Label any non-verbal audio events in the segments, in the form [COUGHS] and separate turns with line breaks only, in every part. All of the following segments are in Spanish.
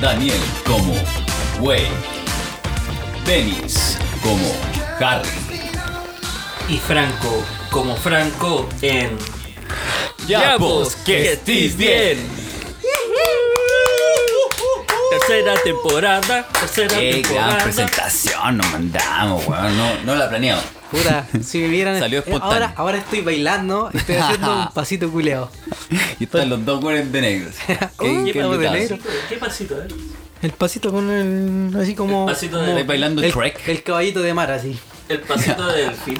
Daniel como Way, Dennis como Harry.
Y Franco, como Franco en
Ya vos que estés bien.
Tercera temporada, tercera
Qué gran
temporada.
presentación nos mandamos, weón. No,
[LAUGHS]
no la planeamos.
Puta, si
[LAUGHS]
me vieran.
Salió
eh,
espontáneo.
ahora, ahora estoy bailando, estoy haciendo
[LAUGHS]
un pasito culeado.
Y están los dos weones de
[LAUGHS]
negros.
Uh, estamos de
invitados.
negro.
¿Qué pasito, eh?
El pasito con el. Así como.
Pasito
Estáis
de,
bailando
el,
Trek.
el caballito de mar, así.
el
[LAUGHS]
pasito del fin.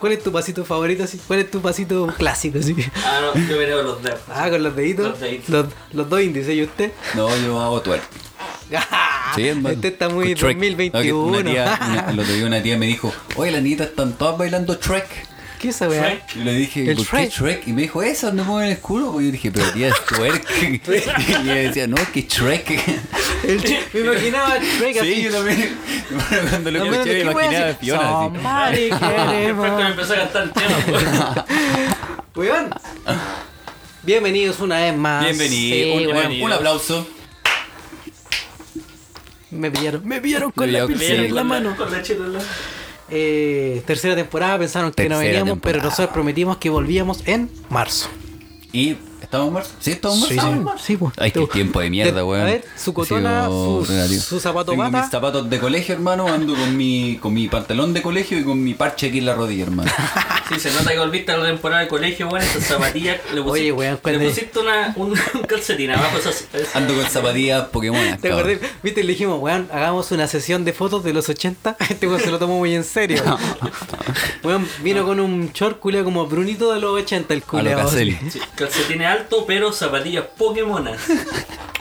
¿Cuál es tu pasito favorito? Así? ¿Cuál es tu pasito clásico? Así?
Ah, no, yo veo los dedos.
Ah, con los deditos.
Los deditos.
Los, los dos índices, ¿y usted?
No, yo hago twerk. [LAUGHS] Sí, hermano.
[LAUGHS] este está
Con
muy
Trek. No,
2021.
que una
[LAUGHS]
tía- una- el otro día una tía me dijo, oye, las niñitas están todas bailando Trek.
¿Qué es esa weá?
Shrek.
Y le dije, ¿por
El
qué
Shrek.
Shrek? Y me dijo, eso no mueven el culo. Y yo dije, pero tía, es
[LAUGHS]
twerk. y ella decía, no, es que Shrek.
El- me imaginaba Shrek así.
Sí, yo también. [LAUGHS] Bueno, cuando lo
Al menos
escuché
de
me
qué weá
imaginaba a
así.
Fiona así.
Somebody
El
queremos.
[LAUGHS] Franco me empezó a cantar el tema,
[LAUGHS]
pues.
Weón. Bienvenidos una vez más.
Bienvenido.
Sí,
un,
weón.
un aplauso.
Me pillaron. Me pillaron con
Me
la
pillaron
pistola
con
en la mano.
Con la chela en la
Eh, tercera temporada, pensaron que no
Tercera
veníamos,
temporada.
pero nosotros prometimos que volvíamos en marzo.
Y estamos en marzo. Sí, estamos en marzo.
Sí,
Estamos en
sí.
marzo.
Sí, pues.
Ay, qué
Tú-
tiempo de mierda,
de-
weón.
a ver, su cotona,
Ha sido
su-
relativo.
su zapato
Tengo
bata.
mis zapatos de colegio, hermano. Ando con mi, con mi pantalón de colegio y con mi parche aquí en la rodilla, hermano.
Sí, se nota que volviste a la temporada de colegio, weón. Esas zapatillas. Le pusiste,
Oye, weón,
le
cuando-
pusiste una, un, un calcetín abajo. Esas, esas-
Ando con zapatillas Pokémon.
[LAUGHS] ¿Te
cabrón.
acordás? Viste, le dijimos, weón, hagamos una sesión de fotos de los 80. [LAUGHS] Este weón se lo tomó muy
[LAUGHS]
en serio. weón vino con un short culiao como Brunito de los 80, el
A lo
culiao.
Caselli. [LAUGHS]
Sí, calcetines alto, pero zapatillas Pokémonas.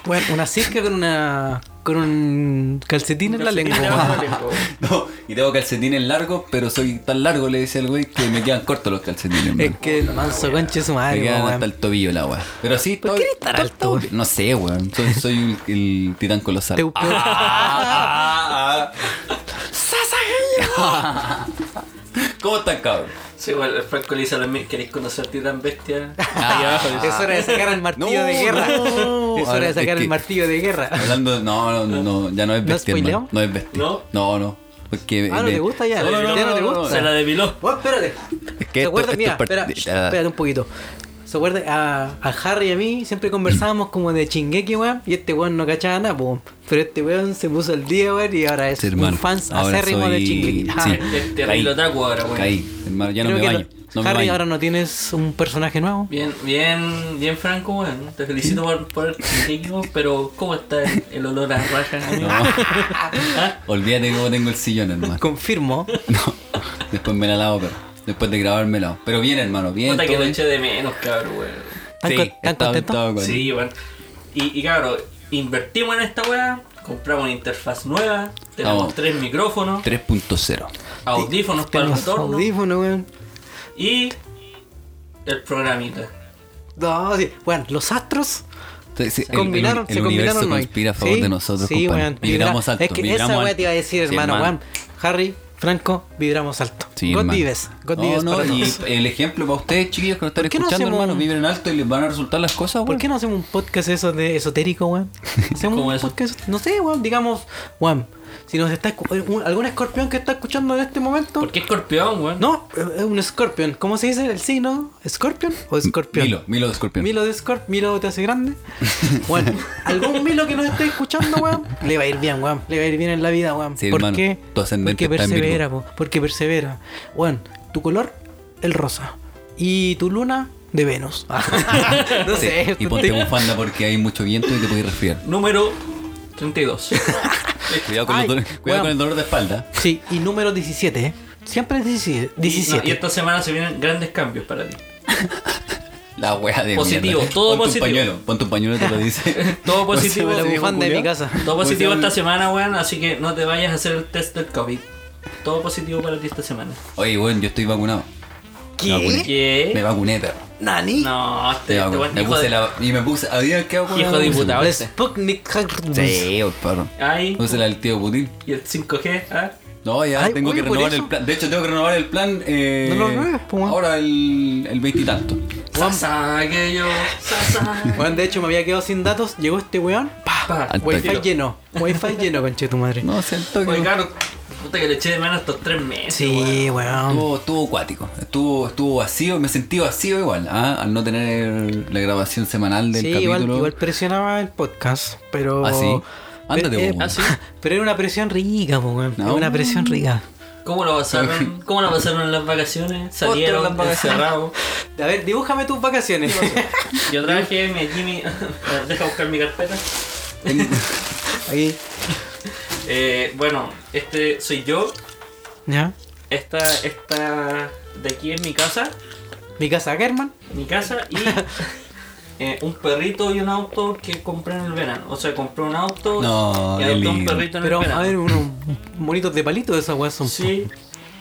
Weón, una circa con una. con un calcetín en la
Calcetines
lengua.
abajo de la [LAUGHS] lengua.
Ah, No, y tengo calcetines largos, pero soy tan largo, le decía el güey, que me quedan cortos los calcetines,
Es
hermano.
que el manso conche su
Me
madre,
quedan
weón.
hasta el tobillo el agua. Pero sí,
¿Por qué eres tan alto, güey?
No sé, weón. Soy, soy un- el titán colosal.
Te- [LAUGHS]
Ah, ah, ah. ¿Cómo están, cabrón?
Sí, bueno, el Franco le dice a la mía, ¿queréis conocer a ti tan bestia?
Ahí
[LAUGHS]
abajo.
Es hora de sacar el martillo
No,
de guerra.
no.
Es
A ver,
hora de
es
sacar
que-
el martillo de guerra.
Hablando, no, no, no, ya no es
¿No
bestia, hermano.
spoileo?
No es bestia.
¿No?
no. no. Porque
Ah, ¿no te gusta ya? ¿Ya no te gusta?
Se la debiló.
Weón, espérate.
Es que
¿Se
esto-
acuerdan?
esto
Mira,
es parte-
espera,
ah.
espérate un poquito. ¿Se acuerdan? A, a Harry y a mí siempre conversábamos como de chingueque, weón. Y este weón no cachaba nada, po. Pero este weón se puso el día, weón. Y ahora es
Sí, hermano.
un fans
Ahora
acérrimo
soy-
de chingueque. Ah,
sí.
Es terrible
Caí.
otaku ahora, weón.
Caí, hermano, ya no
creo
me
que
baño. No me
Harry,
baño.
ahora no tienes un personaje nuevo.
Bien, bien, bien Franco, weón. Te felicito por, por el equipo, pero ¿cómo está el, el olor a raja, amigo?
Olvídate cómo tengo el sillón,
[LAUGHS]
hermano.
Confirmo.
No. Después me la lavo, pero. Después de grabarme la lavo. Pero bien, hermano, bien.
Puta que
todo
lo
bien.
eché de menos, cabrón, weón.
¿Tan con- tan
estaba-
contento?
estaba con-
Sí, weón. Y, y cabrón, invertimos en esta weá, compramos una interfaz nueva, tenemos
Vamos.
tres micrófonos,
3.0.
audífonos para el
Tenemos
retorno
audífono, weón.
y el programita.
No, sí. Bueno, los astros
Entonces, sí, el-
combinaron,
el,
se
el
combinaron
universo
no hay.
conspira a favor
Sí,
de nosotros,
sí,
compadre.
weón, vibra-
vibramos alto.
Es que
vibramos
esa weá
alto.
te iba a decir,
Sí,
hermano, weón. Harry, Franco, vibramos alto.
Sí,
God
hermano.
vives, God
No,
vives
no,
para
y
todos.
el ejemplo para ustedes, chiquillos, que nos están
¿Por qué no
escuchando,
hacemos-
hermano, vibren alto y les van a resultar las cosas,
¿Por
weón.
qué no hacemos un podcast eso de esotérico, weón?
[LAUGHS]
Hacemos
¿Cómo
un
eso?
podcast, no sé, weón, digamos, weón, si nos está escu- un- algún escorpión que está escuchando en este momento.
¿Por qué escorpión, weón?
No, es un escorpión. ¿Cómo se dice el signo? ¿Escorpión o escorpión?
Milo, Milo de escorpión.
Milo de Scorp, Milo te hace
[LAUGHS]
grande. Bueno, algún Milo que nos esté escuchando, weón, le va a ir bien, weón. Le va a ir bien en la vida, weón.
Sí,
¿Por
hermano,
qué?
tu ascendente
Porque
está en
persevera, po, porque persevera. Weón, tu color, el rosa. Y tu luna, de
[LAUGHS]
Venus. [LAUGHS] no
Sí,
sé.
Y ponte bufanda porque hay mucho viento y te puedes resfriar.
Número
[LAUGHS]
32.
Cuidado con,
Ay,
los dolores- cuidado
weón.
con el dolor de espalda.
Sí, y número 17, ¿eh? Siempre es 17.
Y- no, Y,
17.
esta semana se vienen grandes cambios para ti.
La wea de
Positivo,
mierda.
todo
Ponte
positivo.
Un pañuelo, ponte un pañuelo te lo
[LAUGHS]
dice.
Todo
¿Cómo se
positivo.
llama
La
ese viejo
bufanda de mi
culiao?
casa.
Todo positivo
Pues,
esta
sí.
semana, weón, así que no te vayas a hacer el test del COVID. Todo positivo para ti esta semana.
Oye, weón, yo estoy vacunado. Me vacuné. Me
¿Eh?
¿Qué?
vacuné, perro.
Nani.
No,
Me
este, este
vacuné.
weón,
Me
hijo
puse
de...
la. Y me puse. ¿Había qué vacuna?
Hijo de
me puse?
puta,
La Sputnik.
Sí, perro.
Ay,
Puse la del tío Putin.
y el 5G, ¿ah?
No, ya
Ay,
tengo
oye,
que
por
renovar
eso.
el plan. De hecho, tengo que renovar el plan. Eh,
No lo renueves, po, weón.
ahora el el veintitanto.
Sasa, que yo, sasa.
Weón, de hecho me había quedado sin datos, llegó este weón, pa,
Pa.
Al
Wi-Fi
toque.
lleno. [LAUGHS] Wi-Fi lleno, conche tu madre.
No, sé, al toque.
Oye, cabrón, puta que le eché de menos estos tres meses.
Sí, weón.
Estuvo, estuvo acuático, estuvo, estuvo vacío, me sentí vacío igual, ¿ah? al no tener la grabación semanal del
Sí,
capítulo.
igual, igual presionaba el podcast, pero.
Ah, sí. Ándate,
pero, eh,
weón.
ah, sí. Pero era una presión rica, po, weón.
No. Mm.
Era una presión rica.
¿Cómo la
[LAUGHS]
pasaron? ¿Cómo la pasaron en las vacaciones?
Otro en
Salieron
las vacaciones. [LAUGHS]
encerrados.
A ver, dibújame tus vacaciones. [LAUGHS]
Yo trabajé mi Jimmy. [LAUGHS] Deja buscar mi carpeta.
Ahí.
Eh, bueno, este soy yo.
¿Ya?
Esta, esta de aquí es mi casa.
Mi casa Germán.
Mi casa
[LAUGHS]
y eh, un perrito y un auto que compré en el verano. O sea, compré un auto
No, qué
y adopté un
lindo.
perrito en
Pero,
el verano.
a ver, unos monitos de palito de esas weas son.
Sí.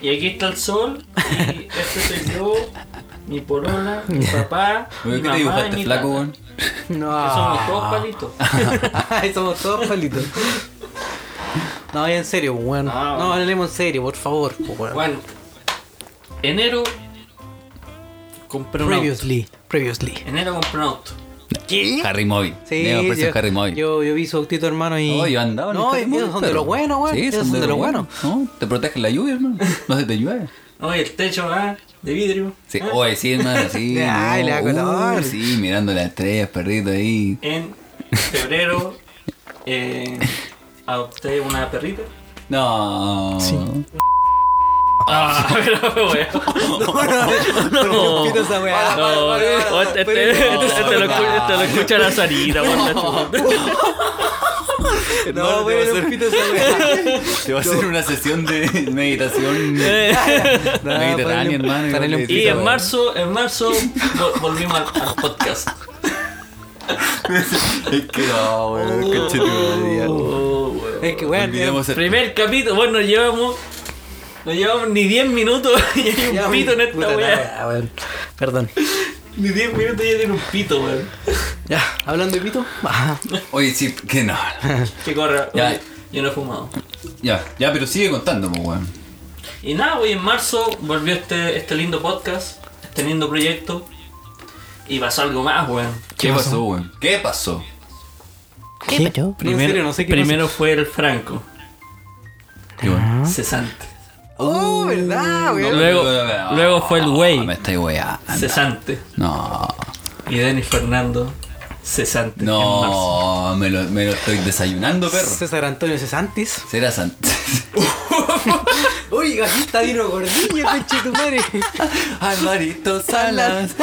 Y aquí está el sol. Y este soy yo, mi polola,
[LAUGHS]
mi papá, mi
Oye, ¿Qué
mamá
te
y mi
dibujaste, flaco,
tata.
weón?
[LAUGHS]
Ah.
No.
Que
[LAUGHS]
somos todos palitos.
Ay, somos todos palitos. No, ya en serio, po, weón.
Ah,
no,
bueno.
hablemos en serio, por favor, po, weón.
Bueno, enero compré un auto.
Previously, previously.
Enero compré un auto.
Harry Móvil.
Sí,
Neo preso
yo,
Harry Móvil.
yo, yo vi su autito, hermano, y...
No, yo andaba en el
No,
Harry
ellos
Móvil,
son de
pero-
los buenos, weón.
Sí,
Ellos son, de los buenos.
No, te protegen la lluvia, hermano. No se te llueve.
Oye, el techo ah, de vidrio.
[LAUGHS]
Sí,
Ah,
oye, sí, hermano, sí.
Ay,
no,
le da color.
sí, mirando las estrellas, perrito ahí.
En febrero eh, adopté una perrita.
No.
Ah, [LAUGHS] pero weón.
No, pito esa weá.
No,
Oh,
este, este, este lo, escu- este lo escucha la salida,
Este,
No, bueno, no pito esa [LAUGHS] weá.
Te va a hacer una sesión de meditación mediterránea, hermano.
Ponle un
igual que-
Y en
Sí,
marzo, en marzo vol- volvimos al, al podcast.
Es que no, weón. Cacheteo,
Oh, weón.
Es que, weón,
Olvidemos el-
Primer capítulo, bueno, nos llevamos. No llevamos ni 10 minutos [LAUGHS] y hay un
ya,
pito en esta
puta la
weá.
weá, weón. Perdón.
Ni 10 minutos ya tiene un pito, weón.
Ya, hablando de pito. ah,
Oye, sí, que no.
Que corra.
Ya.
Oye, Yo no he fumado.
Ya, ya, pero sigue contando, pues, weón.
Y nada, hoy en marzo volvió este, este lindo podcast, este lindo proyecto. Y pasó algo más, weón.
¿Qué, pasó, weón? ¿Qué pasó?
¿Qué? No, en serio, no sé qué
primero fue el Franco,
Qué bueno.
cesante.
¿Ah? Oh, verdad, weón.
Luego,
Ah,
luego fue el Wey,
Me estáis weando.
cesante.
No.
Y Denis Fernando, cesante. En marzo.
No, me lo, me lo estoy desayunando, perro.
César Antonio Cesantis.
Será [LAUGHS] sant...
Uy, aquí está Dino [LAUGHS] Gordillo, coche tu madre.
Alvarito
[LAUGHS] Salas.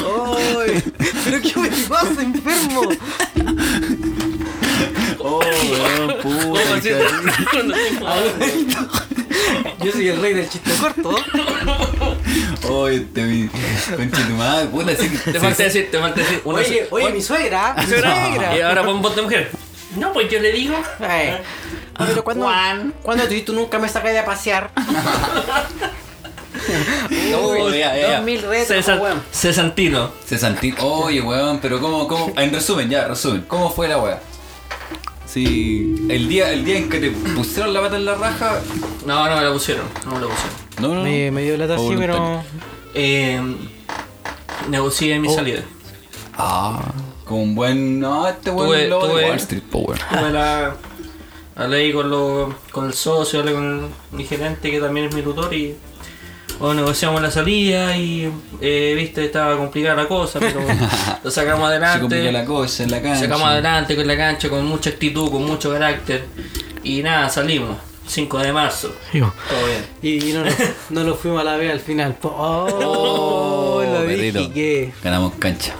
Uy, pero qué me pasa, enfermo.
Oh, weón, puta. que- [LAUGHS]
Yo soy el rey del chiste corto.
Oh, este mi. Conche tu madre, puta. Sí, sí,
Te falta
sí.
decir, te falta decir. una
Oye,
se-
oye, mi
[LAUGHS]
suegra. Mi
Y
suegra.
ahora pon voz de mujer. No, pues yo le digo.
Ay, Pero cuando,
Juan.
cuando tú y tú nunca me sacas de
[LAUGHS]
a pasear.
No, ya, ya, ya.
mil retos, pues,
Cesar-
weón.
Cesantino.
Cesantín. Oye, weón, pero cómo, cómo. En resumen, ya, resumen. ¿Cómo fue la weá? Sí. El día, el día en que te pusieron la pata en la raja.
No, no me lo pusieron. No me lo pusieron.
No, no, no.
Me, me dio lata
Fue
así, pero.
voluntario.
Eh, negocié
Oh.
mi salida.
Ah. Con un buen. No, este weón
Tuve-
es lobo de
tuve-
Wall Street, po, weón.
Tuve la- hablé ahí con, lo- con el socio, hablé con mi gerente que también es mi tutor y bueno, negociamos la salida y eh, viste, estaba complicada la cosa,
[LAUGHS]
pero lo sacamos
Se complicó
adelante.
la cosa en la cancha.
sacamos adelante con la cancha, con mucha actitud, con mucho carácter y nada, salimos. 5 de marzo. Todo bien.
Y, y
[LAUGHS]
no, nos- no lo fuimos a la vez al final. po. Oh, lo dije
perrito.
que.
Ganamos cancha.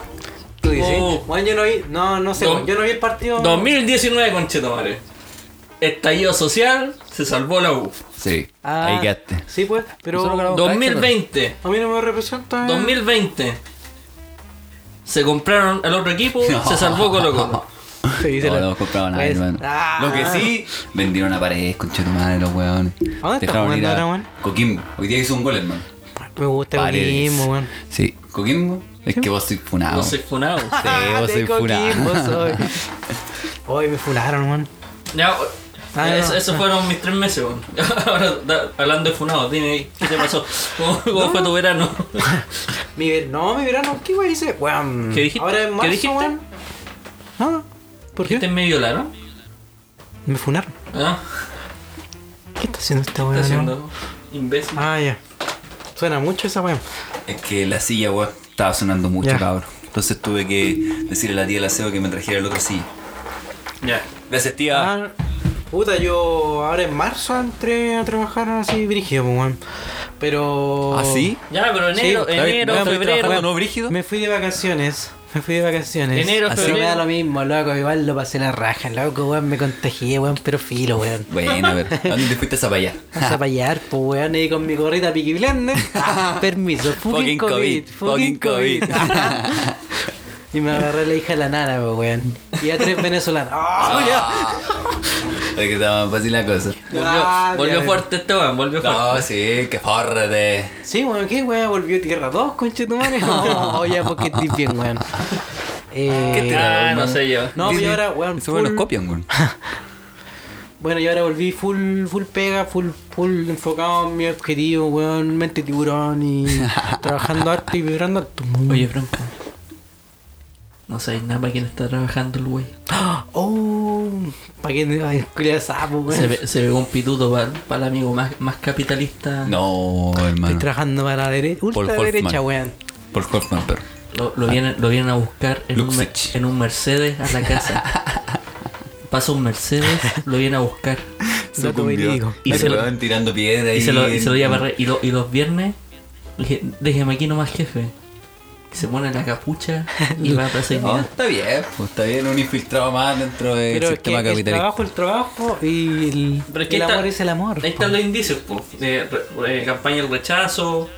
Tú dices,
Oh.
Juan, yo no vi, no, no sé,
Dos-
yo no vi el partido.
2019, conchetomare. Estallido social, se salvó la U.
Sí.
Ah,
Ahí quedaste.
Sí, pues, pero
Nosotros grabamos.
a
2020.
mí no me representa. eh. [LAUGHS]
2020. Se compraron al otro equipo, se salvó Colo Colo.
Se dice
No,
la-
no compraban nada,
Pues,
hermano.
ah.
Lo que sí, vendieron a paredes, concha tu madre, los weones.
está jugando ahora, weón?
Coquimbo. Hoy día hizo un gol, hermano.
Me gusta el
Paredes.
mismo, weón.
Sí, Coquimbo. Es que vos sois funado.
No soy funado.
Sí, vos soy
Tengo equipo,
funado.
soy. Hoy me funaron, weón.
Ya,
Ah,
eso-
no.
esos fueron mis tres meses. weón. [LAUGHS] Ahora, da- hablando de funado, dime, ¿qué te pasó? ¿Cómo, cómo fue tu
[LAUGHS]
verano?
Mi ver- no, mi verano, ¿qué weón hice? Weón.
¿Qué dijiste?
Ahora en
¿Qué
marzo,
dijiste?
weón. No, ¿Por
¿Ustedes
qué?
me violaron?
Me funaron.
¿Ah?
¿Qué está haciendo esta
¿Está
weá?
haciendo imbécil?
Ah, ya. Suena mucho esa weá.
Es que la silla, weón, estaba sonando mucho,
Ya.
cabrón. Entonces tuve que decirle a la tía del aseo que me trajera el otro silla.
Ya.
Gracias, tía.
Ah, puta, yo ahora en marzo entré a trabajar así brígido, pues, weón.
¿Ah,
Pero.
¿Así?
Ya, pero
Sí,
enero,
está bien.
enero,
Weón,
estoy
febrero.
trabajando, ¿no, Brígido?
Me fui de vacaciones. Me fui de vacaciones.
Enero,
Así
febrero.
me da lo mismo, loco. Igual lo pasé la raja, loco, weón. Me contagié, weón, pero filo, weón.
Bueno, a
[LAUGHS]
ver, ¿a dónde fuiste a Zapallar?
Vas a payar, pues weón, ahí con mi gorrita Piqui Blender. [LAUGHS] Permiso,
Fucking
fucking COVID,
COVID, fucking
fucking COVID. [LAUGHS] y me agarré la hija de la nana, pues weón. Y a tres venezolanos. [LAUGHS] ¡Ah, ya!
Es que estaba más fácil la cosa.
Volvió,
Ah,
volvió
bien.
fuerte este weón, volvió fuerte.
No, sí, que fuerte.
Sí, weón, ¿qué weón? Volvió Tierra 2, [LAUGHS] conchetumare. No, Oh, ya, porque estoy bien, weón. Eh,
¿Qué tierra?
Ah, no
Hermano.
sé yo.
No, pues,
Dice-
y ahora, weón.
Eso bueno,
full-
nos copian, weón.
Bueno, yo ahora volví full, full pega, full, full enfocado en mi objetivo, weón, mente tiburón [LAUGHS] y trabajando harto y vibrando harto.
Oye, Franco. No sabéis nada para quién está trabajando el güey.
Oh, ¿para qué te va a culiar sapo, weón?
Se, ve, se pegó un pituto para el amigo más, más capitalista.
[LAUGHS] No, hermano.
Estoy trabajando para la derecha, ultra derecha,
Holtzman.
weón.
Por Hoffman, pero.
Lo, lo vienen, lo vienen a buscar en un, mer-
Luxich.
en un Mercedes a la casa.
[LAUGHS]
Pasa un Mercedes, lo vienen a buscar.
Dato verídico.
Y
Y
se
se lo-
van tirando piedra
Y
ahí.
se lo, y se lo lleva a barrer. Y, lo- y los viernes, le dije, déjeme aquí nomás, jefe. Y se pone la capucha y va a Plaza
[LAUGHS]
No,
Dignidad.
está bien, pues está bien, un infiltrado más dentro del
Pero es que
sistema
el
capitalista.
trabajo, el trabajo y el,
Pero es que
el
ahí
amor
está-
es el amor.
Ahí están los indicios, po. Eh, re- eh, campaña el rechazo.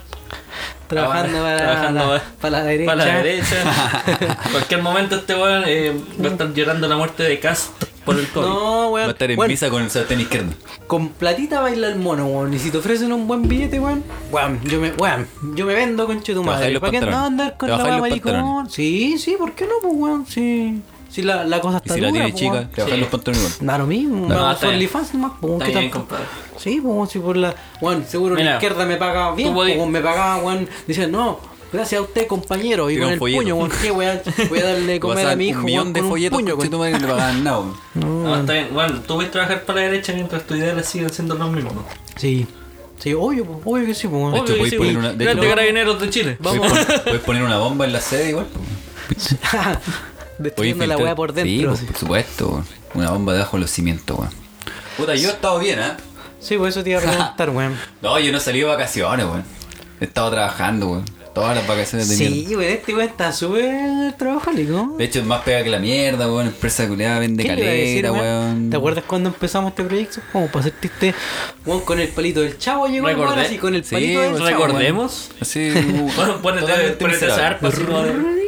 Trabajando,
Ah,
para,
trabajando
la,
para-
para la derecha.
Para la derecha.
[LAUGHS]
Cualquier momento este weón eh, va a estar llorando la muerte de Cast por el COVID.
No,
Va
weón.
a estar en
Weón,
misa con el sartén izquierdo.
Con platita baila el mono, weón. Y si te ofrecen un buen billete, weón. Weón, yo me, weón, yo me vendo, conche tu
Te bajáis
madre.
los
¿Para qué
pantalones.
andaba a andar con
Te
la
bajáis
weá
los
maricón?
pantalones.
Sí, sí, ¿por qué no, pues, weón? Sí. Si la, la
Y
cosa está
si la
dura,
tienes
pues,
chica,
weón.
te bajas
Sí.
los pantalones. weón.
Da lo mismo,
No, está
vamos por
bien.
OnlyFans nomás, pues, weón,
Está
¿qué
bien,
tampoco?
compadre.
Sí, pues, weón, si por la. Weón, seguro
Mira,
la izquierda me pagaba bien, pues,
podí-
weón, me pagaba, weón. Dice, no, gracias a usted, compañero. Y
Tira
con
un
el
folleto.
puño, weón, qué weón, voy a darle
[LAUGHS]
de comer a
Pasaban
mi hijo,
Un millón
weón,
de
con un
folletos,
puño,
conche
weón.
tu madre, y no pagaban nada,
[LAUGHS]
weón.
No, Ah, está bien. Bueno, tú puedes trabajar para la derecha mientras tus ideales siguen siendo los mismos.
Sí, sí, obvio, pues, obvio que sí, pues, weón.
De hecho,
Obvio que
podéis
sí,
poner
weón.
una- de
Grande
hecho-
carabineros de Chile.
Puedes poner- puedes poner una bomba en la sede igual. pues.
[LAUGHS] Destruyendo la
filtrar-
weá por
Sí,
dentro.
pues,
Sí,
por supuesto, weón. Una bomba debajo de los cimientos, weón. Puta, yo he estado bien, ¿eh?
Sí, pues eso te iba
[LAUGHS]
a preguntar, weón.
No, yo no he salido de vacaciones, weón. He estado trabajando, weón. Todas las vacaciones de mierda.
Sí, weón, este weón está súper trabajólico.
De hecho, es más pega que la mierda, weón. Empresa culiada vende
¿Qué le iba a decir,
calera,
weón?
weón.
¿Te acuerdas cuando empezamos este proyecto? Como para hacerte este weón con el palito del chavo llegó el weón
Recordé-
así con el
sí, pues,
palito del
weón,
chavo. weón.
Recordemos.
Así,
[LAUGHS] Bueno, ponete,
totalmente
ponete esa
miserable.
arpa así [LAUGHS] como de-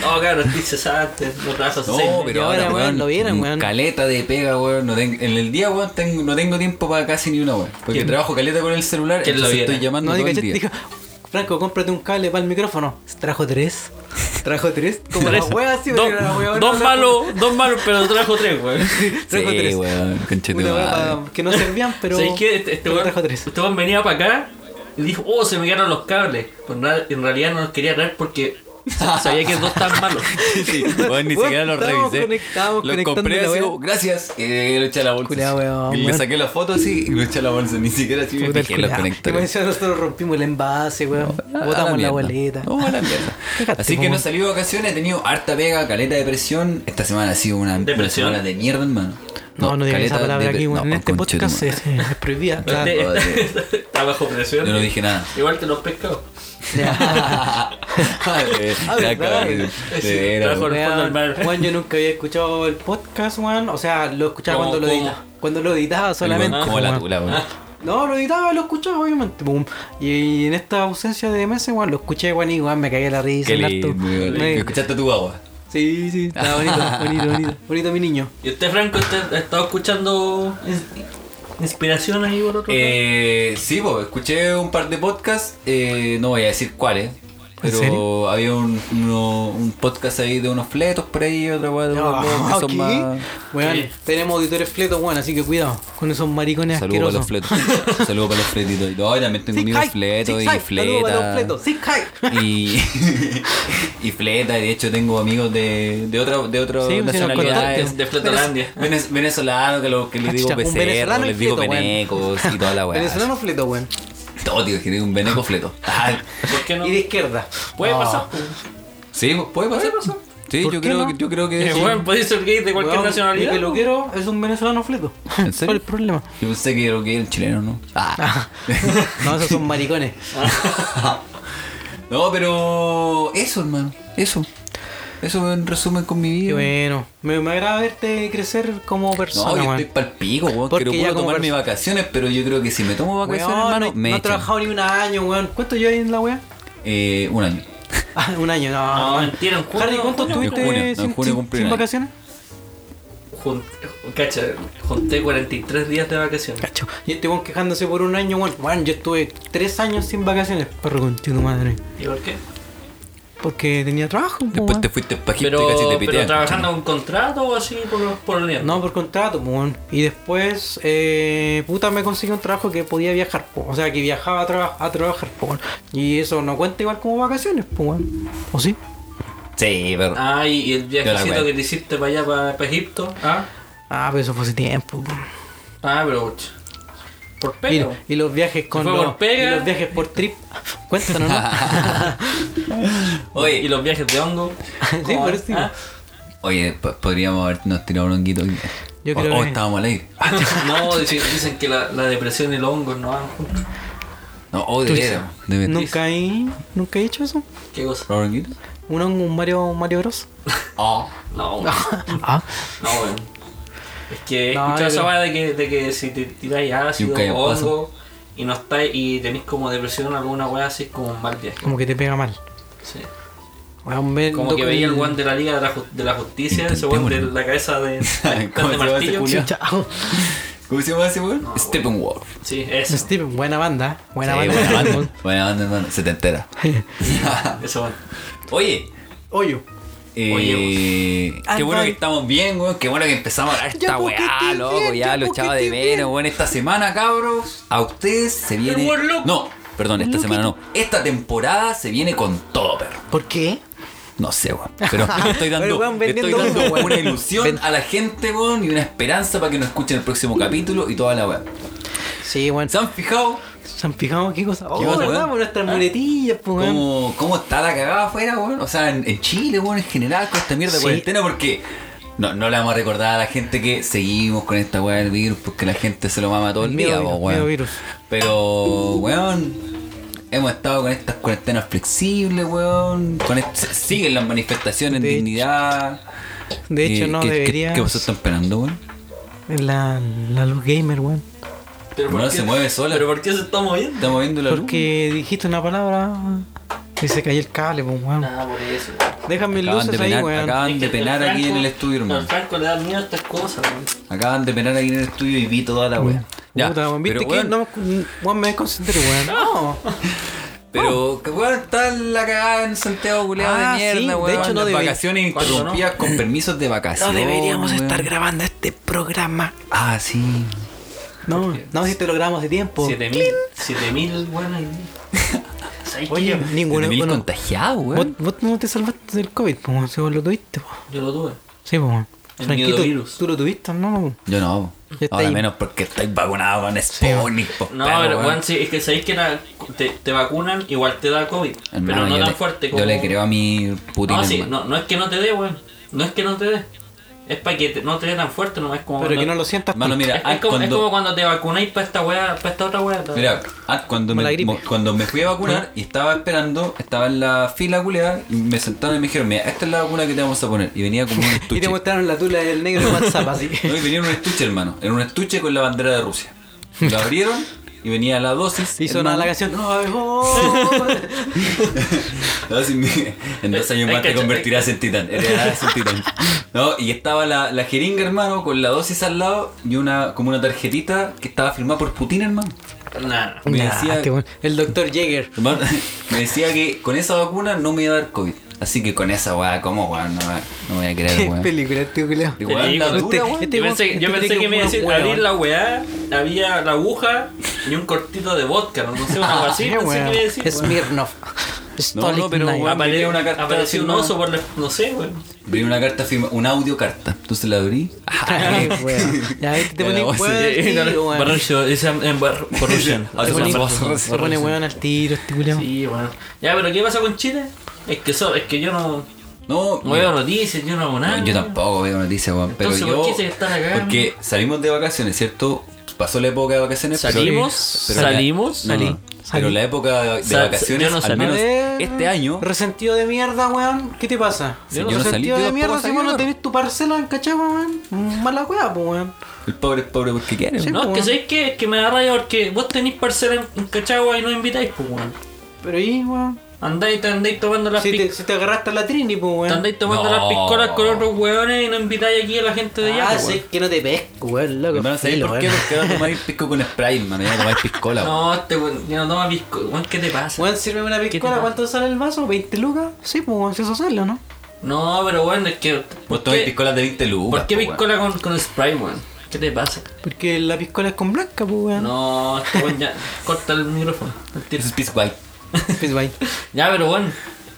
No, claro, estoy cesante, no trabajas
No,
seis meses.
pero ahora,
ahora,
weón,
weón, lo vieron,
mm,
weón.
caleta de pega, weón. No ten- en el día, weón, tengo- no tengo tiempo para casi ni una, weón. Porque trabajo caleta con el celular,
¿Quién lo
entonces
viera?
estoy llamando
No,
todo
diga,
el día.
diga, Franco, cómprate un cable para el micrófono. Trajo tres. Trajo tres. Como la wea así,
Dos-
pero la wea,
dos
no,
malos, dos malos, pero trajo tres, [LAUGHS] weón.
Trajo
Sí,
tres.
weón,
Una wea
conchetumadre.
pa- que no servían, pero.
¿Sabéis qué? Este, este
pero
weón,
trajo tres.
este weón venía para acá y dijo, oh, se me quedaron los cables. Pero en real- en realidad no los quería traer [LAUGHS] porque sa- sabía que dos estaban malos.
[LAUGHS] Sí, weón, ni
Weón,
siquiera los
estábamos
revisé.
conectados,
Los
conectando
compré
la
así,
weá.
como, gracias. Y lo eché a la bolsa.
Culeado,
así.
weón,
y le
weón.
saqué la foto así y lo eché a la bolsa. Ni siquiera así me
Puta el
fijé en los
culiao. Y
conectores.
me decía, nosotros rompimos el envase, weón.
A
Botamos la,
Ah, mierda.
boleta.
No, a la mierda.
Fíjate,
Así que
po,
no he
weón.
salido de vacaciones, he tenido harta pega, caleta de presión. Esta semana ha sido una, una
¿Depresión?
semana de mierda, hermano.
[LAUGHS] No, no, digas
caleta
esa palabra
de-
aquí,
no,
weón. en este
conchetumare.
podcast es, [LAUGHS] es
[LAUGHS]
prohibida. claro.
Este-
joder.
[LAUGHS] este- está bajo presión.
Yo no dije
[LAUGHS]
nada. [LAUGHS]
Igual te los pescados.
Vale,
Ah,
ya,
verdad.
cabrón, de veras, weón.
trabajo en el fondo del
Weón,
mar.
weón, yo nunca había escuchado el podcast, weón. O sea, lo escuchaba
¿Cómo,
cuando lo
cómo?
editaba. Cuando lo editaba solamente.
Como la
weón.
tula, weón.
No, lo editaba, lo escuchaba, obviamente. pum. Y, en esta ausencia de meses, weón, lo escuché, weón, y weón, me cagué la risa.
Qué
en
lindo,
harto.
weón.
Me-
Escuchaste a tu agua.
Sí, sí,
[LAUGHS]
estaba bonito, bonito, bonito. Bonito mi niño.
¿Y usted, Franco, usted ha estado escuchando ins- inspiración ahí por otro lado?
Eh, sí, po, escuché un par de podcasts, eh, no voy a decir cuáles, Pero
serio?
había un, uno- un podcast ahí de unos fletos por ahí, otra weá de unos weones que
No,
son
¿qué?
más.
Weón,
Sí.
tenemos auditores fletos, weón, así que cuidado con esos maricones
Saludos para los
asquerosos.
fletos. Saludos para los fletitos. Y no, y también tengo amigos fletos y
Saludos para los
fletas.
fletos. Sí, Kai.
Y, [LAUGHS] y fleta, y de hecho tengo amigos de, de otra, de otra
Sí, pues, si nos
nacionalidades.
contaste.
De Fletolandia.
Venez- venezolano, que, lo, que les digo
Cacha, eh. un
becerro,
venezolano y
les digo
fleto, weón.
venecos y toda
[LAUGHS]
la weá.
Venezolano fleto, weón.
Todo, tío, que tengo un veneco fleto. Ah,
¿Por qué no?
Y de izquierda.
Puede
No.
pasar. pues.
sí, pues, puede pasar. Sí, yo
qué
creo,
no?
que, yo creo que
Eh,
sí.
bueno, podéis ser gay de cualquier
Weón,
nacionalidad.
ni que lo quiero es un venezolano fleto.
¿En
¿Cuál
serio? [LAUGHS]
es el problema?
Yo pensé que era que era el chileno, ¿no? Ah.
No, esos son maricones.
[LAUGHS] no, pero eso, hermano. Eso. Eso en resumen con mi
Qué
vida.
bueno. Me, me agrada verte crecer como persona,
No, yo
weón.
estoy pal pico, weón.
Porque
Quiero
ya
puedo
como
tomar
pers-
mis vacaciones, pero yo creo que si me tomo vacaciones,
Weón,
hermano,
no,
me
no he
echan.
trabajado ni un año, weón. ¿Cuánto llevas en la weá? [LAUGHS]
Eh, un año.
Ah, un año, no.
No,
weón.
mentira, en junio,
Harry, ¿cuánto
junio,
estuviste
junio. En
sin,
junio
sin-
cumplí
sin
un año.
vacaciones?
Jun- Cacha, junté 43 días de vacaciones.
Cacho. Y este weón quejándose por un año, weón. Weón, yo estuve tres años sin vacaciones, perro con tu madre.
¿Y por qué?
Porque tenía trabajo, po,
Después
weón.
te fuiste pa' Egipto
Pero,
y casi te
pero
pitean.
trabajando un contrato o así por, por el día.
No, por contrato, po, weón. Y después, eh, puta, me conseguí un trabajo que podía viajar, po. O sea, que viajaba a, traba- a trabajar, po, weón. Y eso no cuenta igual como vacaciones, po, weón. ¿O sí?
Sí, pero.
Ah, y y el
Yo la
viajecito
wea.
que te hiciste para allá, para, Egipto. Ah,
Ah, pero eso fue hace tiempo, weón.
ah pero ch- por
Y,
pelo.
y los viajes con
fue por
los,
pega.
y los viajes por trip. Cuéntanos, ¿no?
[LAUGHS] Oye,
y los viajes de hongo.
sí, por eso digo.
Ah,
Oye, po- podríamos habernos tirado un honguito.
Yo
o,
creo
o
que-
estábamos al aire.
Ah. [LAUGHS] No, dice- dicen, que la, la depresión y el hongo no van juntos.
No, o de veras. De veras.
Nunca he, nunca he hecho eso.
¿Qué cosa?
¿Probar honguito?
Un hongo, un Mario, Mario Bros.
Ah.
No, no,
Ah,
weón. Es que he
No,
escuchado
yo
esa
creo-
weá de que, de que si te tiráis ácido
Nunca hay
o
paso.
hongo y no estáis y tenéis como depresión o alguna weá así es como un mal viaje.
como que te pega mal.
Sí.
Weón, ve-
Como
docu-
que veía el weón de la Liga de la, Ju- de la Justicia, ese weón de
Intentémoslo.
la cabeza de, de,
¿Cómo
de
se llama ese
martillo.
culiao?
Chucha, ah,
¿Cómo se llama ese weón? Steppenwolf.
Sí, ese.
Steven, buena banda, ¿eh? buena
Sí,
banda.
buena banda. Buena banda, hermano. Se te entera.
[LAUGHS]
Ese weón.
Oye.
Hoyo.
Eh, qué bueno
Android.
que estamos bien, weón. Qué bueno que empezamos a hablar esta
porque
weá,
estoy
loco.
bien,
ya
ya
lo
porque
echaba de
estoy bien.
menos, weón. Esta semana, cabros, a ustedes se viene.
weón loco.
No, perdón, esta semana no. Esta temporada se viene con todo, perro.
[LAUGHS] ¿Por qué?
No sé, weón.
[LAUGHS]
Pero le estoy dando,
Pero, weón,
le estoy
vendiendo
dando
humo, weón.
una ilusión
Ven-
a la gente, weón, y una esperanza para que nos escuchen el próximo capítulo y toda la weá.
Sí, weón.
¿Se han fijado
¿Se han fijado qué cosa? Oh,
cosa,
¿verdad?
weón?
Por nuestras
Ah.
muletillas, pues, weón.
cómo, cómo está la cagada afuera, weón? O sea, en, en Chile, weón, en general, con esta mierda de
Sí.
cuarentena, porque no, no le vamos a recordar a la gente que seguimos con esta weá del virus, porque la gente se lo mama todo el
Miedo
día,
virus,
po, weón.
miedo virus.
Pero, weón. Hemos estado con estas cuarentenas flexibles, weón. Con est- se- siguen las manifestaciones en
De hecho-
dignidad.
De hecho,
Eh,
no
¿qué- qué-
debería.
¿Qué, pasó? ¿Están esperando, weón?
La, la luz gamer, weón.
Pero
No, se mueve sola.
¿Pero por qué se está moviendo?
Estamos viendo la luz.
Porque dijiste una palabra y se cayó el cable, pues, weón.
Nada, por eso.
Déjame
Acaban de
luces ahí,
penar,
weón.
acaban de
Es que
penar aquí en
Franco-
el estudio, hermano.
Al Franco le da miedo a estas cosas, weón.
Acaban de penar aquí en el estudio y vi toda la weá. Ya,
Puta, weón. ¿Viste
pero,
que
weón,
no me- weón, me desconcentré, weón? No.
Pero, que, weón, está la cagada en Santiago culeado
Ah,
de mierda,
sí, de
weón.
hecho, no
Las
debería-
vacaciones
¿Cuándo
interrumpidas con permisos de vacaciones. weón.
grabando este programa.
Ah, sí.
No, no, si te lo grabamos hace tiempo.
7000, 7000, weón. ahí. ¿Sabes qué?
Oye, ninguno.
mil
bueno,
contagiados,
vos,
weón.
vos no te salvaste del COVID, po, weón, si vos lo tuviste, po.
Yo lo tuve.
Sí, po. weón.
El
Franquito,
miedovirus.
tú lo tuviste, ¿no?
Yo no.
Ya está
Ahora
ahí.
menos porque estoy vacunado con Sputnik, po,
No,
perro,
pero weón, sí, es que sabéis que la- te, te vacunan, igual te da COVID.
Hermano,
pero
yo
no tan
le-
fuerte como.
Yo le creo a mi Putin,
No, sí,
hermano.
no, no es que no te dé, weón. No es que no te dé. Es para que te- no te dé tan fuerte, no es como.
Pero que no lo sientas. pues.
Hermano,
tanto.
mira,
es, es
ah,
como, es
cuando-
como cuando te vacunáis para esta weá, para esta otra weá. la-
Mira, ah, cuando,
Como la
me,
gripe.
mo- cuando me fui a vacunar
¿Mm?
y estaba esperando, estaba en la fila culeada, y me sentaron y me dijeron, mira, esta es la vacuna que te vamos a poner. Y venía
[LAUGHS]
como un
Y te
estuche.
mostraron la tula del negro de
[LAUGHS]
WhatsApp, así.
No, y venía en un estuche, hermano. En un estuche con la bandera de Rusia. Lo abrieron y venía la dosis.
Y
hermano.
sonaba la canción.
[LAUGHS]
¡Ay, joder!
La dosis, mi- en dos años
Ay,
más te
cacha-
convertirás en titán. Heredarás un titán. No, y estaba la, la jeringa, hermano, con la dosis al lado y una como una tarjetita que estaba firmada por Putin, hermano.
Nah.
Me
Nah,
decía-
este weón. El doctor Jäger.
Hermano, [LAUGHS] me decía que con esa vacuna no me iba a dar COVID. Así que con esa weá, ¿cómo weón? No, me- no me voy a
Qué
creer, weón.
película, tío, culiao.
Igual la
Este-
dura, weón.
este
yo
weón-
pensé,
este
yo
cree
pensé
que
que me iba
es
a
puro
decir
huevo.
abrir la weá, había la aguja y un cortito de vodka, no sé, una
Ah,
así,
Sí,
pensé que
Ah, weón.
me iba a decir. weón.
Smirnoff. [LAUGHS] Stolik
no, pero,
Night.
weón,
Apare-
Miré una carta
apareció un
firmada.
oso por la, no sé, weón.
Abrí una carta firma, una audio carta. Entonces la abrí. Ah,
Ay, weón.
[LAUGHS]
Ya ahí [LAUGHS] te
Ya,
pones
vos-
weón al tiro, weón.
Barrocio, es en Bar- Barrocio.
Ah,
Se
eso
pone-
es
se
Barrocio.
pone weón al tiro, este culiao.
Sí, weón. Ya, pero ¿qué pasa con Chile? Es que eso, es que yo no,
No,
no veo noticias, yo Ah, no hago nada.
No, yo tampoco veo noticias, weón. Pero
Entonces,
yo.
¿por qué se están acá?
Porque salimos de vacaciones, ¿cierto? Pasó la época de vacaciones. pero-
Salimos,
pero la-
salimos,
no, no,
salí.
Pero
Salí.
la época de
Sa-
vacaciones,
yo no
al
salí.
menos
A
Eh,
ver,
este año.
Resentido de mierda, weón. ¿Qué te pasa?
Sí, yo no salí,
resentido
yo
de
tampoco
mierda, si
salí,
vos no
weón.
tenés tu parcela en cachagua, weón. Mala weá, pues, weón.
El pobre es pobre porque quiere.
Sí.
weón.
No, es que
weón.
sabéis que, es que me da raya porque vos tenéis parcela en, en Cachagua y no invitáis, pues, weón.
Pero ahí, weón.
Andáis, te andáis tomando las
Si
pic-
te, si te agarraste a la trini, pues,
Te
weón.
andáis tomando
No.
las piscolas con otros hueones y no invitáis aquí a la gente de allá.
Ah,
pues,
sí,
weón.
es que no te pesco, weón, loco.
Hermano, ¿sabéis
filo,
por qué?
weón.
Porque ahora tomáis pisco con Sprite, mano. Ya no tomáis piscola, weón.
No, este weón, ya no toma piscolas. Weón, ¿qué te pasa?
Weón, sirve una
te
piscola,
pasa?
¿cuánto sale el vaso? ¿20 lucas? Sí, pues, weón, si eso sale, ¿o ¿no?
No, pero weón, es que.
Vos
¿Por
tomáis
qué,
piscolas de 20 lucas.
¿por qué
po, weón.
piscola con, con Sprite, weón? ¿Qué te pasa?
Porque la piscola es con blanca, pues, weón.
No, este weón ya. Corta el micrófono. al tiro.
Eso es pisco white.
[LAUGHS] Pues, weón.
Ya, pero weón,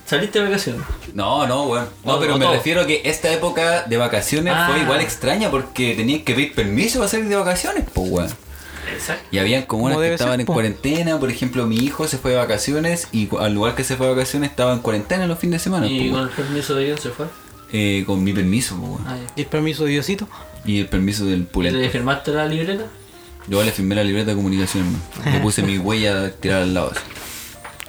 saliste de vacaciones.
No, no, weón. No,
O-
pero
o
me
todo.
refiero a que esta época de vacaciones
Ah.
fue igual extraña porque tenías que pedir permiso para salir de vacaciones, pues, weón.
Exacto.
Y habían comunas
Como
que
debe
estaban
ser,
en
po.
cuarentena, por ejemplo, mi hijo se fue de vacaciones y cu- al lugar que se fue de vacaciones estaba en cuarentena los fines de semana.
Y
po,
con el permiso de quién se fue.
eh, con mi permiso, po, weón.
Ah, ya.
Y el permiso de Diosito.
y el permiso del
¿Y ¿Le
pulento.
firmaste la libreta?
Yo le firmé la libreta de comunicación, hermano.
[LAUGHS]
le puse mi huella tirada al lado, así,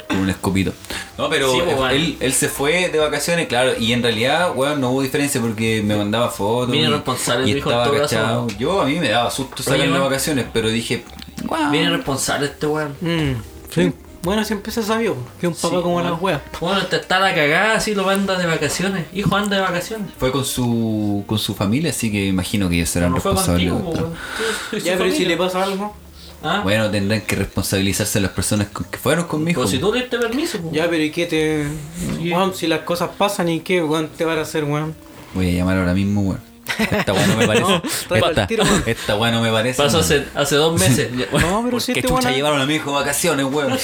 con un escopito. No, pero
Sí, po,
él,
weón.
él, se fue de vacaciones, claro, y en realidad, weón, no hubo diferencia porque me mandaba fotos.
Bien
y-
irresponsable,
y
dijo
estaba
en todo caso.
cachado. Yo a mí me daba susto salir
Oye,
de
weón.
vacaciones, pero dije,
Ah.
wow.
Viene responsable este weón.
Mm, sí. Bueno, siempre se sabió que un papá
Sí,
como
weón.
las weas.
Bueno, te está la cagada, así lo anda de vacaciones. Hijo, anda de vacaciones.
Fue con su, con su familia, así que imagino que ellos serán
No fue
responsables.
contigo,
de
po,
todo.
weón. Tú- tú y su
Ya, pero si
familia.
le pasa algo.
¿Ah?
Bueno, tendrán que responsabilizarse las personas con- que fueron conmigo.
Pues si tú le diste permiso, po.
Ya, pero ¿y qué te. Weón, si las cosas pasan y qué, weón, te van a hacer, weón.
Voy a llamar ahora mismo, weón. Esta weá
[LAUGHS]
no me parece.
trae pa'l
esta,
tiro, weón.
esta weá no me parece.
pasó
weón.
hace, hace dos
[LAUGHS]
meses. Ya, bueno.
No, pero
¿Por
si
qué
este
chucha
weón.
llevaron a mi hijo de vacaciones,
[LAUGHS]
weón?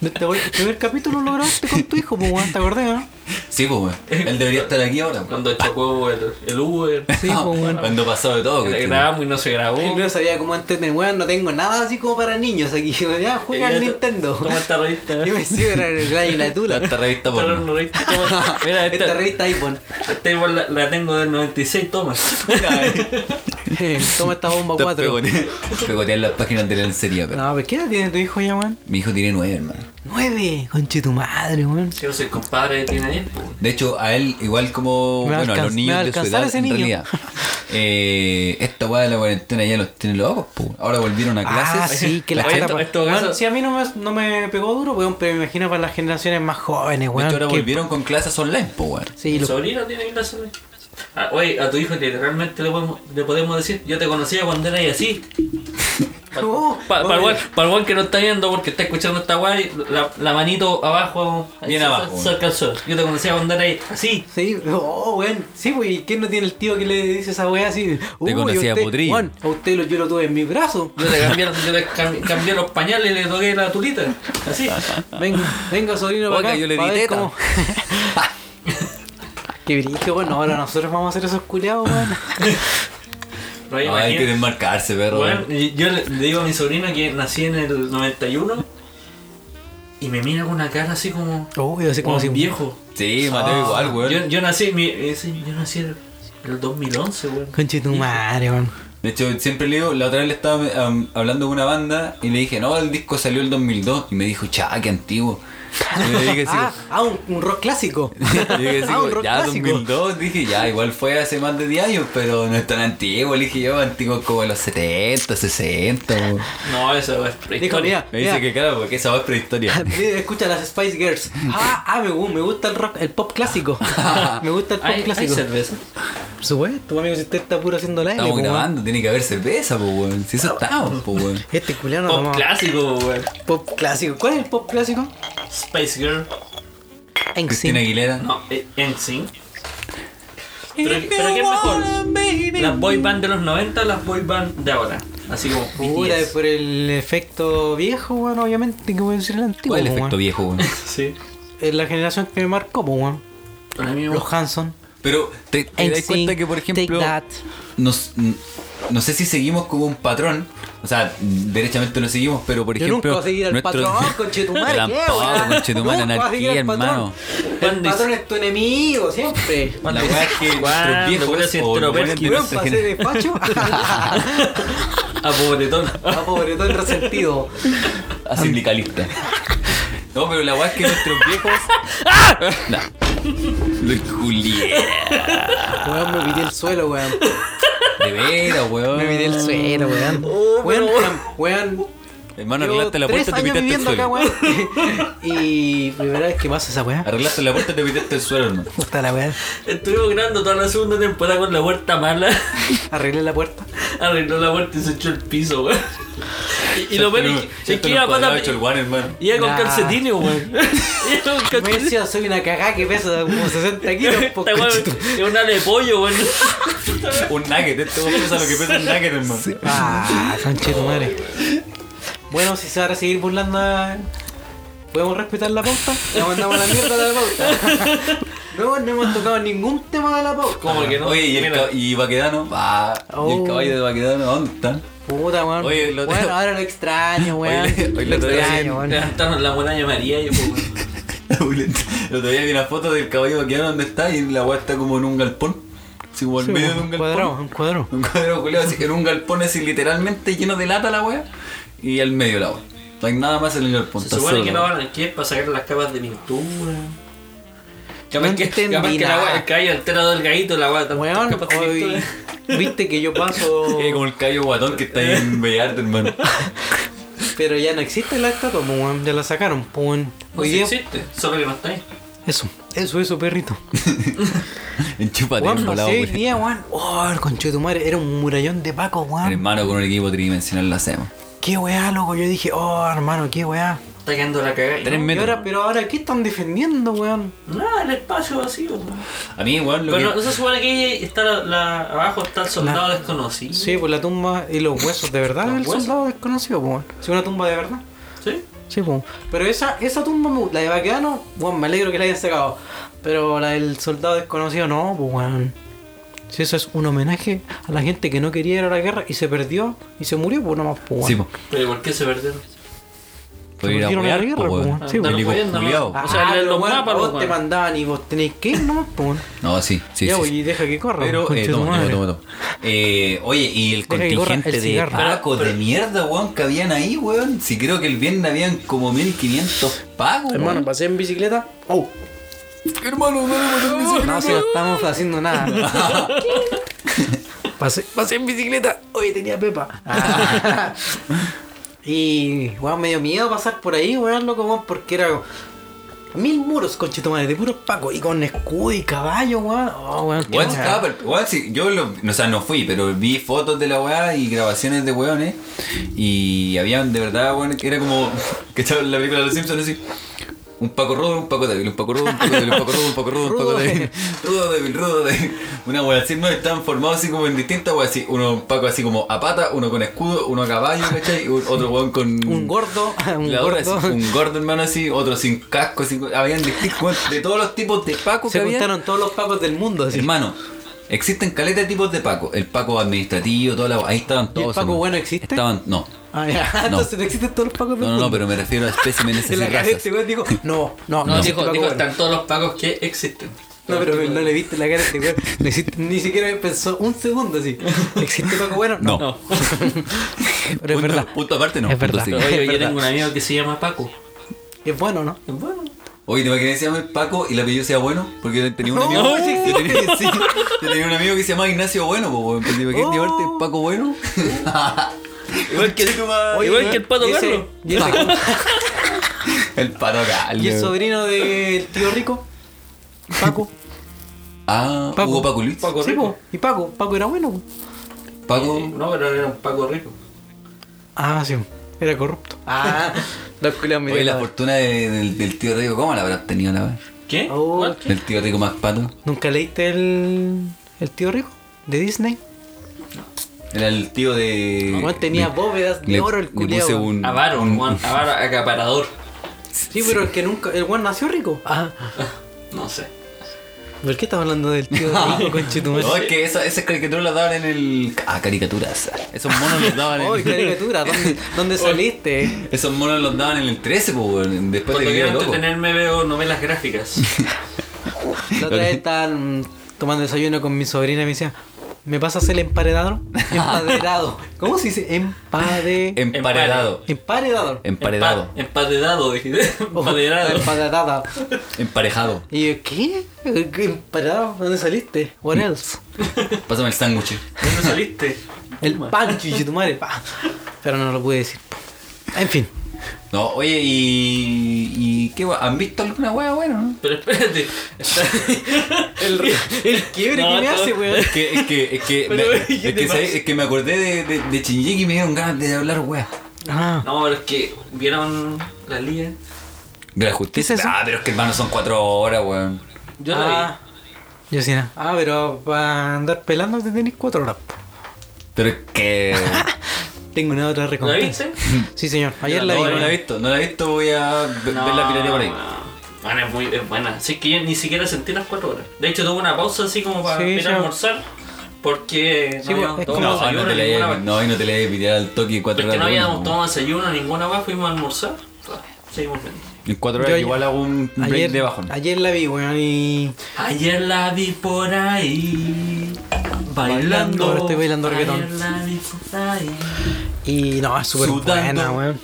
Desde el primer capítulo lo grabaste con tu hijo, pues, weón, ¿te acordás, no?
sí, pues, weón. Él debería estar aquí ahora, weón.
Cuando
Ah.
chocó el, el
[LAUGHS]
Uber,
Sí, pues, weón.
[LAUGHS] Cuando pasó de todo,
le
cuestión.
grabamos y no se grabó.
Yo no sabía cómo entretener, weón, no tengo nada así como para niños aquí. Ya, juega al
Eh, Ya,
Nintendo.
Toma esta revista.
[LAUGHS] Yo me sigo era el gallo
[LAUGHS]
y la tula.
Esta revista
Toma
porno. [LAUGHS]
una revista,
[LAUGHS]
toma. Mira, este- esta,
Esta revista iPhone.
esta igual la, la tengo del 96,
[LAUGHS]
toma.
Toma esta bomba 4.
Pegotear las páginas de la lencería, pero.
No, pero ¿qué edad tiene tu hijo ya, weón?
Mi hijo tiene nueve, hermano.
Nueve, conche tu madre, weón.
Yo soy compadre, pues. tiene ahí. po.
De hecho, a él, igual como
Me va a
bueno, a los
alcanz- me va
niños
a
de su
alcanzar
edad,
ese
en
niño. [LAUGHS]
realidad, eh, esta weá de la cuarentena ya los tiene locos. po. Ahora volvieron a clases. [LAUGHS]
Ah, sí, que la
Oye,
chata
esto-
pa-
esto
Weón,
caso-
Si a mí no me, no me pegó duro, weón, pero me imagino para las generaciones más jóvenes,
De
weón.
hecho, ahora
que-
volvieron con clases online, po, weón.
Sí,
Mi
lo-
sobrino tiene clase de- Ah, oye, a tu hijo literalmente le podemos, le podemos decir, yo te conocía cuando eras
[LAUGHS]
así.
Oh,
Para
oh,
el guan que no está viendo porque está escuchando esta guay, la, la manito abajo, ahí
Bien
cer-
abajo.
cerca al sol. Yo te conocía cuando eras así.
Sí, oh, weón. Sí, pues, ¿y quién no tiene el tío que le dice esa weá así? Uy,
conocía,
usted-
potrillo.
Weón, a usted lo, yo lo tuve en mi brazo.
Yo te
[LAUGHS]
cambié, yo te cam- cambié los pañales y le toqué la tulita. Así.
Venga, venga, sobrino, para
Oiga,
acá.
yo le
pa'
di
ver
teta. [LAUGHS]
cómo- Qué brillo, bueno, ahora nosotros vamos a hacer esos culeados, weón.
No,
No, hay que desmarcarse, perro.
Bueno,
weón.
y- yo le, le digo a mi sobrina que nací en el 91 y me mira con una cara así como,
Uy, así como
como
si
un viejo.
Sí, Mateo
Ah.
igual, weón.
Yo, yo nací, mi, ese- yo nací en el 2011, weón.
Conche tu madre, weón.
De hecho, siempre le digo, la otra vez le estaba um, hablando con una banda y le dije, no, el disco salió el 2002. Y me dijo, cha, qué antiguo. Y yo le dije así,
[LAUGHS] Ah, ah, un, un rock clásico.
[LAUGHS] yo le dije así,
ah, un rock
ya,
clásico. [LAUGHS]
2002. Dije, ya, igual fue hace más de 10 años, pero no es tan antiguo. Le dije yo, antiguo como los 70, 60. weón.
No, eso es
Dijo,
prehistoria.
mira,
Me dice
mira,
que claro, porque esa va es
Ah,
prehistoria.
Eh, Escucha las
[LAUGHS]
Spice Girls. Ah, ah me, gu- me gusta el rock, el pop clásico. Me gusta el pop
¿Hay, hay
clásico.
cerveza?
Por supuesto, amigo, si usted está puro haciendo live.
Estamos
po, weón.
grabando, tiene que haber cerveza, po, weón. Si eso estamos, po, weón.
Este culiao no
Pop
toma-
clásico, weón.
Pop clásico. ¿Cuál es el pop clásico?
Space Girl.
En
Cristina Aguilera.
No, eh, NSYNC. Pero, pero ¿qué es mejor? ¿Las boy band de los 90 o las boy band de ahora? Así como
Puta,
BTS.
por el efecto viejo, weón, obviamente, que voy a decir el antiguo.
¿Cuál es
po,
el efecto
weón.
viejo, weón?
Sí.
Es la generación que me marcó, po, weón.
Para mí,
Los Hanson.
Pero te, te das cuenta que, por ejemplo,
Take that.
nos- n- no sé si seguimos como un patrón. O sea, n- derechamente no seguimos, pero por
Yo
ejemplo.
nunca voy a seguir
[LAUGHS]
al patrón, conchetumare, ¿qué,
Tampoco,
weón?
conchetumare,
Nunca voy a
anarquía,
seguir al patrón.
hermano.
El patrón es tu enemigo, siempre.
[LAUGHS] La weá es que
Cuando
nuestros
voy a
viejos
ser
o los
tropel,
buenos de
Weón,
nuestra [LAUGHS]
pasé
generación-
de
[LAUGHS]
facho [LAUGHS] a
ah,
A pobretón.
Ah, pobretón resentido.
a sindicalista. [LAUGHS] No, pero la weá es que nuestros viejos. No. Lo culié.
Weón, me pité el suelo, weón.
De veras, weón.
Me pité el suelo, weón.
Oh,
Weón, weón.
Hermano,
llevo
arreglaste la
tres
puerta y te pitaste el
años viviendo acá,
suelo.
weón. [LAUGHS] Y primera vez que pasa esa weá.
[LAUGHS] Arreglaste la puerta y te pitaste el suelo, hermano.
Puta la weá.
Estuvimos grabando toda la segunda temporada con la puerta mala. [LAUGHS]
Arreglé
[LAUGHS]
la puerta.
Arregló la puerta y se echó el piso, weón. Y, y lo peor es que- es que iba a pata.
hecho el one, hermano.
Iba con
Nah.
calcetines, weón. [LAUGHS] Iba con
Me
calcetines.
decía, soy una cagá que pesa como 60 kilos.
Este
pues, po,
Esta weón
conchetum-
es un ale de pollo, weón.
Un nugget, esto pesa lo que pesa el nugget, hermano.
Ah, conchetumare. Bueno, si se van a seguir burlando, podemos respetar la pauta. Le mandamos a la mierda a la pauta.
[LAUGHS]
No, no hemos tocado ningún tema de la pauta.
Como que no.
Oye, ¿y, el
Mira,
ca- y Baquedano? Va. ¿Y el
Oh.
caballo de Baquedano? ¿Dónde está? [LAUGHS]
Puta, weón.
Oye, lo-
Bueno, ahora lo extraño, weón.
Oye, oye,
lo
lo traía
extraño,
bien.
weón.
levantaron la muralla María y
[LAUGHS]
pues, weón.
El otro día vi una foto del caballo Baquedano, ¿dónde está? Y la weá está como en un galpón. Así como al
Sí,
medio de
un
un galpón.
cuadro, un cuadro.
Un cuadro culiao, así, en un galpón así literalmente lleno de lata la weá. Y al medio la weá. No hay nada más en el galpón.
Se
está
supone
solo
que
la
no
weá.
van a es para sacar las capas de pintura.
No
Capaz que,
entendí
capaz que la
nada.
weá, el caballo entero delgadito, la weá, tantas
Weón,
capas de
hoy,
pintura.
viste que yo
[LAUGHS]
paso,
Eh, como el callo guatón que está ahí
[LAUGHS]
en Bellarte, hermano.
pero ya no existe la estatua, po, weón. Ya la sacaron, po, weón. Hoy
Pues sí
día-
existe, solo que no está ahí.
Eso, eso, eso, perrito.
Enchúpate,
Juan,
volado,
pasé el
weá.
día, Juan. Oh, el conche de tu madre, era un murallón de Paco, Juan.
Hermano, con un equipo tridimensional la hacemos.
Qué weá, loco. Yo dije, oh, hermano, qué weá.
Está quedando la cagada.
Tres
Y
metros.
ahora, pero ahora, ¿qué están defendiendo, weón?
Nada, el espacio vacío. weón.
A mí, weón, lo
Pero
que...
no se supone que ahí está la, la- abajo está el soldado desconocido.
Sí, pues la tumba y los huesos, de verdad, el soldado desconocido, po, weón. Sí, una tumba de verdad.
¿Sí?
Sí, po. Pero esa, esa tumba, me- la de Baquedano, weón, me alegro que la hayan sacado. Pero la del soldado desconocido, no, pues, weón. Si eso es un homenaje a la gente que no quería ir a la guerra y se perdió y se murió, pues nomás, pues, weón.
Sí, po.
Pero ¿por qué se perdieron?
Por ir a
metieron a la
wear,
guerra,
po, weón.
po, Sí, pues,
Andaron
Milico
jodiendo,
culiao.
¿no? O sea,
Ah, pero,
los
weón,
mapas,
vos
los
te
weón.
mandaban y vos tenés que ir, ¿no? Pues, weón.
No, sí, sí,
ya,
sí,
voy,
sí.
y deja que corra.
Pero,
conche
eh,
tu
toma,
madre.
toma, toma, toma. Eh, oye, y el
Deja que corra el
contingente de
cigarro.
pacos
Pero-
de mierda, weón, que habían ahí, weón. Si creo que el viernes habían como 1500 pacos,
Hermano,
weón.
pasé en bicicleta. Oh.
Hermano, no,
No, si no estamos haciendo nada. [LAUGHS] pasé, pasé en bicicleta. Oye, tenía pepa. [LAUGHS] y, weón, me dio miedo pasar por ahí, weón, loco, weón, porque era mil muros, conchetumare, de puros pacos. Y con escudo y caballo, weón. Oh, weón, qué
Weón,
weá.
estaba per- weón, sí, yo lo- o sea, no fui, pero vi fotos de la weá y grabaciones de weones. Y habían de verdad, weón, que era como. [LAUGHS] que estaba en la película de los Simpsons así. Un Paco Rudo, un Paco débil, un Paco Rudo, un Paco débil, un Paco Rudo, un Paco Rudo, un Paco
Rudo
débil.
[LAUGHS] débil.
Rudo débil, rudo débil. Una weá así, no, estaban formados así como en distintas weas así. Uno un Paco así como a pata, uno con escudo, uno a caballo, ¿cachai? Y un- Otro weón con.
Un gordo, un
la otra,
gordo.
así, un gordo hermano así, otro sin casco, así, habían distintos, weón, de todos los tipos de Paco
Se
que habían.
juntaron todos los pacos del mundo, así.
Hermano, existen caleta de tipos de Paco. El Paco administrativo, toda la... ahí estaban todos.
el Paco
hermano.
bueno existe?
Estaban, no.
[LAUGHS] Ah, ya. Entonces no existen todos los pacos del
No, no,
mundo.
no, pero me refiero a
[LAUGHS]
especímenes
Se la
y
cagué,
razas.
este weón dijo, no,
No,
no, no, existe
dijo,
Paco
dijo,
bueno.
están todos los pagos que existen.
No, pero no le viste la cara a este
[LAUGHS]
weón. No existe- Ni siquiera pensó un segundo así. ¿Existe Paco Bueno?
No.
No.
[LAUGHS]
Pero es
Punto-
verdad.
Punto aparte, no.
Es
punto
verdad.
sí.
Oye, yo
[LAUGHS] verdad.
tengo un amigo que se llama Paco.
Es bueno, ¿no?
Es bueno.
Oye, ¿te imaginas que se llama el Paco y el apellido sea bueno? Porque yo tenía un
No, [LAUGHS]
amigo.
sí
yo, tenía, [LAUGHS] sí, yo tenía un amigo que se llamaba Ignacio Bueno, po, weón. Pero ¿Te imaginas
Oh.
llevarte el Paco
[LAUGHS]
Bueno?
Igual que,
Oye,
igual
weón,
que el pato
y ese-
Carlos.
[LAUGHS]
Y, ese-
el Pato Gal.
y el
weón. [LAUGHS]
sobrino del tío rico, Paco.
Ah,
Paco. Eh,
Hugo Paco Lutz.
Paco
Sí,
Rico.
po. Y Paco, Paco era bueno. po.
Paco.
No, pero era un Paco Rico.
Ah, sí. Era corrupto. Ah, [LAUGHS] los culiados me
Oye, la
dieron-
fortuna de- del, del tío rico, ¿cómo la habrá obtenido la verdad?
¿Qué?
Oh.
¿Cuál?
Del tío rico más pato.
¿Nunca leíste el, el tío rico de Disney?
Era el tío de.
Juan pues, tenía
le-
bóvedas de
le-
oro el
le
culiao.
puse un-
Avaro,
un-
Juan, avaro, acaparador.
Sí, pero el que nunca. El Juan nació rico. Ah,
No sé.
¿por qué estás hablando del [LAUGHS] tío rico, conchetumare?
No, es que esa- esas caricaturas las daban en el. Ah, caricaturas. Esos monos los daban en
Ay, caricatura, ¿dónde, dónde saliste?
[LAUGHS] Esos monos los daban en el 13, pues, weón, después de
Cuando
que
quiero
era loco.
entretenerme veo novelas gráficas.
[LAUGHS] La otra vez estaban tomando desayuno con mi sobrina y me decía, ¿me pasas el emparedador? [LAUGHS] Emparedado. ¿Cómo se dice? Empade...
Em- Emparedado.
Emparedador.
Emparedado.
Empa- empadedado, dije.
Oh.
Empadedado.
Emparedada.
Emparejado.
Y yo, ¿qué? ¿Qué ¿Emparedado? ¿Dónde saliste?
Mm.
What else?
Pásame el sándwich.
¿Dónde saliste?
El pan, chuchi, tu madre. pa. Pero no lo pude decir. po. En fin.
No, oye, y. y ¿Qué wea? ¿Han visto alguna wea buena, no?
Pero espérate. [LAUGHS]
El, quiebre
No,
que me
todo-
hace, weón.
Es que, es que, es
[LAUGHS]
que,
Pero,
me,
¿qué
es
te
que, ¿sabes?
pasa?
Es que me acordé de, de, de Shinji y me dieron ganas de hablar wea.
Ah.
No, pero es que vieron la liga.
De la justicia.
¿Qué es eso?
Ah, pero es que hermano son cuatro horas, weón.
Yo la
Ah, Yo sí, nada. Ah, pero para andar pelando te tenés cuatro horas. po.
Pero es
[LAUGHS]
que.
Tengo una otra
vi. ¿La
recompensa.
viste?
Sí, señor. Ayer
no,
la vi.
no la he visto, no la he visto, voy a ve- ver la piratería por ahí.
Bueno, es muy es buena. Así que yo ni siquiera sentí las cuatro horas. De hecho, tuve una pausa así como para
Sí,
ir
ya.
a almorzar. Porque
Sí,
no habíamos
pues, es
No,
tomado
Ah, no
desayuno
te
ninguna
le
vez.
no, y no te le voy a pitear al toque cuatro
Porque
horas.
no
de
habíamos
uno.
tomado desayuno ninguna vez, fuimos a almorzar. Ah, Seguimos viendo.
En cuatro
Yo
horas
ayer-
igual hago un break
Ayer,
de bajón.
ayer la vi, weón, y.
Ayer la vi por ahí. Bailando.
Ahora estoy bailando
Ayer
reggaetón.
la vi por ahí.
Y no, es súper
Sudando.
buena, weón.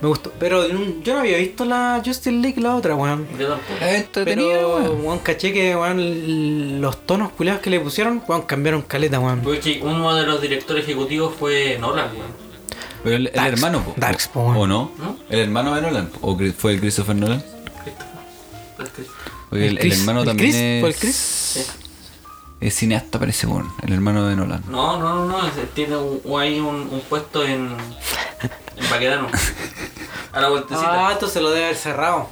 Me gustó. Pero mm, yo no había visto la Justin League, la otra, weón.
Yo tampoco.
Entretenido,
Pero,
weón.
weón, caché que, weón, l- los tonos culiados que le pusieron, weón, cambiaron caleta, weón.
Porque uno de los directores ejecutivos fue Nolan, weón.
Pero el, el
Darks,
hermano, po.
Darks, po, weón.
¿O no?
¿No?
¿El hermano de Nolan? ¿O cri- fue el Christopher Nolan? Porque el, el
Chris-
hermano
el
también
Chris,
es.
¿fue el Chris?
Es cineasta, parece, weón. El hermano de Nolan.
No, no, no, no, se- tiene un, un- hay un, un puesto en. en Baquedano. A la vueltecita.
Ah, esto se lo debe haber cerrado.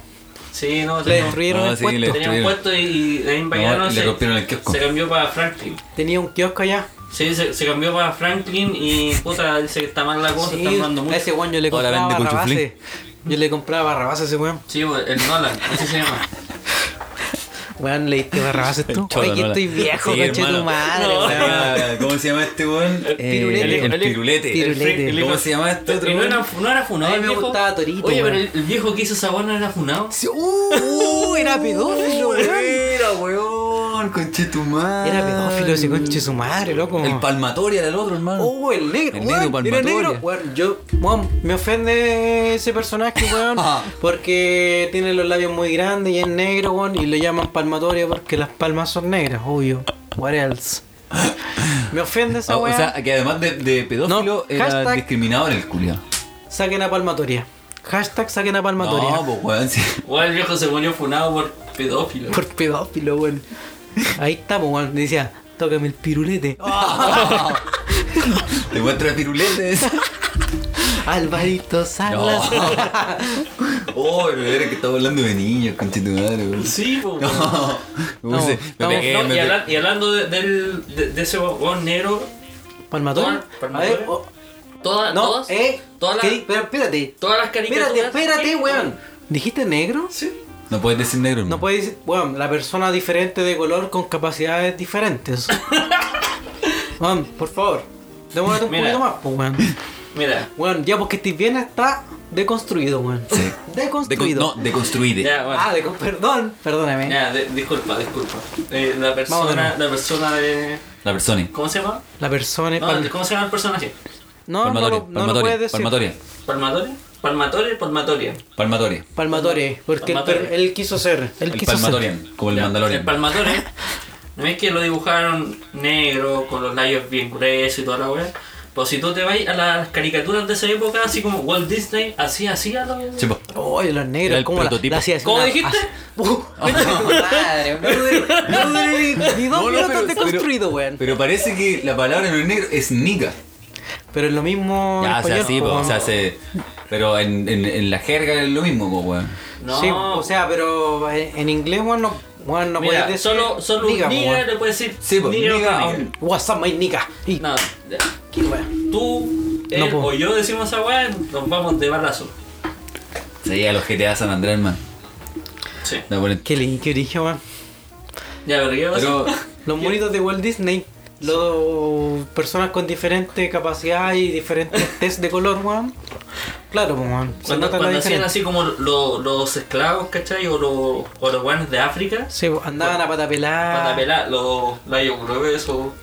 Sí, no,
Le
tenía, un-
destruyeron
No,
el
sí,
puesto.
le-
tenía un
destruyeron.
puesto y, y ahí en Baquedano
No, y le
se,
rompieron el kiosco.
se cambió para Franklin.
Tenía un kiosco allá.
Sí, se, se cambió para Franklin y puta, dice que está mal la cosa,
Sí,
está hablando
a
mucho.
ese weón yo le
Ahora
compraba
vende
barrabases.
cuchuflín.
Yo le compraba barrabases a ese weón.
Sí, pues, el Nolan, así se llama.
Weón, leíste [LAUGHS] barrabases tú.
Cholo,
Oye, que
no la-
estoy viejo,
Sí,
coche tu
hermano.
madre,
No.
weón.
Ah, ¿Cómo se llama este weón?
El pirulete.
El, el pirulete.
Pirulete.
El- ¿Cómo se llama este otro
Y no
weón?
era, no era funado.
A
el
mí me
viejo.
gustaba Torito,
Oye, pero
weón.
el, el viejo que hizo esa buena era funado.
Sí, ¡Uh! uh, Era pedófilo, weón.
Era, weón, conche tu madre.
Era pedófilo ese conche su madre, loco.
El palmatoria era el otro, hermano.
[LAUGHS] ¡Oh, el negro!
El
weón,
negro
era
Palmatoria.
negro. Weón, yo, weón, me ofende ese personaje, [LAUGHS] weón. porque tiene los labios muy grandes y es negro, weón. Y lo llaman palmatoria porque las palmas son negras, obvio. What else? [LAUGHS] Me ofende
Ah,
esa
o
weón.
sea, que además de, de pedófilo,
No,
era
hashtag-
discriminado en el culiao.
Saquen a palmatoria. Hashtag saquen a palmatoria.
No, pues weón, [LAUGHS] sí.
O el viejo se murió funado por pedófilo.
Por pedófilo, weón. Ahí está, pues, weón. Decía, tócame el pirulete.
Ah.
Te muestra piruletes.
[LAUGHS] Alvarito Salas. [LAUGHS]
oh, pero era que estaba hablando de niños, conche tu madre, weón.
Sí, pues.
No, [LAUGHS]
weón.
me
No,
puse- me
no,
pegué,
No,
me
y,
pegué.
habla- y hablando de, del- de- de ese huevón negro,
¿Palmatoria?
Palmatoria.
A ver, oh,
todas,
no,
todas,
eh.
Ah, todas, las,
¿qué di- Pero espérate.
todas las caricaturas.
Espérate, espérate, weón. ¿Dijiste negro?
Sí.
No puedes decir negro, hermano.
No puede decir, weón, la persona diferente de color con
[LAUGHS]
capacidades diferentes. weón, por favor. Demórate un
Mira.
poquito más, pues, weón.
Mira,
Weón, ya porque estés bien está deconstruido, weón.
Sí. Decon-
Deconstruido.
no, deconstruide.
ya, bueno.
Ah, de, perdón, perdóname.
Ya, de- disculpa, disculpa. Eh, la
Vamos de
persona,
nuevo.
la persona de.
La persona.
¿Cómo se llama?
La persona es
No,
pal-
¿Cómo se llama el personaje?
No, no,
palmatoria,
lo- no lo
palmatoria,
puedes decir.
palmatoria,
¿Palmatore? ¿Palmatore? ¿Palmatoria?
palmatoria.
Palmatore, porque él,
Palmatore.
per- él quiso ser. Él
El
quiso
palmatorian, como el
Ya,
mandalorian.
El
[LAUGHS]
Palmatore. ¿No ves que lo dibujaron negro, con los labios bien gruesos y toda la weá? Pues si tú te vas a las caricaturas de esa época, así como Walt Disney, así, así, a la weá.
Sí, po.
ser. Oye, los
Era
negros,
el
¿cómo la,
prototipo.
[LAUGHS] la hacía así
¿Cómo
una-
dijiste?
así- Uh, vete a tu madre, [LAUGHS] no duré- no duré ni- construido, weón.
Pero parece que la palabra no es negro, es nica.
Pero es lo mismo. en
Ya, o sea,
español,
sí,
po,
po, o
weón.
sea, se- pero en, en, en la jerga es lo mismo, po, weón.
No,
Sí, o sea, pero en en inglés, weón, no, weón, no
mira,
puedes decir.
solo, solo un
nigga, po,
nigga
weón.
le puedes decir
Sí, po,
nigga o
nigga,
nigga.
aún-
What's up, my nigga? Y,
No,
qué weón.
tú, él
po.
o yo decimos esa weá, nos vamos de balazo.
Sí, a los GTA San Andrés, man.
Sí.
No, bueno,
Qué le qué origen, weón.
Ya, pero ¿qué pasa?
[LAUGHS] pero
Los monitos de Walt Disney. Los personas con diferentes capacidades y
[LAUGHS]
diferentes test de color, weón. Claro, po, weón. Se
Cuando,
nota la
cuando hacían
diferencia.
así como lo- los esclavos, ¿cachai? O, los- o los guanes de África,
Sí, po, andaban a pata pelada.
para pelar, los layoguroves o...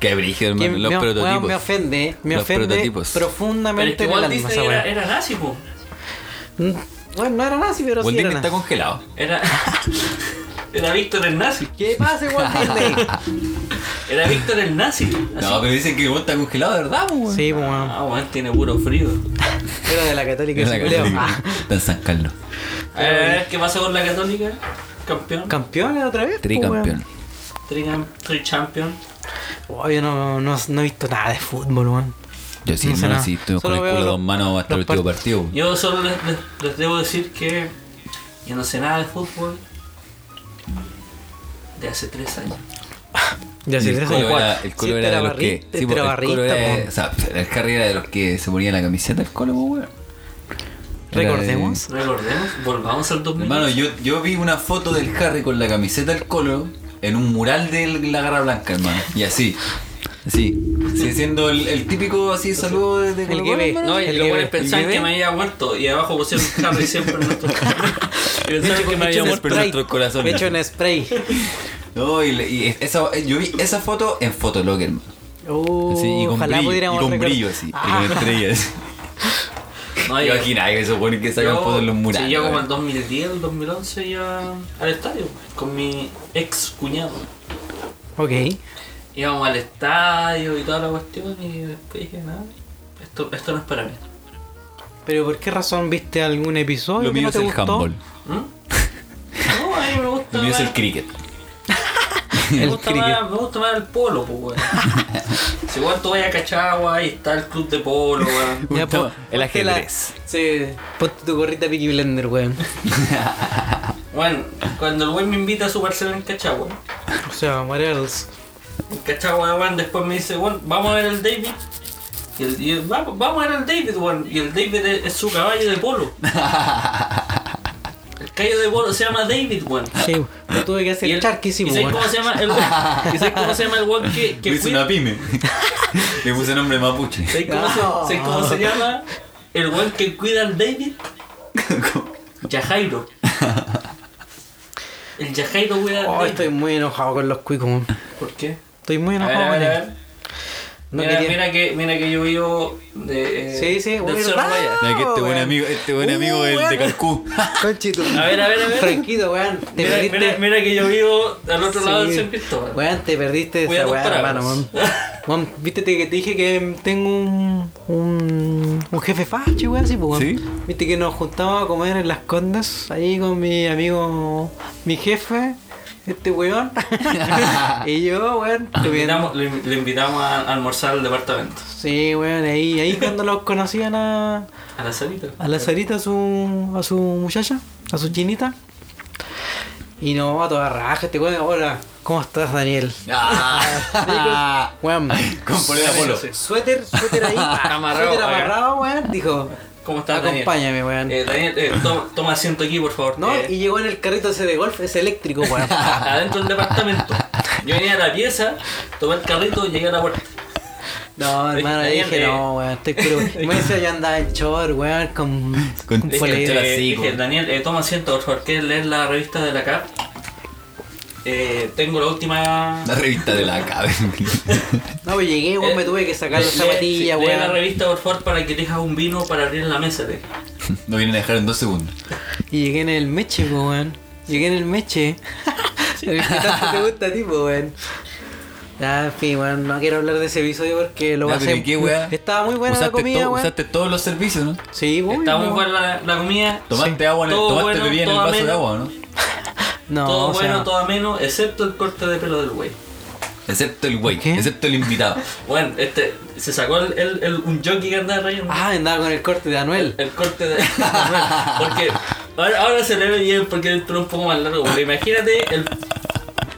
qué brígido,
Que
hermano. Los
me,
prototipos.
weón, me ofende, eh. me
Los
ofende
prototipos.
Pero es
profundamente
que
el
Walt
alma
Disney
esa
era,
weá.
era nazi, po.
Mm, Bueno, no era nazi, pero
Walt
sí era
Disney está
nazi.
congelado.
Era... [LAUGHS] Era Víctor el nazi.
¿Qué pasa,
[LAUGHS]
Walt Disney?
Era Víctor el nazi. Así.
No, pero dicen que Walt está congelado, de ¿verdad, po, weón?
Ah, sí, po, weón.
Ah, weón, tiene puro frío.
Era de la católica
Es la
ese culeo.
católica.
Ah, [LAUGHS]
Está en San Carlos.
A ver, a ver, ¿qué pasa con la católica? Campeón.
¿Campeón otra vez? pues, po,
Tricampeón.
Tricam- Trichampion.
weón. Oh, yo no, no, no he visto nada de fútbol, weón.
Yo sí,
No sé
hermano,
nada.
sí, estuvimos con el
Solo veo
culo de
los-
dos manos hasta el
los
último partido. weón.
Yo solo les, les- les debo decir que yo no sé nada de fútbol de hace tres años.
Ya
Y
si
el
tres
colo
o
era,
cuatro.
el colo era de los que.
Sí,
sí, po,
pero
el
barrista,
colo era, este,
po.
o sea, el carrera de los que se ponía la camiseta del colo, po, weón. Era de-
Recordemos.
Recordemos, volvamos al 2000.
Hermano, yo, yo vi una foto del Harry con la camiseta del colo en un mural de la Garra Blanca, hermano. Y así. Así. Sí, siendo el, el típico así saludo de, de
El
Colo-Colo,
que ve,
hermano.
no, y
el
los
que-
buenos pensaban
el que
que
ve.
me había muerto y abajo pusieron Harry siempre en nuestro.
[LAUGHS]
y pensaban que me
Hecho
había
en
Por
muerto.
nuestros
spray.
corazones.
Hecho en [LAUGHS] spray.
No, y, le- y esa, yo vi esa foto en Fotolog, hermano.
Uh,
Así, y con,
ojalá
brillo,
pudiéramos
y con
recordar-
brillo, así.
Ah,
Con estrellas.
No, yo-
Imagina que esos buenos que sacan fotos en los murales.
sí, yo como
weón.
el 2010, el 2011 iba al estadio con mi ex cuñado.
ok.
Íbamos al estadio y toda la cuestión y después dije, nada, esto, esto no es para mí.
¿Pero por qué razón viste algún episodio
Lo
que
mío
no
es
te
el
gustó?
handball.
¿Mm? No, a mí me gusta
Lo mío es el
más-
cricket.
me
el
gusta,
cricket.
más, me gusta más el polo,
[LAUGHS]
pues, weón. si igual tú vayas a Cachagua, ahí está el club de polo, weón.
Ya,
Gusta
po-
más el
ponte
ajedrez.
la- sí, ponte tu gorrita Peaky Blender, weón.
Bueno, cuando el weón me invita a su parcela en Cachagua,
O sea, what else?
en Cachagua, weón, después me dice, weón, vamos a ver el David. Y el, y el- vamos, vamos a ver el David, weón. Y el David es, es su caballo de
[LAUGHS]
polo. El caballo de polo se llama David, weón.
Sí, lo tuve que
Y
hacer
el- ¿Y
charquísimo,
sabes
weón.
cómo se llama el weón? ¿Y sabes cómo se llama el weón que, que
Le hice
cuida-
una
[LAUGHS]
pyme. Le puse nombre mapuche.
¿Sabes cómo, se,
No.
sabes cómo se llama? El weón que cuida al David. Yajairo. El Yajairo cuida al
Oh,
David.
estoy muy enojado con los cuicos, weón.
¿Por qué?
Estoy muy
A ver,
enojado
a ver,
con
a
ellos.
ver.
No
mira,
quería-
mira que, mira que yo vivo de. eh,
Sí, sí,
del
¿verdad?
Cerro Maya.
Ya que este buen
weón.
amigo, este buen
Uh,
amigo del de
[LAUGHS]
weón.
Calcú.
Conchito.
A ver, a ver, a ver.
Franquito, weón. Te
Mira,
perdiste.
mira- mira que yo vivo al otro lado del
Sí.
San Cristóbal.
Weón, te perdiste de
Voy a
esa
dos
weón,
palabras.
hermano, weón. Weón, viste te- que te dije que tengo un, un, un jefe facho, weón, así, pues, weón.
¿Sí?
Viste que nos juntábamos a comer en las condas, ahí con mi amigo, mi jefe, este weón. [LAUGHS] y yo, weón,
Lo
comiendo.
invitamos, lo in- lo invitamos a almorzar al departamento.
Sí, weón, ahí, ahí cuando los conocían a,
A la salita.
a la Sarita, a su, a su muchacha, a su chinita. Y no, a toda raja, te weón, hola, ¿cómo
[LAUGHS]
estás, Daniel?
Ah.
Weón,
Con polera polo.
Suéter,
[LAUGHS]
suéter ahí,
Amarrado,
suéter
acá.
amarrado, weón. Dijo,
¿Cómo estás, Daniel?
acompáñame, weón.
Eh, Daniel, eh, toma, toma asiento aquí, por favor.
No,
Eh,
y llegó en el carrito ese de golf, ese eléctrico,
[LAUGHS]
weón.
adentro del departamento. Yo venía a la pieza, tomé el carrito y llegué a la puerta.
No, hermano,
Daniel,
dije,
eh.
no, weón, estoy puro.
[LAUGHS]
Me dice, yo andaba en short, weón, con.
Con-
con
Dije,
polera.
"Chela".
Eh,
así,
dije,
güey.
Daniel, eh, toma asiento, por favor, ¿quieres leer la revista de la CAP? Eh, tengo la última...
La revista de la cabeza.
No, pues llegué, weón,
Eh,
me tuve que sacar las
le- le-
zapatillas,
sí, Lee la
weón.
revista, por favor, para que elijas un vino para abrir la mesa. le dije.
Nos vienen a dejar en dos segundos.
Y llegué en el meche, po, weón. Llegué en el meche. el que tanto te gusta a ti, po, weón. Ya, en fin, weón, no quiero hablar de ese episodio porque lo
Ya,
pasé.
pero ¿y qué, weá?
Estaba muy buena la
Usaste
comida,
to-
weón.
Usaste todos los servicios, ¿no?
Sí, weón.
Está muy buena la, la comida.
Tomaste agua, en el,
Todo
tomaste
bueno,
bebida en el
todo
vaso de
ameno.
agua, ¿no?
No,
todo
o sea,
bueno, todo ameno, excepto el corte de pelo del güey.
Excepto el güey,
¿Qué?
excepto el
[LAUGHS]
invitado.
Bueno, este, se sacó el, el, el- un jockey que andaba rayando.
Ah, andaba con el corte de Anuel.
El corte de. [LAUGHS] porque ahora, ahora se le ve bien porque el pelo un poco más largo. Pero imagínate, el,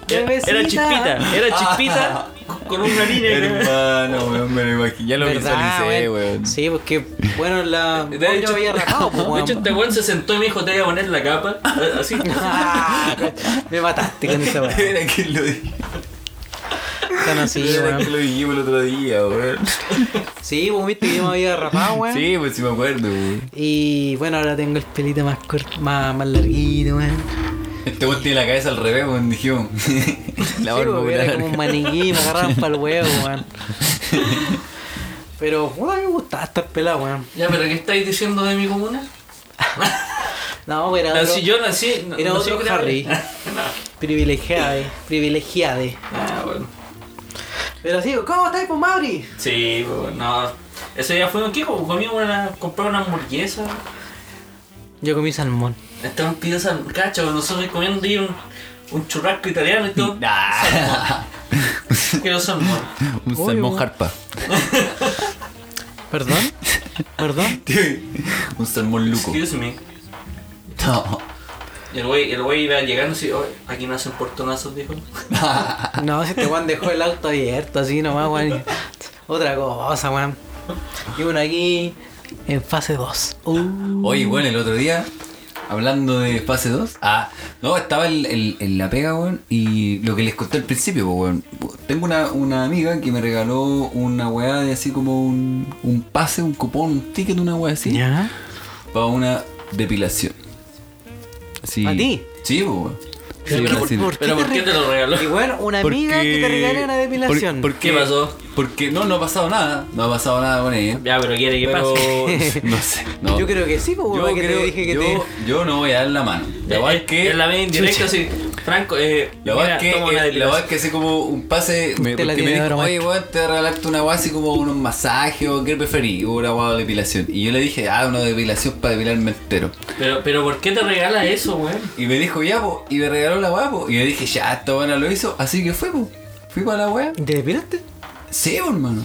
eh,
Era chispita, era chispita.
[LAUGHS]
con una línea.
Hermano, weón, me lo imagino. Ya lo
¿Verdad,
visualicé,
güey?
weón.
Sí, porque, bueno, la.
De
yo
hecho-
había rapado,
[LAUGHS]
pues,
De
weón.
hecho, este weón se sentó y me dijo: Te voy a poner la capa. Eh, Así.
[LAUGHS] Ah, me mataste con esa weá.
[LAUGHS] Era que lo di- [LAUGHS]
Tan así,
era que
weón.
lo dijimos el otro día, weón.
Sí, vos viste que yo me había rapado, weón.
Sí, pues sí me acuerdo, weón.
Y bueno, ahora tengo el pelito más corto, más, más larguito, weón.
Este weón tiene la cabeza al revés, weón, dijimos. La
Sí,
barba
porque
muy
era como un [LAUGHS]
larga.
maniquí,
[LAUGHS]
me agarraban para el huevo, weón. Pero, weón, me gustaba estar pelado, weón.
Ya, pero ¿qué estáis diciendo de mi comuna?
No, era
No,
otro,
si yo nací. no-
era
nací
otro
con-
Harry.
[LAUGHS]
privilegiado, privilegiado.
Ah, bueno.
Pero sí, ¿cómo estáis, pues, Mauri?
Sí, pues, no. Ese día fuimos aquí, pues, comimos una. Compramos una hamburguesa.
Yo comí salmón.
Estaban pidiendo al cacho, nosotros comiendo ahí un, un churrasco italiano y todo.
Ah,
Que no son monos.
Un
Obvio,
salmón
weón.
harpa.
¿Perdón? [LAUGHS] ¿Perdón?
[LAUGHS] Un salmón
[LAUGHS]
luco.
Excuse me.
No.
Y el güey, el güey iba llegando y "Oye, aquí no hacen portonazos, dijo.
No, si este weón dejó el auto abierto así nomás, weón. Otra cosa, weón. Y bueno, aquí en fase 2. Uh.
Oye, weón, el otro día, hablando de fase 2, ah, no, estaba el- el- en la pega, weón, y lo que les conté al principio, pues, weón. Tengo una, una amiga que me regaló una weá de así como un, un pase, un cupón, un ticket, una weá así,
¿Ya?
para una depilación. Sí.
¿A ti?
Sí, pues, weón.
Pero
Sí,
¿por-
Brasil.
por-
Pero
¿Qué
¿por qué te lo regaló?
Y bueno, una amiga que te
Porque-
regale una depilación.
por- porque-
¿Qué pasó?
Porque no, no ha pasado nada. No ha pasado nada con ella.
Ya, pero quiere que
Pero,
[LAUGHS] pase.
[LAUGHS]
no sé. No.
Yo creo que sí, pues, porque te dije que
yo,
te.
yo no voy a dar la mano. La verdad es que.
Es la vez indirecta, así. Franco, eh.
La
mira,
verdad es que,
toma
eh,
una
la verdad
depilación.
es que así como un pase, me,
Te
porque
la
me
tiene
dijo,
de broma.
oye, weón, te voy a regalarte una weá así como unos masajes o qué preferís, una weá de depilación. Y yo le dije, ah, una depilación para depilarme entero.
Pero, pero ¿por qué te regala eso, weón?
Y me dijo, ya, po, y me regaló la weá, po. Y yo dije, ya, esta buena lo hizo, así que fue, po. Fui para la weá.
¿Te depilaste?
Sí, po, hermano.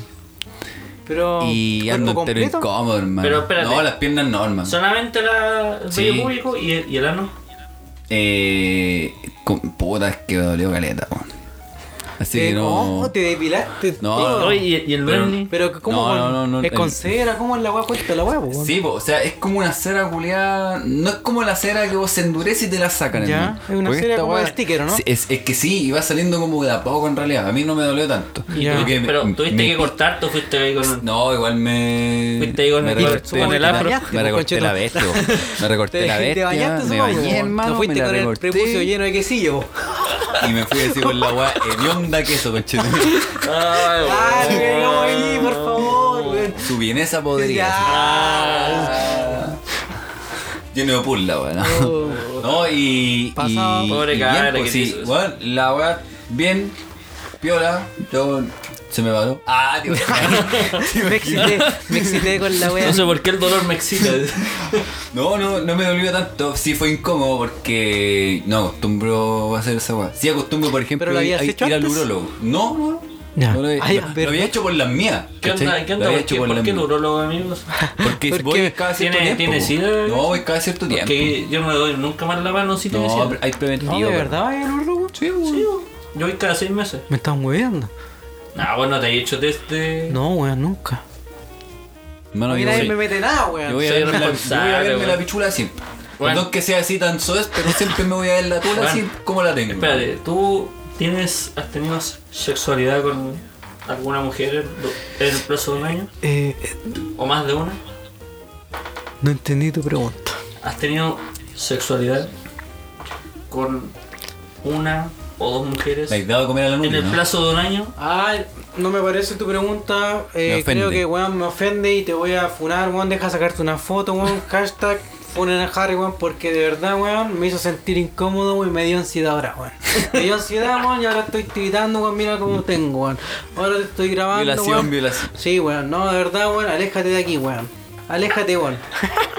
Pero.
Y
Oh, ¿cuerpo
ando entero
completo?
incómodo, hermano.
Pero espérate.
No, las piernas no, hermano.
Solamente la, el
Ah. Sí.
bello público y el, y el ano.
Eh. Con, puta, es que me dolió caleta, po. Así
¿Te-
que no.
¿Cómo? ¿Te depilaste?
No,
todo?
no,
Oye, y, y el
Ah. Pero-
Bernie.
Pero, ¿cómo?
No,
con-
no, no, no,
¿Es con
el-
cera? ¿Cómo es la weá puesta la weá, pues?
Sí, po, o sea, es como una cera culiada. No es como la cera que vos se endurece y te la sacan.
Ya,
hermano.
es una
Porque
cera
esta
como de
weá-
sticker, ¿o no?
Sí, Es, es que sí, y va saliendo como de a poco en realidad. A mí no me dolió tanto.
Ya.
Porque me-
Pero tuviste
me-
que cortarte o fuiste ahí
[LAUGHS]
con un.
No, igual me.
Fuiste ahí con
me
el-
recorté,
con el
me-
afro.
Me recorté la
pues, Conchetumare.
bestia. po. Me recorté la
te
bestia.
bañaste,
me
supongo,
bañé,
po.
hermano.
No
me
fuiste
la
con el
recorté,
prepucio lleno de quesillo, pues. po.
Y me fui así con la weá hedionda queso, conchetumare.
Ay,
¡Ah,
weón.
que no ahí, por favor, weón!
Su bienesa podría.
¡Ya!
Lleno de purla, weón. ¿no?
Oh.
No, y.
Pasado.
y-
Pobre
y
cara
bien, pues,
que
sí,
te hizo eso.
weón, la weá, bien, piola, yo. Se me paró. Ah,
[LAUGHS]
Dios
Me excité, me excité
[LAUGHS]
con la weá.
No sé por qué el dolor me excita.
No, no, no me dolió tanto. Sí fue incómodo porque no acostumbro a hacer esa weá. Sí acostumbro, por ejemplo,
¿Pero lo habías
a- a
hecho
ir al
antes?
urólogo. No, no.
Ya.
no lo, había-
Ay,
lo-
¿verdad?
lo había hecho por las mías.
¿Qué onda?
¿cachai?
¿Qué
Lo
onda?
había
¿Por
hecho
qué,
por,
por
las
qué el
mías.
urólogo, amigos?
Porque
¿Por
voy
qué?
cada cierto
¿Tiene-
tiempo.
tiene
po.
sida?
No, voy cada cierto tiempo.
Porque yo no me doy nunca más la mano si tienes
No,
sida.
hay preventivo.
No, de
pero-
verdad, vaya el urlo,
Sí, weón.
Yo voy cada seis meses.
Me están hueveando.
Ah, bueno, te he hecho test de. este-
No, weón, nunca.
Hermano,
A mí
yo
nadie
voy-
me mete nada,
Yo
weón.
voy a
Soy
verme la, yo voy a
responsable,
verme la
weón.
pichula siempre.
Bueno.
Perdón que sea así tan soez, pero siempre me voy a ver la tula
Bueno.
así como la tengo.
Espérate, ¿tú tienes, has tenido sexualidad con alguna mujer en el plazo de un año?
Eh, eh,
¿O más de una?
no entendí tu pregunta.
¿Has tenido sexualidad con una o dos mujeres
Le has dado a comer a la
en
nube,
el
¿no?
plazo de un año?
Ay, no me parece tu pregunta. eh,
Me ofende.
creo que, weón, me ofende y te voy a funar, weón. Deja sacarte una foto, weón. Hashtag funen a Harry, weón, porque de verdad, weón, me hizo sentir incómodo, weón, y me dio ansiedad ahora, weón. Me dio ansiedad, weón, y ahora estoy tiritando, weón, mira cómo tengo, weón. Ahora te estoy grabando,
Violación,
weón.
violación.
Sí, weón, no, de verdad, weón, aléjate de aquí, weón. Aléjate, weón.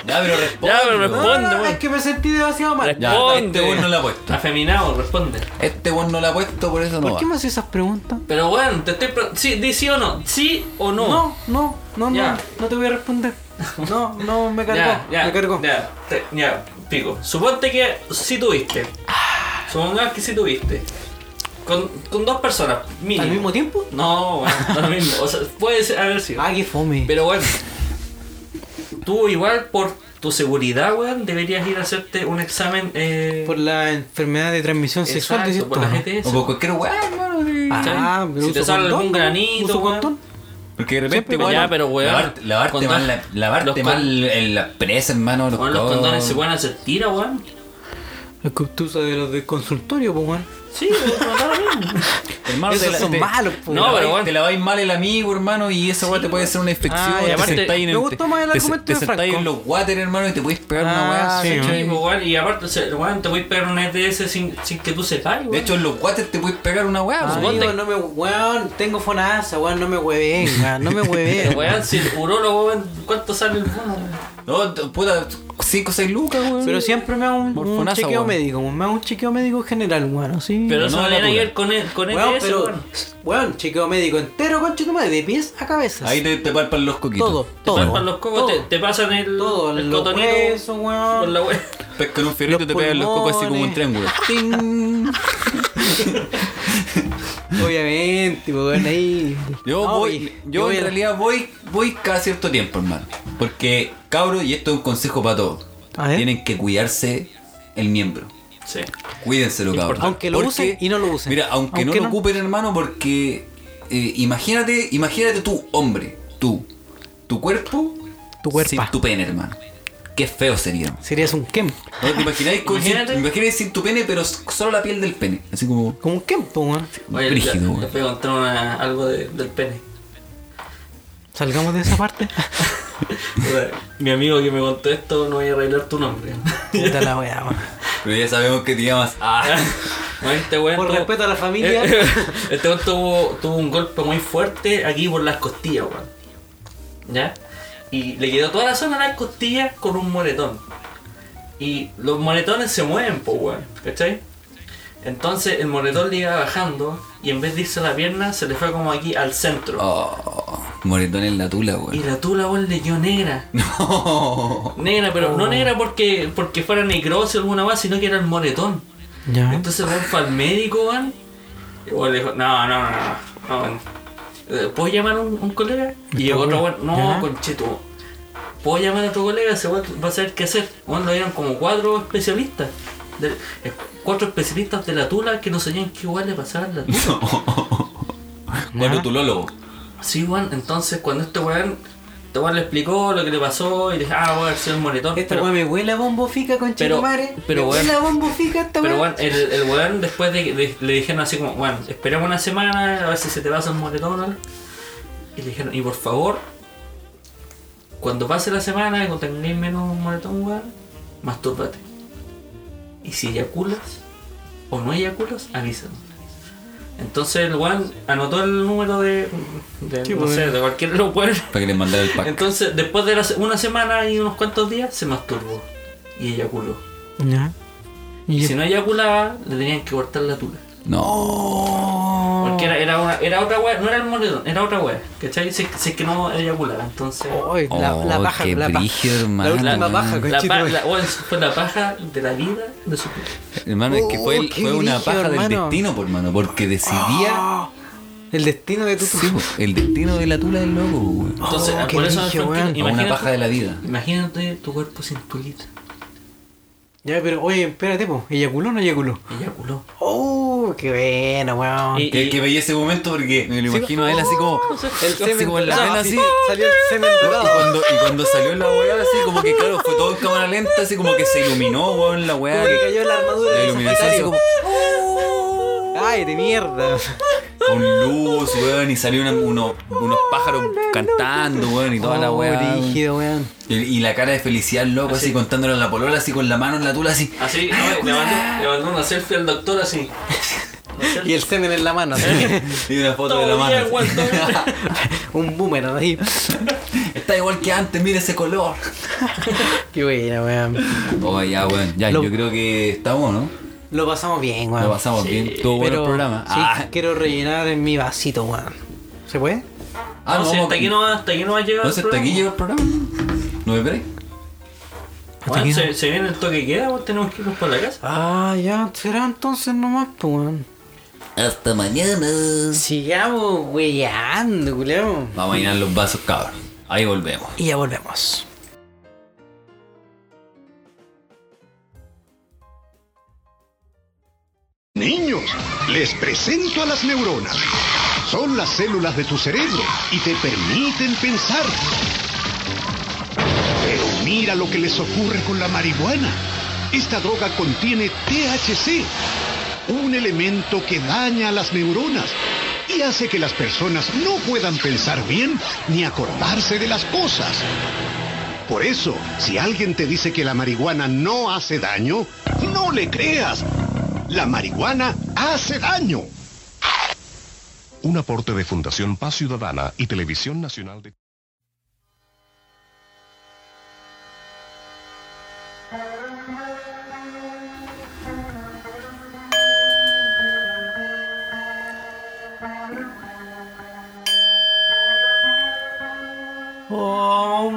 Ya, pero responde.
Ya, pero
weón.
responde.
No, no, no,
weón.
es que me sentí demasiado mal.
Ya,
Responde,
este weón
weón.
no la ha puesto.
Afeminado, responde.
Este weón no la ha puesto, por eso no
¿Por
va.
qué me haces esas preguntas?
Pero bueno, te estoy. pre- Sí, di sí o no. Sí o no.
No, no, no, no,
Ya.
no te voy a
[LAUGHS]
responder. No, no, me cargó,
Ya, ya,
me cargó.
Ya, te- ya, pico. Suponte que sí tuviste. Supongamos que sí tuviste. Con, con dos personas, mínimo.
¿Al mismo tiempo?
No, bueno, no lo mismo. O sea, puede ser, haber sido.
Ah, qué fome.
Pero bueno, tú igual por tu seguridad, weón, deberías ir a hacerte un examen. Eh,
Por la enfermedad de transmisión sexual,
exacto,
decís
por
tú,
la
¿no?
GTS.
O por cualquier weón, hermano. sí.
Ah, pero
Si te
uso
sale
condón,
algún granito,
uso
weón.
condón.
Porque de repente,
Siempre, ya, pero weón,
Lavarte, lavarte
cuando-
mal, la, lavarte
los con-
mal en la presa, hermano. Los,
Weón, los
codos.
condones se pueden hacer tira, weón.
La obtusa de los del consultorio, pues, weón.
Sí, weón, no lo mismo.
Hermano,
Esos
te la-
son
te-
malos, pues.
te
No,
laváis-
pero weón.
Te laváis mal el amigo, hermano, y esa weá te puede hacer una infección.
Ah, y
te
aparte-
sentáis en
Me
el-
gustó más el
te-
argumento
Te
de
sentáis
Franco.
en los water, hermano, y te puedes pegar una
Ah,
weá.
sí,
¿cachai?
Sí, pues, weón, y aparte, se- weón, te voy a pegar una ETS sin, sin que tú sepas, weón.
De hecho, en los water te puedes pegar una weá. pues,
Amigo,
weón.
no me, weón, tengo fonasa, weón, no me hueven, weón, no me
Pero,
hueven.
Este [LAUGHS] weón, si el urólogo, weón, ¿cuánto sale el bono, weón?
No, t- puta, 5 o 6 lucas, weón.
Pero siempre me hago un,
Por
un
fonasa,
chequeo
weón.
médico, me hago un chequeo médico general, weón, sí.
Pero eso
no,
no tiene que
natural.
ver con, el- con ETS,
weón,
weón.
pero, weón, chequeo médico entero, concha tu madre, de pies a cabeza.
Ahí te, te palpan los coquitos.
todo,
Te
todo.
Para los cocos te,
todo.
te pasan el,
todo,
el
los
cotonito
huesos, weón.
por la wea.
Pescan un fierrito y te pegan los cocos así como un triángulo.
Ting. Obviamente, pues, weón, ahí.
Yo
No,
voy,
y-
yo
voy
en
a-
realidad voy, voy cada cierto tiempo, hermano. Porque, cabros, y esto es un consejo para todos.
A ver.
Tienen que cuidarse el miembro.
Sí.
Cuídenselo, cabros.
Aunque lo usen y no lo usen.
Mira, aunque, no
Aunque
lo
no.
ocupen, hermano, porque eh, imagínate, imagínate tú, hombre, tú, tu cuerpo,
Tu cuerpa.
sin tu pene, hermano. Qué feo sería.
Serías un Kem.
¿No te imagináis con sin,
Imagínate.
imagináis sin tu pene, pero solo la piel del pene? Así como
Como un Kem, pues, weón.
Oye,
brígido,
le-
weón.
le voy a contar una- algo de- del pene.
Salgamos de esa parte.
Mi amigo que me contó esto, no voy a arreglar tu nombre.
[LAUGHS] Puta la weá, weón.
Pero ya sabemos que te llamas.
[LAUGHS]
Ah,
[LAUGHS] No, este weón
Por
tuvo-
respeto a la familia.
[LAUGHS] Este weón tuvo, tuvo un golpe muy fuerte aquí por las costillas, weón. ¿Ya? Y le quedó toda la zona de las costillas con un moretón. Y los moretones se mueven, pues, weón. ¿Cachai? Entonces el moretón le iba bajando y en vez de irse a la pierna, se le fue como aquí al centro.
oh, moretón en la tula,
Y
weón.
la tula, weón, le quedó negra.
[LAUGHS] No.
Negra, pero
Oh.
no negra porque, porque fuera necrosis o alguna más, sino que era el moretón.
Ya.
Entonces van para el médico, van. Y el weón le dijo, no, no, no, no, no. weón. Eh, ¿Puedo llamar a un, un colega? Y llegó otro weón,
Ya.
no, concheto. ¿Puedo llamar a otro colega? Ese weón va a saber qué hacer. Bueno, lo dieron como cuatro especialistas. de- eh, cuatro especialistas de la tula que no sabían qué igual le pasaba a la
[LAUGHS]
tula.
Bueno, tu lólogo.
Sí, weón, entonces cuando este weón, este weón le explicó lo que le pasó y le dije, ah, voy a hacer el moretón.
Esta
pero-
weá me huele a bombo fica, concha
pero-
tu madre.
pero
me
weón-
huele a bombo fica esta
Pero
weá.
bueno, el, el weón después de, de- le dijeron así como, bueno, esperemos una semana, a ver si se te pasa el moretón. ¿no? Y le dijeron, y por favor, cuando pase la semana y cuando tengáis menos moretón, weón, mastúrbate. Y si eyaculas o no eyaculas, avísanos. Entonces el weón anotó el número de, de
Sí,
no
pues.
sé, de cualquier [LAUGHS] de los weones.
Para que les mandara el pack.
[LAUGHS]
Entonces, después de la se- una semana y unos cuantos días, se masturbó y eyaculó.
Ya.
Y
Y
si no eyaculaba, le tenían que cortar la tula.
no.
Porque era, era, una- era otra wea, no era el moretón, era otra wea. ¿Cachai? Si, si es que no eyaculaba, entonces.
Ay, la, la
Oh,
paja,
qué
la paja.
brígido,
la
hermano.
última paja,
La,
conchito,
pa-
weón.
la- weón, fue la paja de la vida de su vida.
Hermano, es que fue, el-
Oh, qué
fue una
brígido,
paja del
hermano.
destino, por hermano. Porque decidía.
Ah, El destino de tu
Sí, po, el destino de la tula del loco, weón.
Entonces,
Oh, qué
por eso Franquito,
brillo, weón.
Como una paja de la vida.
Imagínate tu cuerpo sin tulita.
Ya, pero oye, espérate, po. ¿Eyaculó o no eyaculó?
Eyaculó.
Oh, qué bueno, weón.
Y-
Que, que veía ese momento porque me lo imagino a él así
[LAUGHS]
como.
El semen
como en la
dorado,
vena, así.
Salió el semen
Y
dorado.
cuando, y cuando salió la weá, así como que claro, fue todo en cámara lenta, así como que se iluminó, weón, la
Como
weá.
Ah, que
que-
cayó la armadura
La
del
iluminación así
Sagitario.
como
Ay, de mierda.
con luz, weón, y salió una- unos, unos pájaros cantando, weón, y toda la
Oh,
weá. weón.
brígido, weón.
Y, y la cara de felicidad, loco, así,
Así.
contándole a la polola, así con la mano en la tula, así.
Así, no, le, mandó, le mandó una selfie al doctor así.
y el semen en la mano. así.
Y una foto de la
Todo
mano.
día
así.
igual, todo día.
[LAUGHS] Un boomerang ahí.
[LAUGHS] Está igual que antes, mira ese color.
Qué buena, weón.
Oh, ya, weón. Ya,
Lo-
yo creo que estamos, ¿no?
Lo pasamos bien, weón.
Lo pasamos bien. Estuvo bueno el
Pero,
programa.
sí,
ah,
quiero rellenar en mi vasito, weón. ¿Se puede?
ah,
no,
no,
si
vamos-
hasta aquí no, va- hasta aquí no va a llegar.
no,
el
si hasta aquí
programa.
llegó el programa. No me esperé.
Bueno,
aquí no.
se, se viene el toque que queda, vos tenemos que irnos por la casa.
Ah, ya, será entonces nomás, pues, weón.
Hasta mañana.
Sigamos weyando, culiao.
Vamos a llenar los vasos, cabrón. Ahí volvemos.
Y ya volvemos.
Niños, les presento a las neuronas. Son las células de tu cerebro y te permiten pensar. Pero mira lo que les ocurre con la marihuana. Esta droga contiene THC, un elemento que daña a las neuronas y hace que las personas no puedan pensar bien ni acordarse de las cosas. Por eso, si alguien te dice que la marihuana no hace daño, no le creas. La marihuana hace daño.
Un aporte de Fundación Paz Ciudadana y Televisión Nacional de...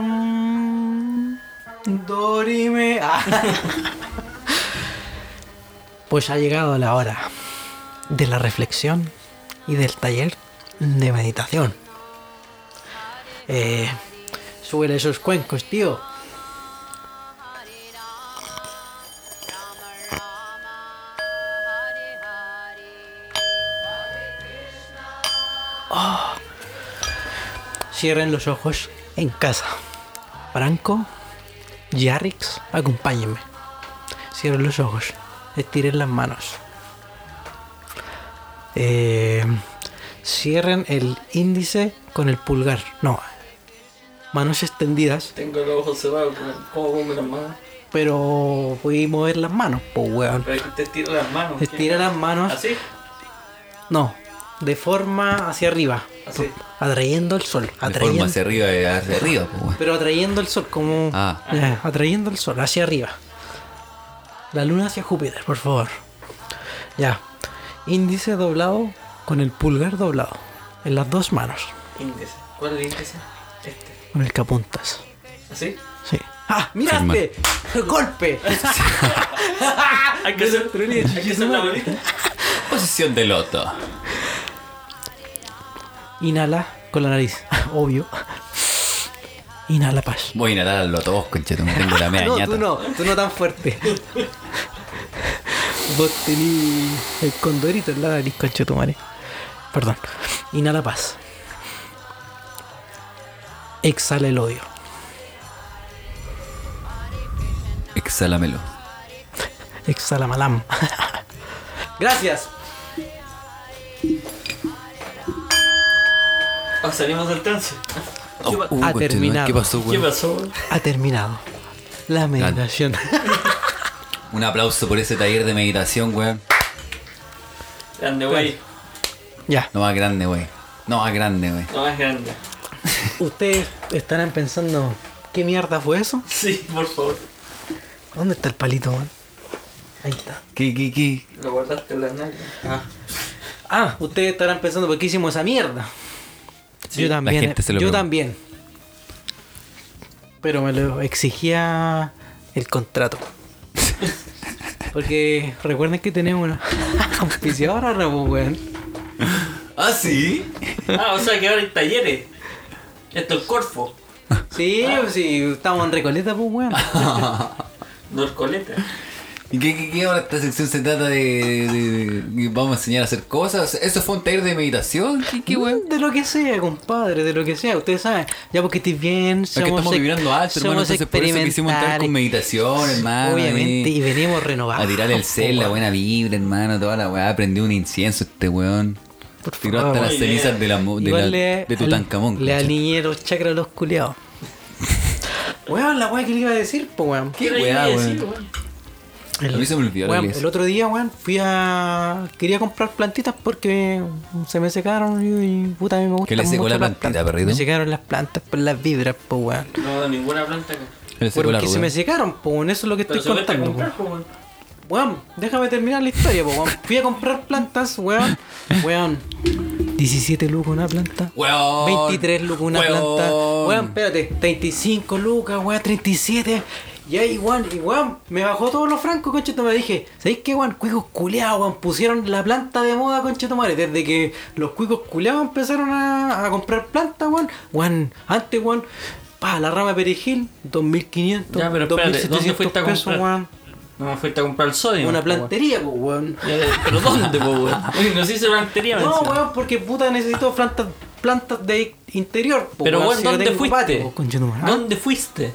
Om Dorime. Ah. Pues ha llegado la hora de la reflexión y del taller de meditación. Eh, súbele esos cuencos, tío. Cierren los ojos en casa. Franco, Yarrix, acompáñenme. Cierren los ojos. Estiren las manos. Eh, cierren el índice con el pulgar. No. Manos extendidas,
Tengo los ojos cerrados, ¿cómo pongo las manos?
pero voy a mover las manos, pues weón.
Pero que te estira las manos.
Estira las manos.
¿Así?
No. De forma hacia arriba.
Así.
Atrayendo el sol.
De forma
Atrayendo.
hacia arriba, eh, hacia arriba, pues, weón.
Pero atrayendo el sol, como.
Ah.
Eh, atrayendo el sol, hacia arriba. La luna hacia Júpiter, por favor. Ya. Índice doblado con el pulgar doblado. En las dos manos.
Índice. ¿Cuál es el índice? Este.
Con el que apuntas.
¿Así?
Sí. ¡Ah! ¡Miraste! ¡Golpe!
[LAUGHS] Hay que hacer Hay que hacer la bonita.
Posición de loto.
Inhala con la nariz. Obvio. Inhala paz.
Voy a inhalar al loto vos, conchetón. Tengo
[LAUGHS]
la mea
Ah, no,
ñata.
tú no, tú no tan fuerte. Vos tenés el condorito en la nariz, concha de tu madre. Perdón. Inhala paz. Exhala el odio.
Exhalamelo.
Exhala malam. [LAUGHS] Gracias.
Ah, salimos del trance.
Oh, uh,
Ha
conchetumare,
terminado.
¿Qué pasó,
¿Qué
weón?
pasó?
Ha terminado la [LAUGHS] meditación.
Un aplauso por ese taller de meditación, weón.
Grande, güey.
ya.
No más grande, wey. No más grande, wey.
No más grande.
Ustedes estarán pensando, ¿qué mierda fue eso?
Sí, por favor.
¿Dónde está el palito, man? Ahí está.
¿Qué, qué, qué?
Lo guardaste en la nalga. Ah.
Ah, ustedes estarán pensando, ¿por qué hicimos esa mierda? yo también.
gente se lo
yo
pregunta.
también. Pero me lo exigía el
[LAUGHS]
contrato. Porque recuerden que tenemos una [LAUGHS] auspiciadora, ahora, pues, weón.
¿Ah, sí?
Ah, o sea que ahora hay talleres. Esto es Corfo,
Sí, pues, sí, estamos en Recoleta, pues, weón.
no es coleta.
¿Y qué, qué, qué? Ahora esta sección se trata de, de- de- Vamos a enseñar a hacer cosas. ¿Eso fue un taller de meditación? [LAUGHS] ¿Qué, qué weón?
De lo que sea, compadre, de lo que sea. Ustedes saben, ya porque estés bien,
Es que estamos
ex-
vibrando alto, hermano.
somos
Entonces, por eso quisimos entrar con
experimentales.
meditación, hermano.
Obviamente,
ahí.
y venimos renovados. pues,
A tirar el cel, la buena vibra, hermano. Toda la weá. Aprendió un incienso este weón.
Por
Tiró
favor.
hasta las
Muy
cenizas
bien.
de, la, mo- de,
Ah, Igual
la, de
le- al-
Tutankamón.
Le
¿cachai?
alineé los chakras a
[LAUGHS]
los culeados. weón, la weá que le iba a decir, po weón.
¿Qué weá,
Pero yo iba a
weón?
decir, güey.
A mí se me olvidó la
Weón,
iglesia.
el otro día, weón, fui a. Quería comprar plantitas porque se me secaron y, y, puta, a mí me gusta.
¿Qué le secó la plantita, perrito?
Me secaron las plantas por las vibras, pues, weón.
No da ninguna planta acá.
Le secó la
Porque se
ruda.
me secaron, pues, weón, eso es lo que
Pero
estoy
se cuesta
contando,
comprar,
weón.
po, weón.
Weón, déjame terminar la historia, po, weón. Fui a comprar plantas, weón. Weón. 17 lucas una planta.
Weón.
23 lucas una
Weón.
planta. Weón, espérate. 35 lucas, weón. 37. Y ahí, weón, y weón, me bajó todos los francos, conchetumare. Dije, ¿sabéis qué, weón? Cuicos culeados, weón. Pusieron la planta de moda, conchetumare. Desde que los cuicos culeados empezaron a, a comprar plantas, weón. Weón, antes, weón, pa, la rama de perejil, 2500.
Ya, pero espérate, ¿dónde
2700
fuiste a
pesos,
comprar?
weón.
No me falta comprar el sodio.
Una
po, weón.
plantería, pues, weón.
Ya, ¿Pero dónde, po, weón? [LAUGHS] Oye, No se hizo plantería,
No,
weón.
weón, porque puta necesito plantas, plantas de interior. po,
Pero, weón,
si no
¿dónde
tengo
fuiste?
patio, ¿Ah? po, conchetumare.
¿Dónde fuiste?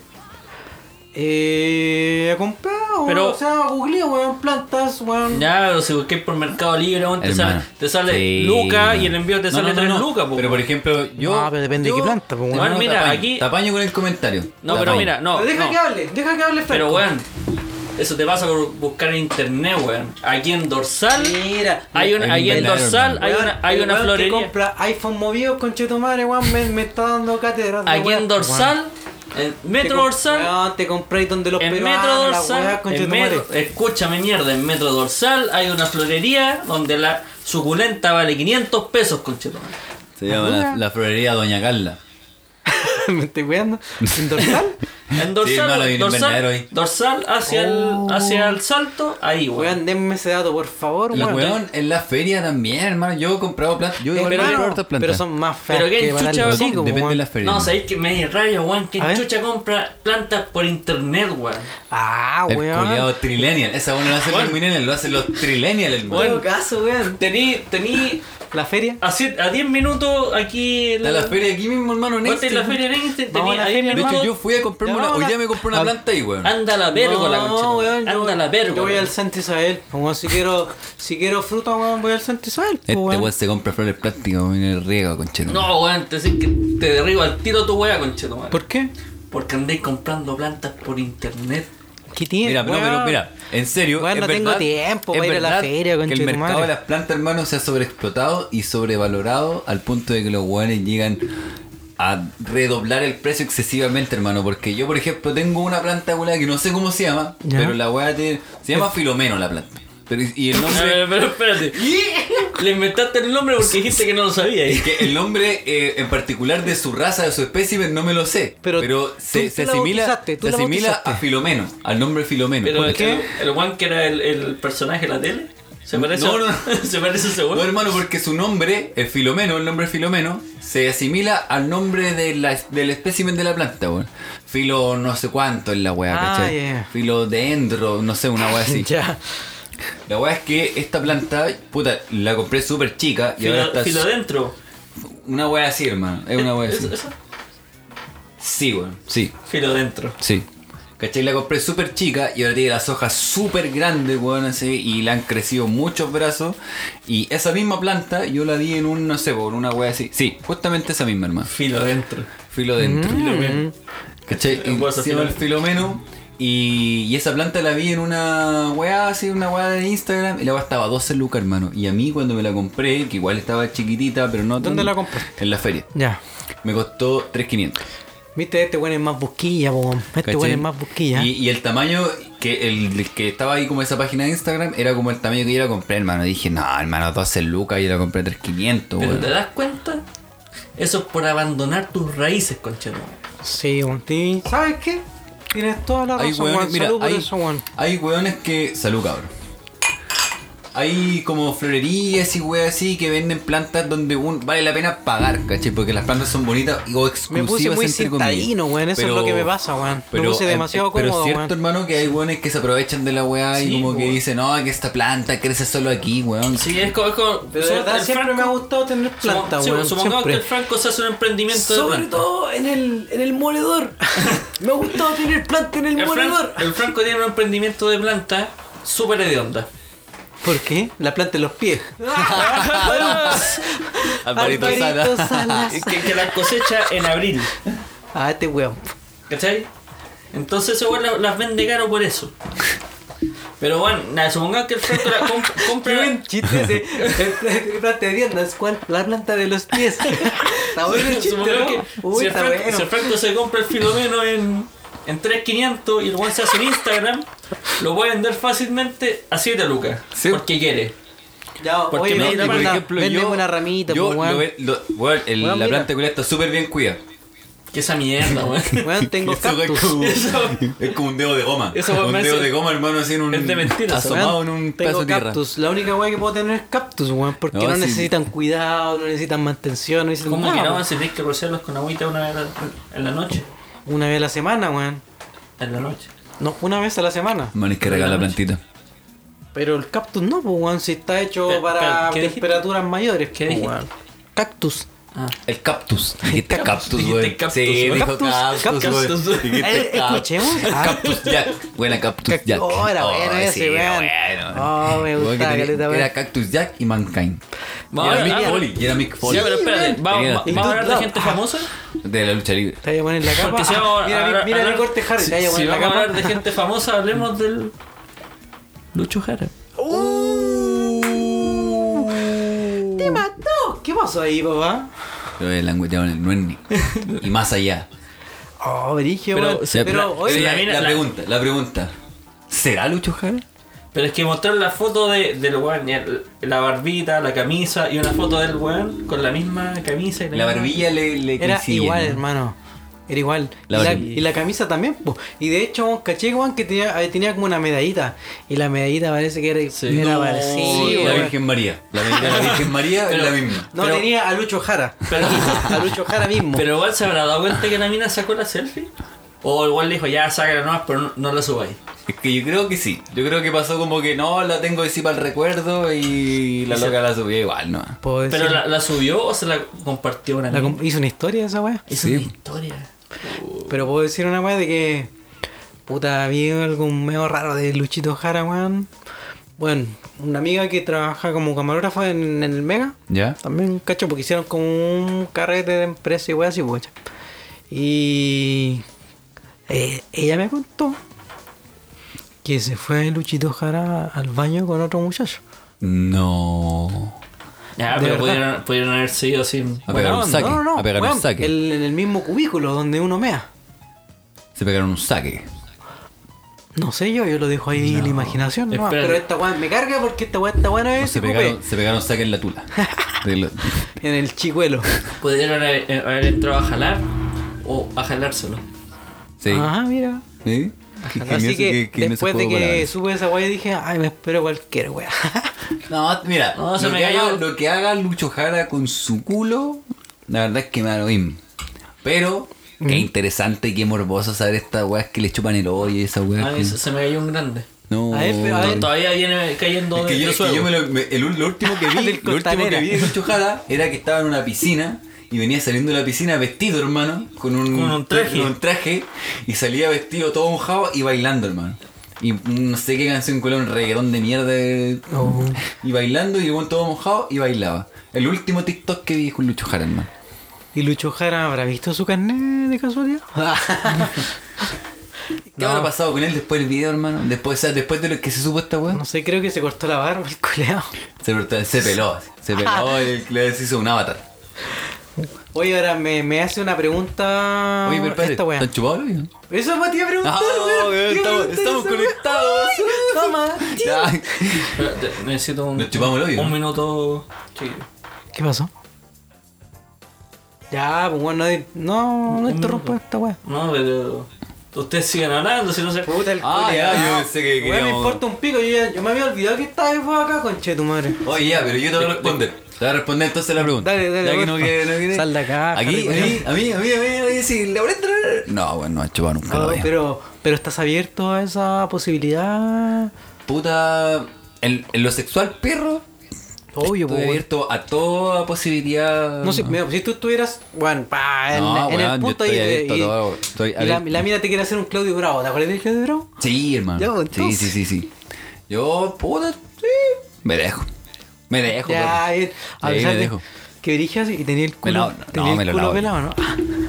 Eh, a comprar, weón,
Pero-
o sea, googleé, weón, plantas, weón.
Ya, o si busqué por Mercado Libre, weón, te
Hermano.
sale, te sale
Sí.
Luca y el envío te
No, no,
sale
no,
3
no.
lucas, po,
Pero por
weón.
ejemplo, yo.
Ah, pero depende de qué
yo-
planta, pues, weón.
Hermano,
Mira,
tapaño,
aquí-
Tapaño con el comentario.
No, pero
Tapaño.
mira, no.
Pero deja
no.
que hable, deja que hable Franco.
Pero weón, eso te pasa por buscar en internet, weón. Aquí en Dorsal,
Mira,
hay una,
Hay
aquí
un
en
bailar,
Dorsal hay
weón,
una, hay
el
una
weón que
florería.
compra iPhone movido, conchetumare, weón, me, me está dando cátedra. de
Aquí
weón.
en Dorsal, en
Te
Metro
comp-
Dorsal,
Weón, te compráis donde los
en
peruanos,
Metro
las
Dorsal,
weas,
en
conchetumare.
Metro- escúchame mierda, en Metro Dorsal hay una florería donde la suculenta vale 500 pesos, conchetumare.
Se llama la, la florería Doña Carla.
[LAUGHS] me estoy weando.
[LAUGHS]
¿En dorsal?
Sí,
En
hermano,
Dorsal,
hay un invernadero
dorsal,
ahí.
dorsal hacia, el, hacia el salto, ahí, weón.
weón, denme ese dato, por favor,
La
weón.
weón en la feria también, hermano. Yo he comprado plantas. Yo
Eh,
igual he
pero,
comprado
no,
hartas plantas.
pero son más feas
Pero qué
que
chucha,
el
weón.
hocico,
Depende de
weón.
la feria.
No, sabéis que me raya, weón, que
A ver.
chucha compra plantas por internet, weón.
Ah,
El
weón.
culiado trilenial. Esa weón no la hacen los millennials, lo hacen los trilenial, hermano.
Weón.
caso, weón. Ah,
Tení, tení
La feria.
a, siete- a 10 minutos aquí.
Está la feria aquí mismo, hermano. en
Vos tenés la
Einstein.
feria en Einstein,
Vamos
tení
a la
a 10
feria,
De hecho,
minutos.
yo fui a comprarme
Ya,
una. Ah. Hoy
vamos
día
a-
me compré una
a-
planta ahí, weón.
Anda la verga, la
No, weón,
conchita.
yo-
Anda la verga.
Yo voy
weón.
al Santo Isabel. Como si quiero, si quiero fruta, weón, voy al Santo Isabel. po,
Este
Pues, weón.
weón se compra flores plásticas en el riego, conchero.
No, weón, te decís que te derribo al tiro tu weá, conchito, weón.
¿Por qué?
Porque andáis comprando plantas por internet.
¿Qué tiene?
Mira, pero,
weón?
pero mira, en serio,
Weón,
es
no tengo
verdad-
tiempo
es
para ir a la
verdad
feria,
que el
conchetumare.
mercado de las plantas, hermano, se ha sobreexplotado y sobrevalorado al punto de que los weones llegan a redoblar el precio excesivamente, hermano. Porque yo, por ejemplo, tengo una planta weá, que no sé cómo se llama,
Ya.
pero la weá tiene- se llama Filomeno la planta. Pero, y
[LAUGHS]
el
A
nombre,
ver, pero espérate. Le inventaste el nombre porque dijiste que no lo sabías.
es que el nombre eh, en particular de su raza, de su especie, no me lo sé.
Pero
Pero,
tú-
se,
tú
se
la
asimila,
bautizaste, tú
se
la
asimila
bautizaste.
a Filomeno, al nombre Filomeno.
Pero
Porque-
el- El, Juan que era el, el personaje de la tele. ¿Se parece?
No, no.
[LAUGHS] ¿Se parece seguro?
No, hermano, porque su nombre, el filomeno, el nombre filomeno, se asimila al nombre de la, del espécimen de la planta, weón. Filo no sé cuánto en la weá,
Ah,
¿cachai?
yeah.
Filodendro, no sé, una
[LAUGHS]
weá así.
Ya.
La weá es que esta planta, puta, la compré súper chica y ahora
Filo,
está.
filo dentro.
Una weá así, hermano. Es una weá
¿Es-
así.
eso?
Sí, weón. Sí,
Filo dentro.
sí. ¿Cachai? La compré súper chica y ahora tiene las hojas súper grandes, weón, así, y le han crecido muchos brazos. Y esa misma planta yo la vi en un, no sé, por una wea así. Sí, justamente esa misma, hermano.
Filo dentro.
Filo dentro.
Mm.
¿Cachai?
El
Y
hueso
Se llama el
filomeno.
filomeno. Y, y esa planta la vi en una weá, así, una weá de Instagram. Y la weá estaba a 12 lucas, hermano. Y a mí cuando me la compré, que igual estaba chiquitita, pero no.
¿Dónde
tan-
la compraste?
En la feria.
Ya.
Me costó 3.500.
Viste, este weón es más busquilla, po, weón. Este
¿cachai?
weón es más busquilla.
Y, y el tamaño que el, el que estaba ahí como esa página de Instagram era como el tamaño que yo la compré, hermano. Dije, no, hermano, 12 lucas y la compré 3.500,
Pero
weón.
te das cuenta, eso es por abandonar tus raíces, conchero.
Sí, weón. ti- ¿Sabes qué? Tienes toda la
hay
razón,
hueones,
weón.
mira,
Salud por
hay,
eso, weón.
hay hueones que. Salud, cabrón. Hay como florerías y weas así que venden plantas donde un- vale la pena pagar, ¿cachai? Porque las plantas son bonitas y- o
Me
exclusivas.
puse muy
entre comillas.
citadino, weón. Eso
Pero-
es lo que me pasa, weón. Me puse
eh,
demasiado
eh, pero
cómodo,
es cierto,
weón.
hermano, que hay hueones que se aprovechan de la wea y
Sí,
como que
weón.
dicen, no, que esta planta crece solo aquí, weón.
Sí, es como. Es como
De
sumo-
verdad,
el
siempre
Franco-
me ha gustado tener planta,
sumo- sí,
weón.
Supongamos que
siempre.
el Franco se hace un emprendimiento de
Sobre
planta.
todo en el, en el moledor. Me ha gustado tener planta en el,
El, Fran-
moledor.
el Franco tiene un emprendimiento de planta súper hedionda.
¿Por qué? La planta en los pies.
Alvarito Sala.
[LAUGHS] Alvarito Salas.
Que, que la cosecha en abril.
Ah, este weón.
¿Cachai? Entonces ese weón la- las vende caro por eso. Pero bueno, nada, supongamos que el Franco la
[LAUGHS]
comp-
Qué
compra.
buen chiste ese. El [LAUGHS] planta de tiendas, ¿cuál? La planta de los pies. Está bueno el
[LAUGHS]
chiste,
supongamos
¿no?
que
Uy,
si, el
está
Franco,
bueno.
si el Franco se compra el filomeno en, en 3500 y el weón se hace en Instagram, lo puede vender fácilmente a 7 lucas.
Sí.
Porque quiere.
Ya,
Porque
oye,
no,
mira,
y por
manda,
ejemplo,
vende
yo-
una ramita,
yo
pues, weón.
lo ve- lo- weón, el-
Weón,
la
mira.
planta culia está súper bien cuidada.
Que esa mierda,
[LAUGHS]
weón.
Weón, tengo
Eso es,
cactus.
como,
Eso-
[LAUGHS] es como un dedo de goma.
Eso, weón,
un
me
dedo
hace-
de goma, hermano, así en un.
es de mentira, eso,
Asomado
Weón,
en un pedazo
tengo
de tierra.
cactus. La única weá que puedo tener es cactus, weón. Porque
No,
no,
sí.
necesitan cuidado, no necesitan mantención, no
[LAUGHS]
necesitan
¿Cómo que
nada,
no
weón.
van a tener que rociarlos con agüita una vez a la- en la noche?
Una vez a la semana, weón.
En la noche.
No, una vez a la semana.
Man, es que regala la plantita.
Pero el cactus no, pues, weón. Si está hecho
Pero-
para
pero, ¿qué dijiste?
temperaturas mayores,
¿Qué
pues,
dijiste?
weón. Cactus.
Ah.
El
[LAUGHS]
cactus. Dijiste cactus,
Dijiste
güey.
cactus,
Sí,
weón.
dijo
Cactus,
cactus,
cactus,
güey.
weón.
Dijiste
Eh, escuchemos. Ah.
[LAUGHS] Cactus Jack. Buena Cactus
Cactus-
Jack.
Oh, era bueno ese,
sí, era
weón.
bueno.
Oh, me
Weón,
gustaba,
que tenía-
caleta, weón.
Era Cactus Jack y Mankind. Y
Vamos
era
a-
Mick
ah,
Foley. Y era Mick Foley.
Ya, pero espérate,
Tenía
¿vamos,
la
¿vamos
tinta
a hablar de
Ah.
gente famosa?
De la lucha libre.
Te voy a poner la capa.
Porque si vamos
Ah,
a
mira, mi-
hablar-
mira mi
hablar-
corte, Harry.
si-
Te voy a
si
poner la
vamos a hablar
capa.
de gente famosa, hablemos del. Lucho Jara.
Te mató. ¿Qué pasó ahí, papá?
Lo de langueteado en el Nuenni. Y más allá.
Oh, Brigio,
Pero,
weón.
o sea,
Pero,
la-
oye,
Sí,
la
la,
mina-
la
la-
pregunta, la pregunta. ¿Será Lucho Jara?
Pero es que mostrar la foto de, del weón, y el- la barbita, la camisa y una foto del weón con la misma camisa y la,
La
misma-
barbilla le, le
Era
coincide,
igual,
¿no?
hermano. Era igual.
La
y, la,
barbilla.
y la camisa también, po. Y de hecho, weón, caché, weón, que tenía, eh, tenía como una medallita. Y la medallita parece que era, era
No,
parecida,
la
weón.
Virgen María. La, medida de la Virgen María es la misma.
No,
Pero-
tenía a Lucho Jara.
Pero-
a Lucho Jara mismo.
Pero igual se habrá dado cuenta que la mina sacó la selfie. O igual le dijo, ya sácala nomás, pero no, no la subáis.
Es que yo creo que sí. Yo creo que pasó como que no, la tengo así para el recuerdo y la
Y se-
loca la subió igual, ¿no?
Puedo decir-
Pero la, la subió o se la compartió una
Pues la
mina?
comp- hizo una historia esa weá.
Es
Sí.
una historia.
Pero puedo decir una weá de que. Puta, vi algún medio raro de Luchito Jara, weón. Bueno, una amiga que trabaja como camarógrafa en, en el Mega.
¿Ya?
También, cacho, porque hicieron como un carrete de empresa y weá así, weá. Y. eh, ella me contó que se fue Luchito Jara al baño con otro muchacho.
No.
Ya,
¿De
pero
verdad?
pudieron, pudieron haber seguido sin.
A pegar
Buena
un
onda.
saque.
No, no, no,
A pegar
weón,
un saque.
el- en el mismo cubículo donde uno mea.
Se pegaron un saque.
No sé yo, yo lo dejo ahí en la imaginación. nomás.
Espérate.
pero esta weá me carga porque esta weá está buena
No,
es
se,
ese
pegaron, se pegaron saque en la
[LAUGHS]
tula. De lo-
cupé. En el chicuelo.
Pudieron haber, haber entrado a jalar o a jalárselo.
Sí.
Ajá, mira.
¿Sí? Qué
Ah. Así
ingenioso
que,
qué ingenioso
después de
juego
que
de palabras.
sube esa weá dije, ay, me espero cualquier weá. [LAUGHS]
No, mira,
No, se
lo,
me
que
cayó.
haga, lo que haga Lucho Jara con su culo, la verdad es que me da lo mismo. Pero, qué interesante y qué morboso saber estas weas que le chupan el hoyo y esas
A
weas.
mí
que-
se, se me cayó un grande.
No,
A ver, pero a ver,
Todavía viene cayendo
Es que
de-
yo,
de
es que
suelo.
yo me lo, me- el, ul- lo último que vi,
Del
lo último que
Costanera.
vi de Lucho Jara era que estaba en una piscina y venía saliendo de la piscina vestido, hermano, con un,
Con un traje.
con un traje, y salía vestido todo mojado y bailando, hermano. Y no sé qué canción coló un reggaetón de mierda.
Oh.
Y bailando y el weón todo mojado y bailaba. El último TikTok que vi es con Lucho Jara, hermano.
¿Y Lucho Jara habrá visto su carnet de casualidad?
¿Qué habrá pasado con él después del video, hermano? Después, o sea, después de lo que se supo esta weón.
No sé, creo que se cortó la barba el coleado.
Se, cortó- se peló, así. se peló y le hizo un avatar.
Oye, ahora me, me hace una pregunta.
Oye, pero espérate,
esta weá.
¿están chupados los hoyos?
Eso me te iba a preguntar,
No,
weón.
weón,
Te iba a
estamos-
preguntar
estamos
esa weá.
conectados.
Ay,
Ya.
toma.
Espérate, Necesito un,
Nos chupamos el hoyo.
un minuto. chiquillo.
¿Qué pasó? Ya, pues bueno, no, no, no interrumpa esta weá.
No, pero. Ustedes siguen hablando, si no se.
Puta el
Ah,
culiao.
ya, yo pensé que
Weón, me
queríamos-
importa un pico, yo, ya- yo me había olvidado que estabas vos acá, conche
[LAUGHS]
tu madre.
Oye, ya, pero yo te voy a responder. Te voy a responder entonces la pregunta.
Dale, dale,
Ya que
porfa.
no quiere, no quiere.
Sal de acá,
Aquí,
Harry,
ahí, a mí, a mí, a mí, a mí, sí, la voy a entrar. No, bueno, no ha chupado nunca
Oh,
todavía.
pero, pero estás abierto a esa posibilidad.
Puta. En, en lo sexual, perro. Estoy
Obvio, pues. weón.
abierto a toda posibilidad.
No sé, mira, si tú estuvieras, bueno, pa, en,
No,
en
weón,
el
yo
punto
estoy
ahí de-
abierto a
y,
todo, estoy
y la,
abierto.
la mina te quiere hacer un Claudio Bravo, ¿te acuerdas del Claudio Bravo?
Sí, hermano.
Ya, pues,
sí,
entonces.
sí, sí, sí. Yo, puta, sí. Me dejo. Me dejo,
Ya, eh.
perro.
bien. A
Sí,
pesar
me
de
dejo.
que dirigías y tenía el culo,
Me lavo- no,
tenía
me
el
lo
culo
lavo.
pelado, ¿no?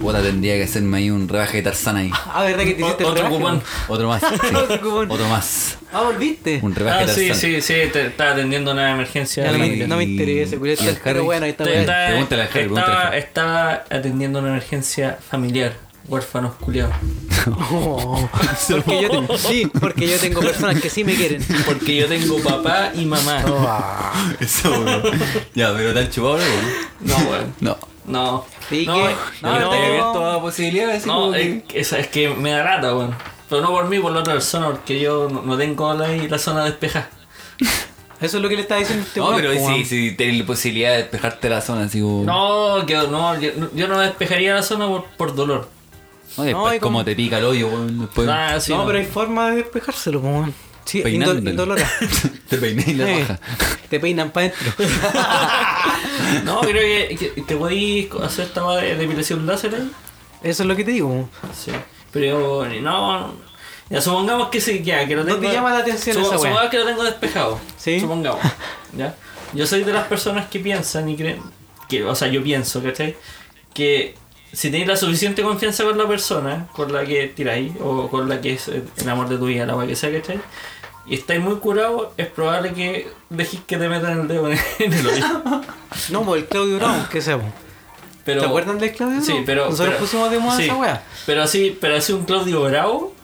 Puta, tendría que hacerme ahí un rebaje de Tarzán
[LAUGHS]
ahí.
Ah, ¿verdad que te hiciste el
Otro
rebaje? [LAUGHS]
cupón.
Otro más. sí.
Otro cupón.
Otro más.
Ah, volviste.
Un rebaje
Ah,
de
sí,
Tarzán.
sí, sí, te estaba atendiendo una emergencia.
Ya, no, me,
Y-
no me interesa, culiao,
y al
pero
Harry.
bueno, ahí está.
Te-
bien.
weón.
estaba-
Pregúntale al Harry, pregúntale al
estaba-
Harry.
estaba atendiendo una emergencia familiar, huérfanos culiados.
[LAUGHS]
No, Oh, porque yo tengo, sí, porque yo tengo personas que sí
[LAUGHS]
me quieren.
Porque yo tengo papá y mamá.
Eso, weón. Ya, pero tan chupado, weón.
No, weón.
No.
No.
¿Y
no,
qué?
no,
No, eh,
te-
no,
toda posibilidad, así
No,
como que-
es, que- esa- es que me da rata, weón. Pero no por mí, por la otra persona, porque yo no, no tengo la, la zona despejada.
Eso es lo que le estaba diciendo este
No,
weón,
pero
po,
si,
weón.
si tenés la posibilidad de despejarte la zona, así como.
No, que, no yo, yo no despejaría la zona por, por dolor.
No, después,
No, y
como
como-
te pica el hoyo, weón. Después.
Ah, sí,
no,
no.
pero hay forma de despejárselo, po, weón. Sí, indol-
peinándolo.
indolora.
[LAUGHS] te peináis la
Eh,
paja.
te peinan para
[LAUGHS]
adentro.
No, creo que, que, que podéis hacer esta madre de depilación láser ahí.
Eso es lo que te digo. weón.
Sí. Pero no. Ya supongamos que sí, ya, que lo
No
tengo.
te llama la atención
supo-
esa wea.
Supongamos que lo tengo despejado.
Sí.
Supongamos. ¿Ya? Yo soy de las personas que piensan y creen. Que, o sea, yo pienso, ¿cachai? Que si tenéis la suficiente confianza con la persona con la que tiráis, o con la que es eh, el amor de tu vida, la wea que sea, ¿cachai? Y estáis muy curados, es probable que dejéis que te metan el dedo en el hoyo.
No, pues el Claudio Brown, que sea, po.
Pero,
¿Te acuerdan del Claudio Bravo?
Sí, pero.
Nosotros
pero-
pusimos de moda
sí,
esa weá.
Pero así, pero así un Claudio Bravo.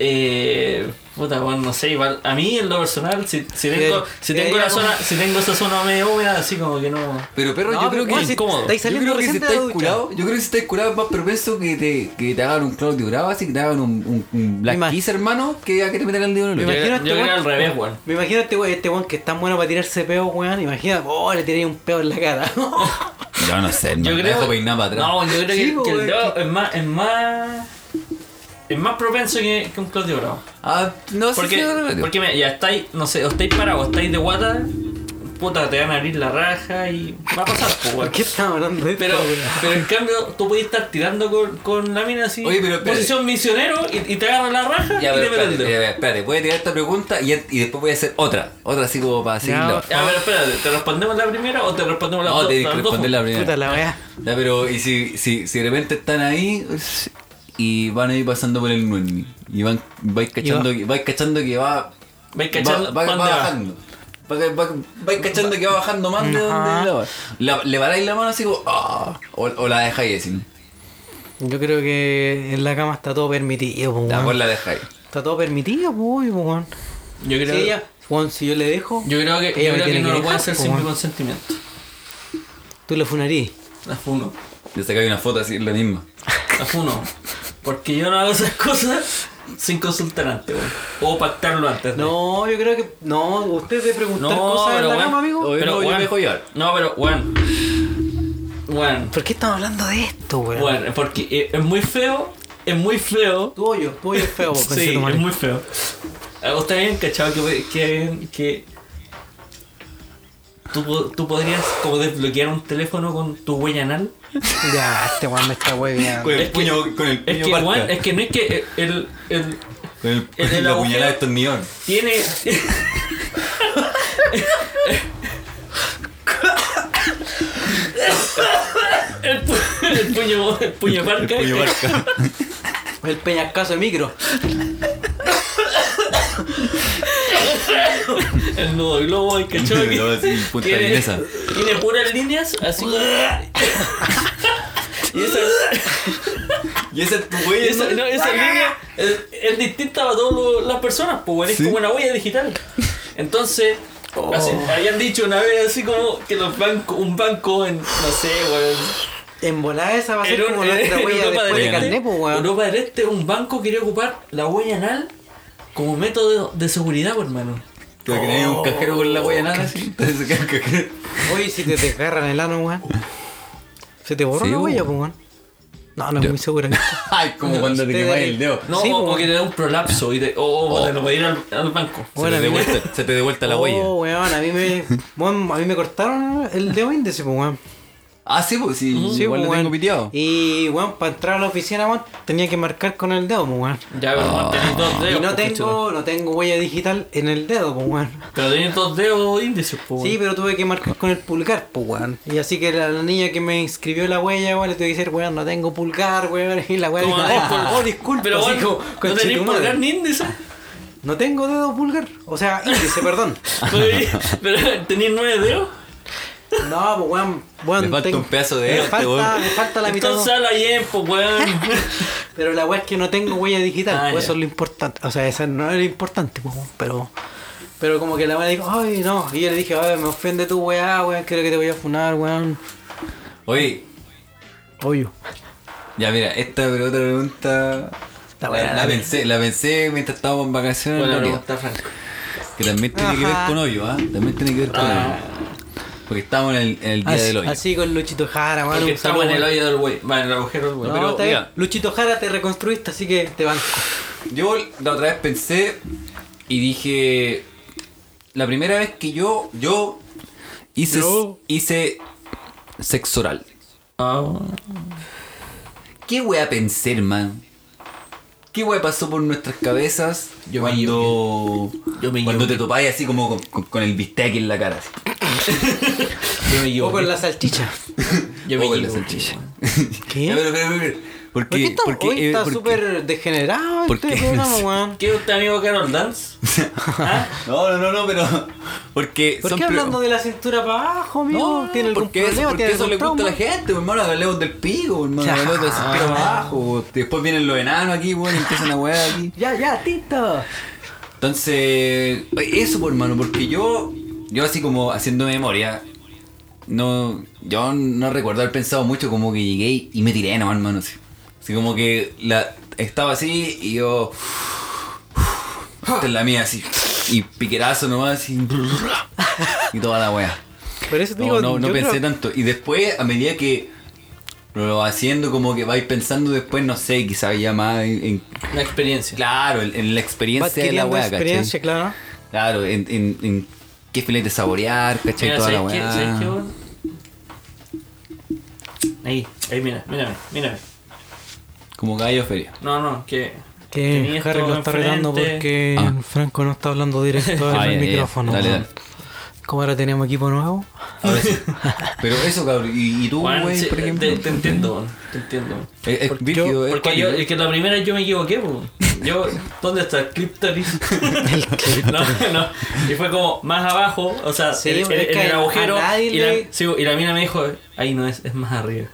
Eh, puta, bueno, no sé, igual. A mí, en lo personal, si, si tengo,
Que-
si
que
tengo
haya
la
como-
zona, si tengo esa zona medio húmeda, así como que no.
Pero perro,
No,
yo
pero
creo que
weón, si
incómodo.
estáis
Yo
saliendo
creo que si
recién de la
estáis
ducha.
curado, yo creo que si estáis curado es más propenso que te, que te hagan un Claudio Bravo, así que te hagan un, un, un Black
Ima-
Kiss, hermano, que a que te metan el dedo en el
Me
hoyo.
imagino
Yo,
este
yo
weón.
era al revés, weón.
Me imagino este weón, este weón que es tan bueno para tirarse peo, weón. Imagina, oh, le tiré un peo en la cara. [LAUGHS]
Yo no sé, hermano.
Yo creo.
Dejo peinar para atrás.
No, yo creo
Sí,
que,
po,
que el
weón.
dedo es más, es más. Es más propenso que, que un Claudio Bravo.
Ah, no sé si-
Porque, porque mira, ya estáis, no sé, o estáis parados, estáis de guata, puta, te van a abrir la raja y va a pasar, pues,
¿Por
weón.
qué estamos hablando de esto,
Pero,
weón?
pero en cambio, tú podías estar tirando con, con la mina así.
Oye, pero espérate.
posición misionero y, y te agarran la raja
Ya, pero
y te meten
espérate,
el dedo.
espérate, espérate, voy a tirar esta pregunta y, y después voy a hacer otra. Otra así como para seguirlo.
Ya, pero espérate, ¿te respondemos la primera o te respondemos la
No,
dos?
te
Las
que
dos,
responder la primera.
Puta la weá.
Ya, pero y si, si, si de repente están ahí y van a ir pasando por el nuen y van vais cachando, que- vais cachando que va
Vais cachando
va, va-
dónde
va
va.
bajando. Va- va- vais cachando que va bajando más de donde la, la- le paráis la mano así como ah, o, o la dejáis así.
Yo creo que en la cama está todo permitido, po,
La,
weón.
vos la dejáis.
Está todo permitido, po, obvio, po, weón.
Yo creo,
Si ella, weón, si yo le dejo,
yo creo que, yo
ella me
creo que
tiene
no lo
dejar,
puede hacer
po,
sin mi
weón.
consentimiento.
Tú le funarí.
La funo.
Le sacáis una foto así la misma.
La funo. Porque yo no hago esas cosas sin consultar antes, weón. O pactarlo antes. de-
No, yo creo que. No, usted de preguntar
No,
cosas en
pero
la
weón.
cama, amigo.
Oye,
Pero,
no, yo
weón.
me dejo llevar.
No, pero, weón. Weón.
¿Por qué estamos hablando de esto, weón?
Weón, porque eh, es muy feo. Es muy feo.
Tu hoyo, tu hoyo es
[LAUGHS]
feo, po, pensé
Sí,
tu madre.
es muy feo. Ah, ¿Ustedes habían cachado que, que, que tú, po- tú podrías como desbloquear un teléfono con tu huella anal?
[LAUGHS] Ya, este weón me
[LAUGHS]
está hueveando.
Es que-
con el
Es que,
parca.
weón, es que no es que el, el
Con el-
el-
[LAUGHS]
el
la
agujero-
puñalada de estornillón.
tiene... [LAUGHS] El, pu- el puño, el puño parca.
El puño parca.
El peñascaso de micro.
el nudo globo, el cachorro.
El globo, sí, punta
tiene,
vienesa.
tiene puras líneas, así [LAUGHS] como. y esa,
Y esa es tu
y
huella.
esa, no, ¡Ah! esa línea es, es distinta para todas las personas, pues bueno, es
Sí.
como una huella digital. Entonces. así, habían dicho una vez así como que los bancos, un banco en, no sé, weón,
En volada esa va a ser
en
como
un- [LAUGHS]
nuestra
en
huella
Europa
después
del
de
Este,
carnet, po, weón.
Europa del Este, un banco quería ocupar la huella anal como método de, de seguridad, pues, hermano.
Te que tenés
Oh.
un cajero con la huella nada [LAUGHS] así. Entonces que un cajero.
Oye, si te desgarran el ano, weón. ¿Se te borró
Sí,
la huella,
weón.
po, weón? No, no es
[LAUGHS]
muy segura.
Ay, como cuando te
Te
quemas
da-
el dedo.
No,
Sí,
o,
po.
o que te da un prolapso y te, o,
Oh.
o te lo puede ir al, al banco.
Se te,
Bueno, mira.
devuelta, se te devuelta la huella.
Oh, weón, a mí me, weón, a mí me cortaron el dedo índice, po, weón.
Ah, sí, pues sí.
Sí,
igual lo
pues,
tengo
weón.
piteado.
Y weón, para entrar a la oficina, weón, tenía que marcar con el dedo, pues, weón.
Ya, pero tenéis dos dedos.
Y no
pues, cachorro.
tengo, no tengo huella digital en el dedo, pues, weón.
Pero tenéis dos dedos índices, pues.
Sí, pero tuve que marcar con el pulgar, pues, weón. Y así que la, la niña que me inscribió la huella, weón, le tuve que decir, weón, no tengo pulgar, weón. [LAUGHS] Y la weón,
Como,
dijo,
oh,
"Ah,
por-
oh, disculpa,
Pero
así
bueno,
como,
no tenéis
"Conchetumare".
pulgar ni
[LAUGHS]
índice.
No tengo dedo pulgar, o sea, índice,
[LAUGHS]
perdón.
Pero- Pero tenéis nueve dedos.
No, pues, weón, weón.
Me falta un pedazo de
me
dedo, este
falta,
weón.
me falta la mitad.
Entonces a la Yempo,
[LAUGHS]
weón.
Pero la weá es que no tengo huella digital,
Ah,
pues
ya.
eso es lo importante. O sea, eso no era importante, pues, weón, pero. Pero como que la weá dijo, ay, no. Y yo le dije, ay, me ofende tu weá, weón, creo que te voy a funar, weón.
Oye,
Obvio.
ya mira, esta pero otra pregunta.
Está
La,
buena,
la
dale.
pensé, la pensé mientras estábamos en vacaciones en
Bueno,
Loreto,
pregunta Franco.
Que también tiene que ver
Ajá. Ah.
con hoyo, ¿ah? También tiene que ver con hoyo. Porque estamos en el, en el día
Así,
del hoyo.
así con Luchito Jara, weón.
Porque
un
estamos en
saludo.
el hoyo del güey. Bueno, el agujero del güey.
No,
Pero
está bien.
mira,
Luchito Jara te reconstruiste, así que te van.
Yo la otra vez pensé y dije. La primera vez que yo. Yo hice.
Yo.
Hice. Sexo oral. ¿Qué wea pensé, hermano? ¿Qué wea pasó por nuestras cabezas
Yo me
cuando.
Yo me
cuando
equivoqué.
te topáis así como con, con- con el bistec en la cara. así.
yo me
O
equivoqué.
con
[LAUGHS]
la salchicha.
Yo me
O con la
equivoqué.
salchicha.
¿Qué?
Ya, pero, pero, pero, pero, ¿Por
¿Por qué
qué?
está,
¿Por qué?
hoy
Eh,
está
¿por qué?
súper degenerado
¿Por
este
qué?
programa, weón?
¿Qué usted amigo Carol Dance?
[LAUGHS] No, no, no, no, pero. Porque
¿Por
son
qué
pre-
hablando de la cintura para abajo, amigo?
No,
¿Tiene algún
porque eso,
problema?
porque
¿Tiene
eso le
algún
gusta a la
trauma?
gente, pues, hermano, hablemos del pico, hermano, hablemos de cintura abajo, pues. después vienen los enanos aquí, bueno, empiezan a hueá aquí.
Ya, ya, Tito.
Entonces, eso, pues, hermano, porque yo, yo así como haciendo memoria, no, yo no recuerdo haber pensado mucho como que llegué y- y me tiré nomás, hermano, así, Así como que la, estaba así y yo, esta es la mía, así, y piquerazo nomás, y, y toda la hueá.
Por eso te
No,
digo,
no, no
yo
pensé
creo-
tanto. Y después, a medida que lo vas haciendo, como que vais pensando después, no sé, quizás ya más en, en-
La experiencia.
claro, en, en la
Va
experiencia de la
adquiriendo
weá,
experiencia,
¿cachai?
claro.
Claro, en, en, en qué filete saborear, ¿cachai?
Mira,
Toda la
¿sabes qué?
weá.
¿Sabes qué, weón? Ahí, ahí, mira, mírame, mírame.
Como gallo feria.
No, no, que. tenía
Que
esto
Harry lo está retando
enfrente.
porque
Ah.
Franco no está hablando
[LAUGHS]
directo
Ah, ya,
al
ya, ya.
micrófono.
Dale,
[LAUGHS] weón.
dale.
Como ahora tenemos equipo
[LAUGHS]
nuevo.
Ahora sí. Pero eso, cabrón. ¿Y, y tú,
Weón,
güey,
sí,
por
te,
ejemplo?
te entiendo, weón, te entiendo.
Es, es brígido, es
Porque yo, eh,
cuático.
es que la primera yo me equivoqué, po. Yo, ¿dónde está el Cryptalis? no, no. Y fue como más abajo, o sea,
Sí,
en,
pero
en-
es que
en el
a
agujero.
nadie
Y la,
le-
sí, y la mina me dijo, ahí no es, es más arriba.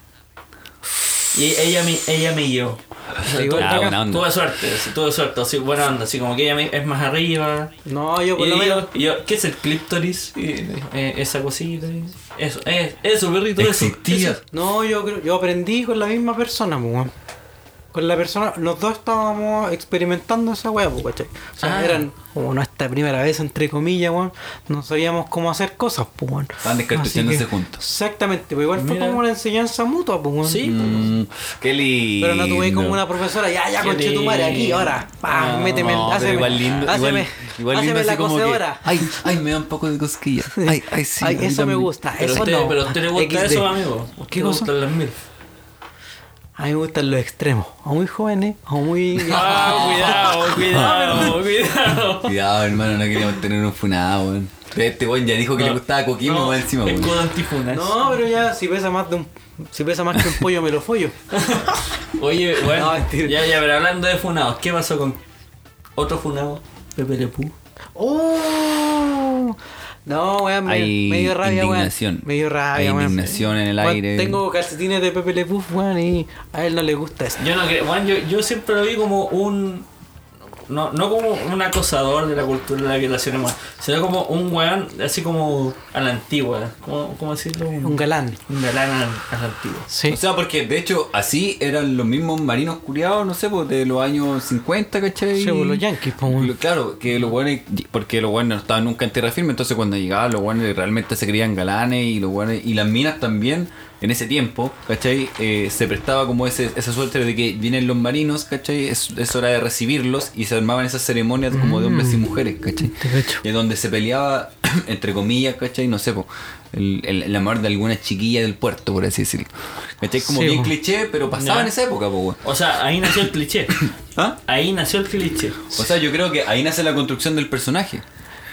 Y ella me, ella me guió. O sea,
Sí,
tuve,
igual
Ah,
tuve-
buena onda.
tuve suerte, sí, tuve suerte, así, buena onda, así como que ella me, es más arriba.
No, yo por
Y
lo
yo,
menos.
y yo, ¿qué es el clíptoris? Y, eh, esa cosita. y- Eso, eh, eso, perrito, eso.
Existía.
eso.
No, yo creo, yo aprendí con la misma persona, pues, weón. Con la persona, los dos estábamos experimentando esa weá, pues, ¿cachai? O sea,
Ah.
eran como nuestra primera vez, entre comillas, weón. No sabíamos cómo hacer cosas, pues, weón.
Estaban descartucheándose
Así que-
juntos.
Exactamente, pues igual fue
Mira.
como una enseñanza mutua, pues, weón.
Sí,
Mm, qué lindo. Ah,
Pero no tuve como una profesora, ya, ya,
Qué
conche tu madre, aquí,
lindo.
ahora. Pam, Ah, méteme, el-
No, pero
háceme,
igual lindo,
háceme,
igual, igual lindo
háceme
así
la
como que,
cocedora.
ay, ay, me da un poco de cosquillas. Ay, ay, sí.
Ay,
a mí
eso me
también.
gusta,
Pero a
Ah, eso
usted,
no.
pero a usted le gusta
XD.
eso, amigo. ¿A usted
¿Qué
le
cosa?
gustan las mil.
A mí me gustan los extremos, o muy jóvenes, o muy... [LAUGHS]
Ah, cuidado, cuidado, cuidado.
Cuidado, hermano, no queríamos tener un funado, weón. Pero este weón ya dijo que le gustaba Coquimbo más encima, weón.
Escudo antifunas.
No, pero ya si pesa más de un si pesa más que un pollo me
[LAUGHS]
lo follo.
Oye, bueno.
No, mentira.
ya, ya, pero hablando de funados, ¿qué pasó con otro funado? Pepe Le Pew.
¡Oh! No, weón, me,
Hay
me dio rabia, weón.
indignación.
Me dio rabia,
Hay
weón.
indignación en el
Weón,
aire.
Tengo calcetines de Pepe Le Puff, weón, y a él no le gusta eso.
Yo no creo, bueno, yo, yo siempre lo vi como un. No, no como un acosador de la cultura de la violación humana, sino como un weón así como a la antigua. ¿Cómo, cómo decirlo?
Un galán.
Un galán a la- a la antigua.
Sí.
O sea, porque de hecho así eran los mismos marinos curiados, no sé, pues de los años 50, ¿cachai?
Sí, pues, los yanquis, pues, weón.
Lo- Claro, que los buenos, porque los buenos no estaban nunca en tierra firme, entonces cuando llegaban los buenos realmente se creían galanes y los buenos, y las minas también en ese tiempo, ¿cachai? Eh, se prestaba como ese, esa suerte de que vienen los marinos, ¿cachai? Es, es hora de recibirlos y se armaban esas ceremonias como de hombres y mujeres, ¿cachai?
Te cacho.
Y en donde se peleaba, [CLEARS THROAT] entre comillas, ¿cachai? No sé, po, el, el- el amor de alguna chiquilla del puerto, por así decirlo. ¿Cachai? Como
Sí,
bien
po.
cliché, pero pasaba
Ya.
en esa época, po, weón.
O sea, ahí nació el cliché.
¿Ah?
Ahí nació el cliché.
O sea, yo creo que ahí nace la construcción del personaje.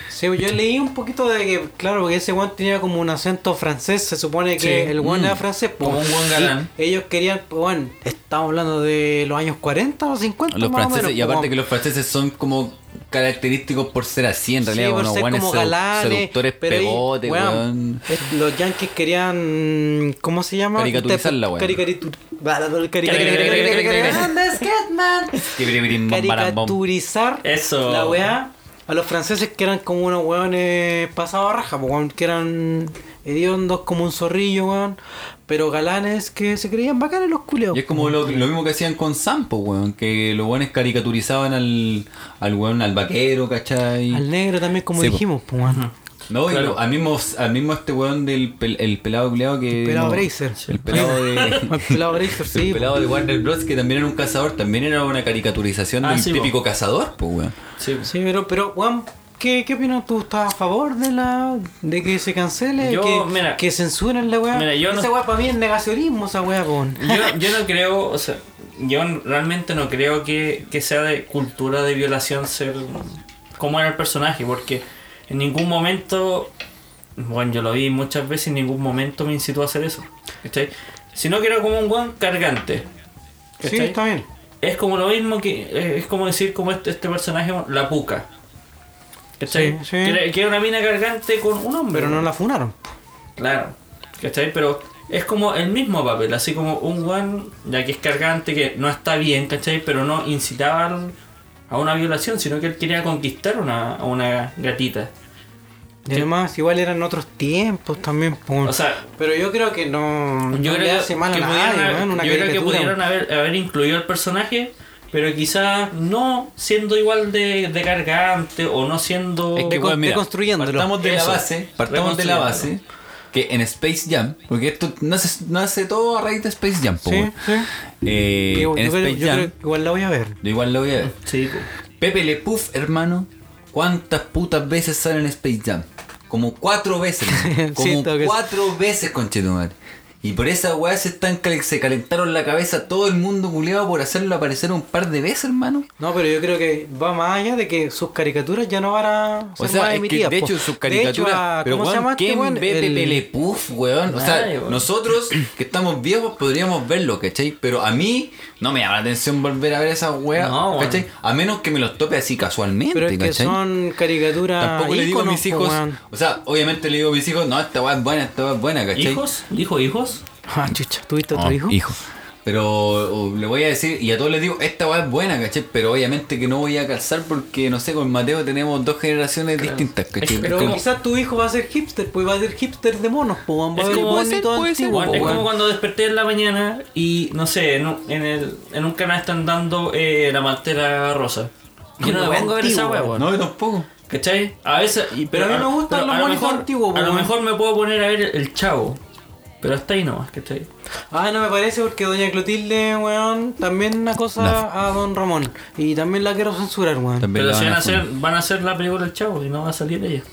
Sí, yo leí un poquito de que, claro, porque ese weón tenía como un acento francés, se supone que
Sí.
el weón
Mm.
era francés. pues.
Como un weón galán.
Y ellos querían, pues, weón, estamos hablando de los años 40 o 50.
Los
más o
franceses,
menos,
y
pues,
aparte
weón.
que los franceses son como característicos por ser así, en realidad,
Sí, por
unos
ser
guanes
como
sedu-
galanes,
seductores
pero ahí,
pegote,
weón,
weón.
es- Los yankees querían, ¿cómo se llama?
Caricaturizarla, weón.
Caricaritu- Cari- cari- cari- cari-
Caricaritu-
Andes, Catman. Caricaturizar
Eso.
la weá a los franceses que eran como unos weones pasados a raja, po, weón, que eran hediondos como un zorrillo, weón, pero galanes que se creían bacanes los culeos.
Y es como lo, lo mismo que hacían con Sampo, weón, que los guanes caricaturizaban al, al weón, al vaquero, ¿cachai?
Al negro también, como
Sí, po.
dijimos, po, weón.
No, y
Claro.
lo- al, mismo, al mismo este weón del pel- el pelado culeado que.
El pelado
no,
Bracer.
El pelado de.
[LAUGHS] El pelado Bracer, sí.
El
po.
pelado de Warner Bros. que también era un cazador, también era una caricaturización
Ah,
del
sí, po.
típico cazador, pues weón.
Sí.
Sí, pero, pero Juan, ¿qué, ¿qué opinas tú? ¿Estás a favor de la de que se cancele?
Yo,
que,
mira.
que censuren la weá.
Mira, yo
esa
no-
weá para mí es negacionismo, esa weá, con.
Yo, yo no creo, o sea, yo n- realmente no creo que, que sea de cultura de violación ser como era el personaje, porque en ningún momento, bueno, yo lo vi muchas veces, en ningún momento me incitó a hacer eso, ¿cachai? Sino que era como un guan cargante.
Sí,
¿cachai?
está bien.
Es como lo mismo que, eh, es como decir como este, este personaje, la puca. ¿Cachai?
Sí, sí.
Que, era- que era una mina cargante con un hombre.
Pero no la funaron.
Claro, ¿cachai? Pero es como el mismo papel, así como un one, ya que es cargante, que no está bien, ¿cachai? Pero no incitaba al- a una violación, sino que él quería conquistar una, a una gatita.
Y además, igual eran otros tiempos también, po.
O sea,
pero yo creo que no,
yo
no le
creo
hace mal a
que
nadie,
pudieron, haber,
weón, una
yo creo que
caricatura.
pudieron haber, haber incluido al personaje, pero quizás no siendo igual de, de cargante o no siendo...
Es que,
con-
weón, mira,
deconstruyéndolo.
Partamos de la
Eso,
base, partamos de la base
reconstruyéndolo.
que en Space Jam, porque esto nace, nace todo a raíz de Space Jam, po,
Sí,
weón.
sí.
Eh,
Yo-
en
yo creo-
Space
yo
Jam,
creo que igual la voy a ver.
yo igual lo voy a ver.
Sí, po.
Pepe Le Puff, hermano, ¿cuántas putas veces sale en Space Jam? Como cuatro
[LAUGHS]
veces,
Sí,
hermano. como
tengo que-
cuatro veces, conchetumar. Y por esa weá se, están, cal- se calentaron la cabeza todo el mundo culeado por hacerlo aparecer un par de veces, hermano.
No, pero yo creo que va más allá de que sus caricaturas ya no van a
O
ser
sea,
más
es que
emitidas,
de
po.
hecho sus
De hecho,
caricaturas.
a-
pero
¿cómo se
weón,
llama este
¿quién
weón?
ve
El-
Pepe Le Puff, weón? O sea,
Nadie, weón.
nosotros que estamos viejos podríamos verlo, ¿cachai? Pero a mí no me llama la atención volver a ver esas weas,
No, weón.
¿cachai? A menos que me los tope así casualmente,
Pero es que
¿cachai?
son caricaturas.
Tampoco le digo a
íconos,
mis
po,
hijos,
weón.
o sea, obviamente le digo a mis hijos, no, esta weá es buena, esta weá es buena, ¿cachai?
¿Hijos? ¿Dijo hijos?
Ah, chucha, ¿tuviste otro
No,
hijo?
Pero o, le voy a decir, y a todos les digo, esta weá es buena, ¿cachai? Pero obviamente que no voy a calzar porque, no sé, con Mateo tenemos dos generaciones distintas, ¿cachai?
Pero
Como-
quizás tu hijo va a ser hipster, pues va a ser hipster de monos, pues va a
Es
haber
como-
monos
puede
y todo antiguo,
Bueno,
po,
es como
weón.
cuando desperté en la mañana y no sé, en un, en el, en un canal están dando eh, la mantera rosa. Yo no
Como
me pongo a ver esa
antiguo,
hueá,
weón.
weón.
No, yo tampoco.
¿Cachai? A veces. y-
Pero a mí me gustan
pero
los
a lo
monitos
mejor-
antiguos,
A lo
weón.
mejor me puedo poner a ver el, el chavo. Pero hasta ahí nomás, ¿cachai?
Ah, no me parece porque Doña Clotilde, weón, también una cosa a Don Ramón. Y también la quiero censurar, weón.
También
Pero
la
si van a,
funar.
hacer, van a hacer la película del chavo y no va a salir ella.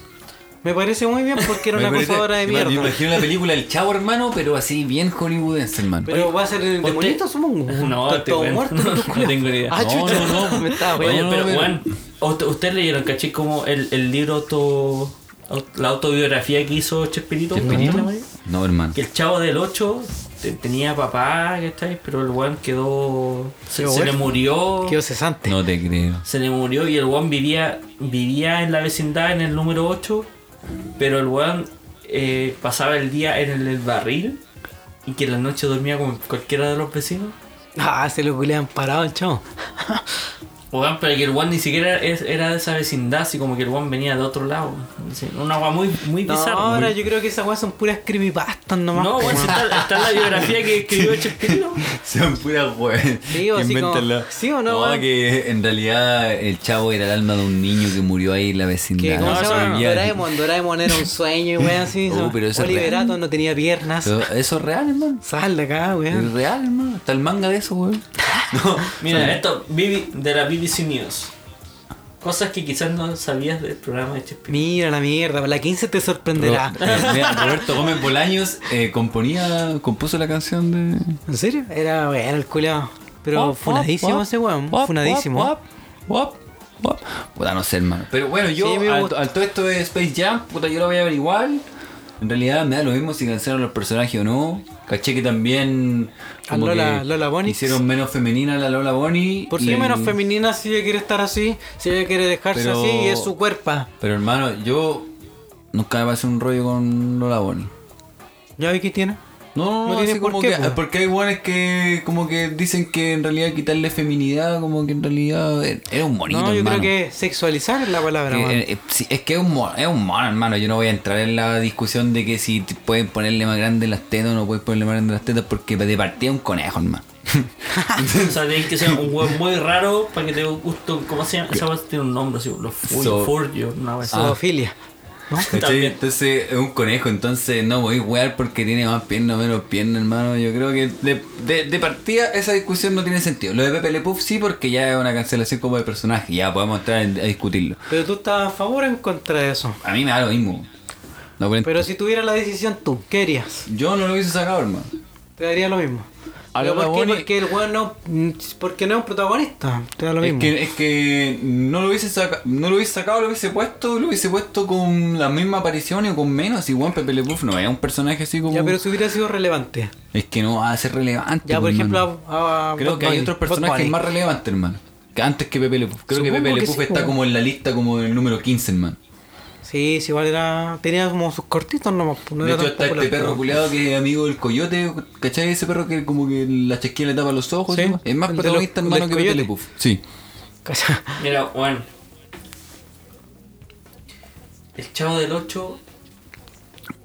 Me parece muy bien porque era
[LAUGHS] Me
una
parece-
acosadora de
me
mierda.
imagino la película El Chavo, hermano, pero así bien hollywoodense, hermano.
Pero va a ser el
¿usted-
[LAUGHS]
demonito, supongo. [LAUGHS]
No,
Está
te
todo
cuento.
muerto.
No,
los
no
culiados.
tengo idea.
Ah,
No,
chucha,
no, no.
[LAUGHS] me estaba
Oye,
weando.
Oye, pero
pero-
Juan, ¿ust- ¿ustedes leyeron, caché, como el, el libro auto, aut- la autobiografía que hizo Chespirito? ¿Cachai, María?
No, hermano.
Que el chavo del 8 te- tenía papá, ¿cachai? Pero el weón quedó. Se,
Quedó
se le
huérfano.
murió.
Quedó cesante.
No te creo.
Se le murió y el weón vivía, vivía en la vecindad en el número 8. Pero el weón eh, pasaba el día en el, el barril y que en la noche dormía con cualquiera de los vecinos.
Ah, se lo culean parado, chavo.
Pues, Weón, pero que el weón ni siquiera es- era de esa vecindad, así como que el weón venía de otro lado. Así, Una agua muy, muy
No,
bizarra.
ahora yo creo que esas weas son puras creepypastas nomás.
No,
[LAUGHS]
weón, si está, está en la biografía que escribió Chespirito.
Son puras weas.
Sí, o así
Invéntenla.
como- sí o no, weón.
que en realidad el chavo era el alma de un niño que murió ahí en la
Que,
vecindad.
¿Cómo se
Eso
llama?
es real.
Doraemon. Doraemon era un sueño y weón así.
[LAUGHS] Oh,
¿no?
pero eso es
Oliver
real.
Atom no tenía piernas.
Eso eso es real, hermano.
Sal de acá,
Es
weón.
real, hermano. Está el manga de eso, weón. No,
Mira, esto BB de la BBC News. Cosas que quizás no sabías del programa de Chespirito.
Mira la mierda, la 15 te
Ro-
sorprenderá.
eh, mira, Roberto Gómez Bolaños eh, componía, compuso la canción de.
¿En serio? Era bueno el culiao. Pero funadísimo ese weón. Funadísimo.
Wop, wop, wop. Puta, no sé, hermano. Pero bueno, yo
Sí, a mí me
al,
gusta.
al todo esto de Space Jam, puta, yo lo voy a ver igual. En realidad me da lo mismo si cancelaron los personajes o no. Caché que también.
A Lola-
que
Lola Bonnie.
Hicieron menos femenina a la Lola Bonnie.
Por
y-
si menos femenina, si ella quiere estar así, si ella quiere dejarse
Pero-
así, y es su cuerpo.
Pero hermano, yo nunca me pasé un rollo con Lola Bonnie.
¿Ya vi qué tiene?
No, no, no,
No tiene
así
por
como
qué,
que-
pues.
porque hay guanes que como que dicen que en realidad quitarle feminidad, como que en realidad era un monito,
no, yo
hermano.
creo que sexualizar es la
Que,
palabra, weón.
eh, eh, sí, es que es un, mono, es un mono, hermano. Yo no voy a entrar en la discusión de que si te pueden ponerle más grande las tetas o no puedes ponerle más grande las tetas porque de partida es un conejo, hermano. [LAUGHS]
O sea, tenés que ser un weón muy raro para que te guste. ¿Cómo se llama? Esa weá tiene un nombre así, los Full
So-
Furrier, una weá así.
ah.
Zoofilia.
¿Cachai?
[LAUGHS] También.
Entonces es un conejo, entonces no voy a wear porque tiene más pierna o menos pierna, hermano. Yo creo que de, de- de partida esa discusión no tiene sentido. Lo de Pepe Le Puff sí, porque ya es una cancelación como de personaje, ya podemos entrar en- a discutirlo.
Pero tú estás a favor o en contra de eso.
A mí me da lo mismo. No, pero-
Pero si tuvieras la decisión tú, ¿qué harías?
yo no lo hubiese sacado, hermano.
Te daría lo mismo.
A
Pero
Lola
¿Por qué?
Bonnie-
Porque el weón no. Porque no es un protagonista. Te da lo
Es
mismo.
que, es que no lo hubiese sacado, no lo hubiese sacado, lo hubiese puesto, lo hubiese puesto con la misma aparición o con menos. Igual Pepe Le Puff no es un personaje así como.
Ya, pero si hubiera sido relevante.
Es que no va a ser relevante. pues,
Ya, por
hermano.
ejemplo, a, a-
Creo
Bad
que hay
Bunny,
otros
Bad
personajes
Bunny.
más relevantes, hermano. Que antes que Pepe Le Puff. Creo que
Supongo
Pepe Le
que
Puff
sí,
está
po.
como en la lista como el número 15, hermano.
Sí, sí, igual era. Tenía como sus cortitos nomás. pues, No
de
era
hecho, está
tan
este
popular,
perro
pero-
culeado que es amigo del coyote. ¿Cachai? Ese perro que como que la chasquilla le tapa los ojos.
Sí,
¿sí? Es más
el de
protagonista,
los-
hermano,
del
que Pepe
coyote.
Le Puff. Sí.
Cacha.
Mira, bueno. El chavo del 8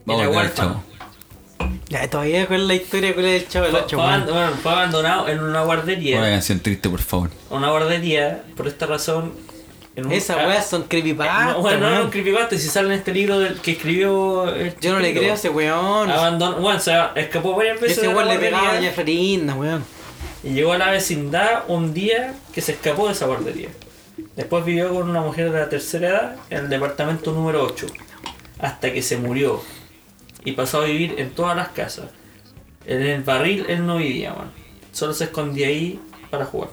Vamos a ver,
huérfano.
chavo.
Ya, todavía con la historia cuál es el chavo del
fue,
Ocho,
fue
weón.
aband- bueno, fue abandonado en una guardería.
Una canción triste, por favor.
Una guardería, por esta razón. En
Esas
ah,
weas son creepypastas.
No, bueno, no, no,
weón.
un creepypasta. Si sale en este libro del, que escribió. el
Yo no le
Chespirito.
creo a ese weón.
Ah,
Abandonó. Bueno, o sea, escapó varias veces.
Ese
de la
weón le pegaba a
guardería.
Jeffrina, weón.
Y llegó a la vecindad un día que se escapó de esa guardería. Después vivió con una mujer de la tercera edad en el departamento número 8, hasta que se murió. Y pasó a vivir en todas las casas. En el barril él no vivía, man. Solo se escondía ahí para jugar.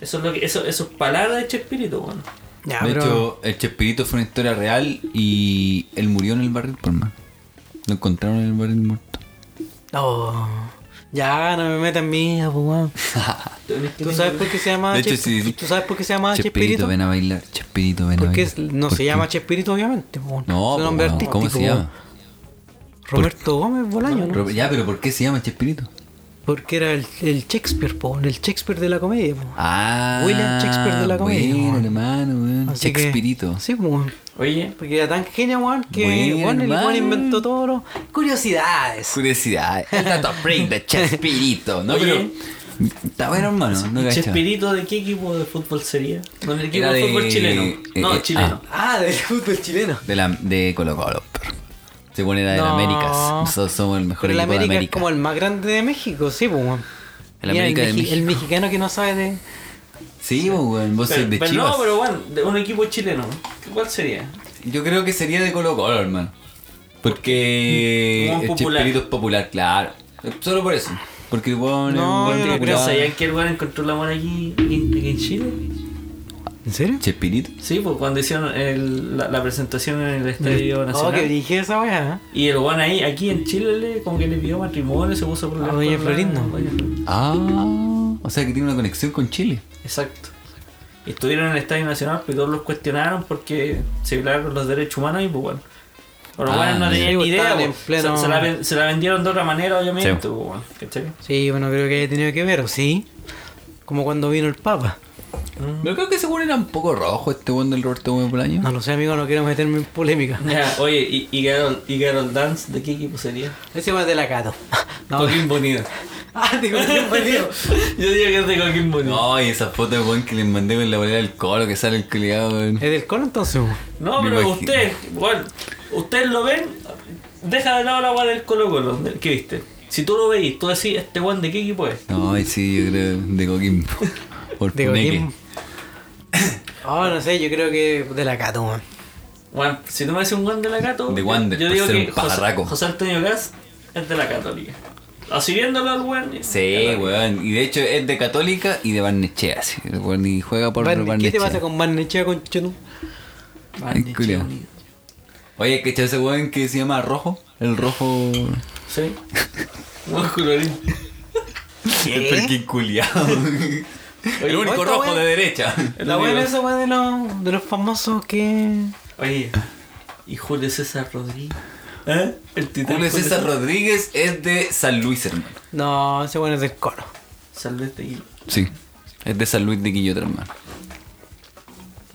Eso es lo que. Eso, eso es palabra de Chespirito, bueno.
Ya,
de
pero.
hecho, el Chespirito fue una historia real y él murió en el barril, por más. Lo encontraron en el barril muerto.
No. oh, Ya, no me metas en mí,
[LAUGHS]
pues, weón. ¿Tú sabes por qué se llama
De hecho,
Chespi-
sí.
¿Tú sabes por qué se llama
Chespirito,
Ah, Chespirito?
ven a bailar. Chespirito, ven a
Porque
bailar.
es- no
¿Por
se
qué?
llama Chespirito, obviamente. pues, po.
No,
Su
po,
nombre
weón,
artístico.
¿cómo se
po.
llama?
Roberto Gómez Bolaño, ¿no?
Pero- ya, pero ¿por qué se llama Chespirito?
Porque era el, el Shakespeare, po, el Shakespeare de la comedia. po.
Ah,
William Shakespeare de la comedia,
Bueno,
weón.
hermano, weón.
Así que-
Chespirito.
sí, po.
Oye,
porque era tan genio, weón, que
Bueno,
weón, el
hermano.
weón inventó todo lo... Curiosidades.
Curiosidad. El dato break de Chespirito. No,
Oye.
pero. Está bueno, hermano. No cacho.
¿Chespirito de qué equipo de fútbol sería? Con el equipo
Era
de
de-
fútbol chileno. No,
eh, eh,
chileno.
Ah, del [LAUGHS] fútbol chileno.
De, la, de Colo Colo, perro. Se pone la del
No.
América. Nosotros somos el mejor
Pero el
equipo
América,
de
es como el más grande de México, sí, po, weón.
El
Y era
América de
mexi-
México.
El mexicano que no sabe de...
Sí, pues, weón. Vos
Pero,
sos de
pero
Chivas.
no, pero bueno, de un equipo chileno. ¿Cuál sería?
Yo creo que sería de Colo Colo, hermano. Porque
Como
el
popular.
Chespirito es popular, claro. Solo por eso. Porque bueno, es
No,
un
yo
buen
no
Pero
creo.
popular.
¿sabían que el weón encontró el amor aquí en, aquí en Chile?
¿En serio?
Chespirito.
Sí, pues cuando hicieron el- la, la presentación en el Estadio
Oh, que
Nacional.
dije esa weá, ¿eh?
y el weón ahí, aquí en Chile, le- como que le pidió matrimonio, se puso por
A doña Florinda.
Ah, o sea que tiene una conexión con Chile.
Exacto. Y estuvieron en el Estadio Nacional, pero todos los cuestionaron porque se violaron los derechos humanos y pues bueno. Pero
Ah,
bueno, no
mira.
tenían ni
Sí,
idea,
estaban
pues.
en pleno-
se, se la, ven- se la vendieron de otra manera, obviamente,
Sí.
pues bueno, ¿cachai?
Sí, bueno, creo que haya tenido que ver, ¿o sí? Como cuando vino el Papa.
Pero creo que ese weón era un poco rojo, este weón del Roberto Gómez Bolaño.
No lo sé, amigo, no quiero meterme en polémica.
Ya, oye, ¿y, y, Carol, ¿y Carol Dance de qué equipo [LAUGHS] sería?
Ese más de la Cato. [LAUGHS] No,
Coquín Bonito.
[LAUGHS] ah, digo, bienvenido.
Yo digo que es de Coquín Bonito.
No, y esa foto de weón que les mandé con la bolera del colo que sale el culiado, weón.
[LAUGHS] ¿Es del colo entonces? weón?
No,
Me
pero
imagino.
usted, bueno, usted lo ven, deja de lado el agua del Colo Colo, del que viste. Si tú lo veis, tú decís, este weón de qué equipo es.
No, y sí, yo creo de Coquimbo. Por
De
Puneque.
[COUGHS] Coquimbo. Ah, no sé, yo creo que de la Cato, weón.
Bueno, si tú me dices un weón de la Cato,
De
yo-
Wander,
yo
por
digo
ser
que
un
José,
pajarraco.
José Antonio Gas es de la Católica. Así viéndolo al weón.
Sí, weón. Y de hecho es de Católica y de Barnechea, sí. El weón y juega por
Barney, ¿Qué te
Barnechea.
pasa con Barnechea con Chenu?
Ay, culiao. Oye, ¿cachai ese weón que se llama Rojo? El Rojo. [LAUGHS]
Sí. Un colorín.
El perkin culiao. [LAUGHS] El único
esta
rojo
weá-
de derecha.
La buena esa weón de los, de los famosos que.
Oye, y Julio César Rodríguez. ¿Eh? El titán.
Julio César Rodríguez es de San Luis, hermano.
No, ese weón es del coro.
Salvete y.
Sí. Es de San Luis de Quillota, hermano.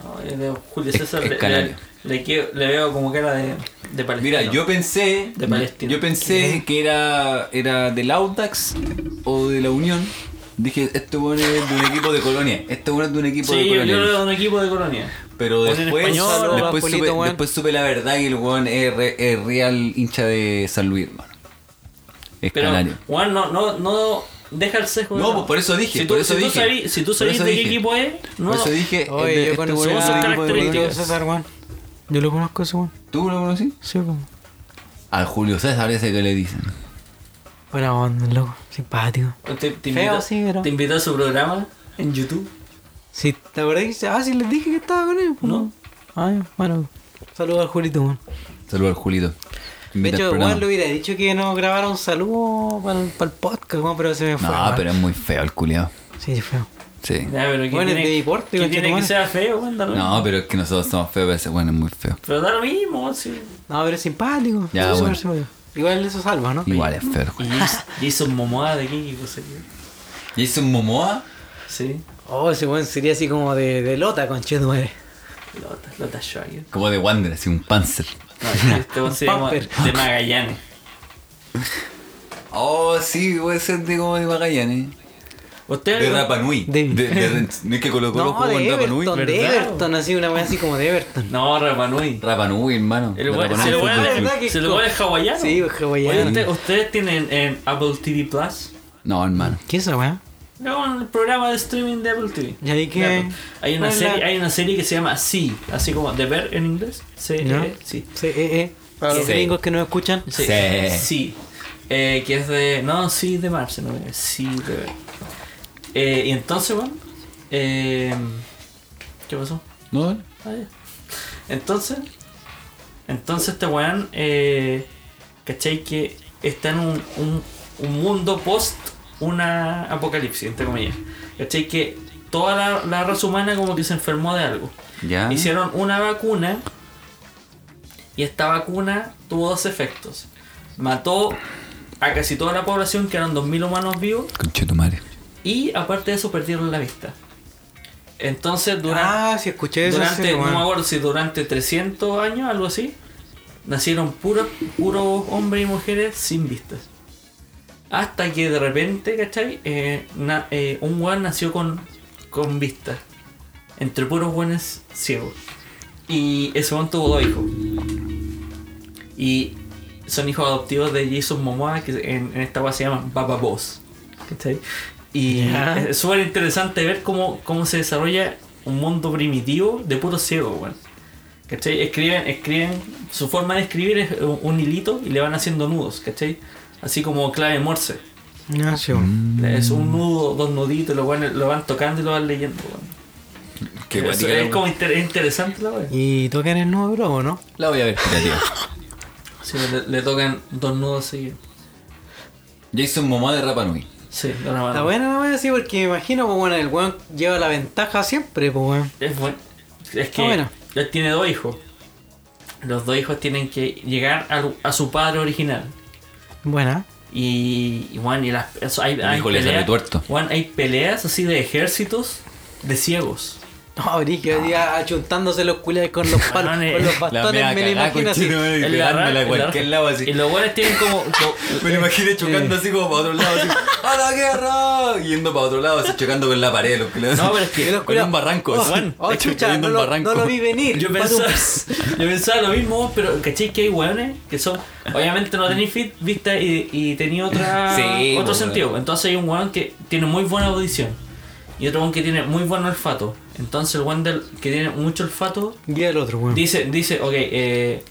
No, es de Julio
Es-
César
es
le-
canario.
le, le, quiero- le veo como cara de, de palestino.
Mira, yo pensé.
De Palestina.
Yo pensé que era, era del Audax o de la Unión. Dije, este bueno es de un equipo de colonia. Este bueno es de un equipo
Sí,
de
yo,
colonia.
yo era de un equipo de colonia.
Pero
Pues en
después,
español,
después,
Vaspolito,
supe,
weón.
después supe la verdad que el weón es, re- es real hincha de San Luis, hermano. Es
Pero,
canario.
Juan, no, no, no deja el sesgo. de
No,
lado.
pues por eso dije,
Si
por
tú,
eso
si tú
dije.
sabí- si tú
Por
sabías
eso
de qué
dije.
equipo es, no.
Por eso dije,
Oye, yo
este
conozco
weón es
sus
del equipo de
características.
Colonia.
Julio César, weón. Yo lo conozco ese weón.
¿Tú lo conocí?
Sí, weón.
Al Julio César ese que le dicen.
Buena onda, loco. Simpático.
Te, te
Feo,
invita-
sí, pero-
te invitó a su programa en YouTube.
Sí, ¿te acordás que dice, ah, sí les dije que estaba con ellos? pues,
No.
weón. Ay, bueno. Saludos al Julito, weón.
Saludos al Julito.
De
Invita al
hecho,
programa.
weón, le hubiera dicho que no grabara un saludo para el, podcast, weón, pero se me fue.
No,
weón.
pero es muy feo el culiado.
Sí, feo.
Sí.
Ya, pero ¿qué
Bueno,
tiene,
es de deporte,
¿qué
concha
tiene
tu
que
madre.
sea feo, weón? Da lo mismo.
No, pero es que nosotros somos feos, pero ese weón es muy feo.
Pero da lo mismo, weón, sí.
No, pero es simpático.
Ya,
Sí,
bueno.
súper simpático. Igual eso salva, ¿no?
Igual es feo. el
Y
weón.
Jason- Jason Momoa de qué equipo sería.
Jason Momoa,
Sí.
Oh, ese weón sería así como de, de lota, conchetumare.
Lota,
[LAUGHS]
Lota Schwager.
como de Wander, así un panzer.
No, este
[LAUGHS]
weón se llama
Pamper.
de Magallanes.
Oh, sí, puede ser de como de Magallanes.
Usted
De Rapa Nui.
De-
De, de, no es que colocó los
No,
juegos
de
en Rapa Nui.
Everton, de
¿verdad?
Everton, así una weón así como de Everton.
No, Rapa Nui.
Rapa Nui, hermano.
El
De
weón-
Rapa Nui
si el
Fútbol
weón
es
Club.
verdad que-
si el weón es hawaiano.
Sí, es hawaiano.
Oye, usted- ustedes tienen en Apple TV Plus.
No, hermano.
¿Qué es esa weón?
No, el programa de streaming de Apple TV.
¿Y ahí qué?
Ya, Hay una,
Bueno,
serie,
la-
hay una serie que se llama Sí, así como The Bear en inglés. Sí,
¿No?
eh, sí.
Sí, eh, eh. Para los
Sí.
gringos que no escuchan.
Sí.
Sí.
Sí. Eh, que es de. No, sí, de marzo, no, eh, sí, de ver. Eh, y entonces, bueno. eh, ¿Qué pasó?
¿No?
Ah, ya. Entonces. Entonces, este weón. Eh, ¿Cachai? Que está en un, un, un mundo post una apocalipsis, entre comillas. ¿Cachai? Que toda la, la raza humana como que se enfermó de algo.
Ya.
Hicieron una vacuna y esta vacuna tuvo dos efectos. Mató a casi toda la población, que eran 2.000 humanos vivos,
Conche tu madre.
y aparte de eso perdieron la vista. Entonces, durante,
Ah, sí, escuché eso.
durante
sí,
no me
weón.
acuerdo si durante 300 años, algo así, nacieron puros, puros hombres y mujeres sin vistas. Hasta que de repente, ¿cachai? Eh, na- eh, un weón nació con, con vistas. Entre puros weones ciegos. Y ese weón tuvo dos hijos. Y son hijos adoptivos de Jason Momoa, que en, en esta weá se llama Baba Boss. ¿Cachai? Y
Ya.
es súper interesante ver cómo, cómo se desarrolla un mundo primitivo de puros ciegos, weón. ¿Cachai? Escriben, escriben, su forma de escribir es un, un hilito y le van haciendo nudos, ¿cachai? Así como clave morse.
Ah, sí,
Mm.
weón.
Es un nudo, dos nuditos, lo van, lo van tocando y lo van leyendo. weón.
Qué
Eso
guatica.
es
la-
como inter- es interesante la weá.
Y tocan el nuevo globo, ¿no?
La voy a ver. Ya, tío.
Sí, le, le tocan dos nudos seguidos.
Jason Momoa de Rapa Nui.
Sí, de una
Está
mano.
buena la wea, sí, porque me imagino, pues bueno, el weón lleva la ventaja siempre, pues weón.
Es bueno. Es que
Ah, bueno.
él tiene dos hijos. Los dos hijos tienen que llegar al- a, su padre original.
Buena.
Y, y bueno, y las, eso, hay, hay
hijo le sale
peleas,
tuerto.
bueno, hay peleas así de ejércitos de ciegos.
No, Brigio, día achuntándose los culiados con los palos,
Weón, eh,
con los
La
bastones,
mea
me lo
cagá,
imagino así.
cochino, eh, y
En la
pegándola a
ra- en la
cualquier
ra-
lado
Y
así.
los buenos tienen como. co-
Me lo imaginé chocando así como para otro lado, así, ¡a la guerra! Yendo para otro lado, así chocando con la pared, los culiados.
No, pero es que-
Con un barranco, así.
Oh,
Es que
chucha,
cayendo
no
en
lo,
barranco.
no lo vi venir.
Yo pensaba,
[LAUGHS]
[LAUGHS] yo pensaba lo mismo, pero ¿cachai que hay hueones que son. Obviamente no tenéis fit- vista y, y tenía otra,
Sí, pues,
otro
weón.
sentido. Entonces hay un hueón que tiene muy buena audición y otro hueón que tiene muy buen olfato. Entonces el hueón del- que tiene mucho olfato
Guía el otro, weón.
dice, dice ok, eh,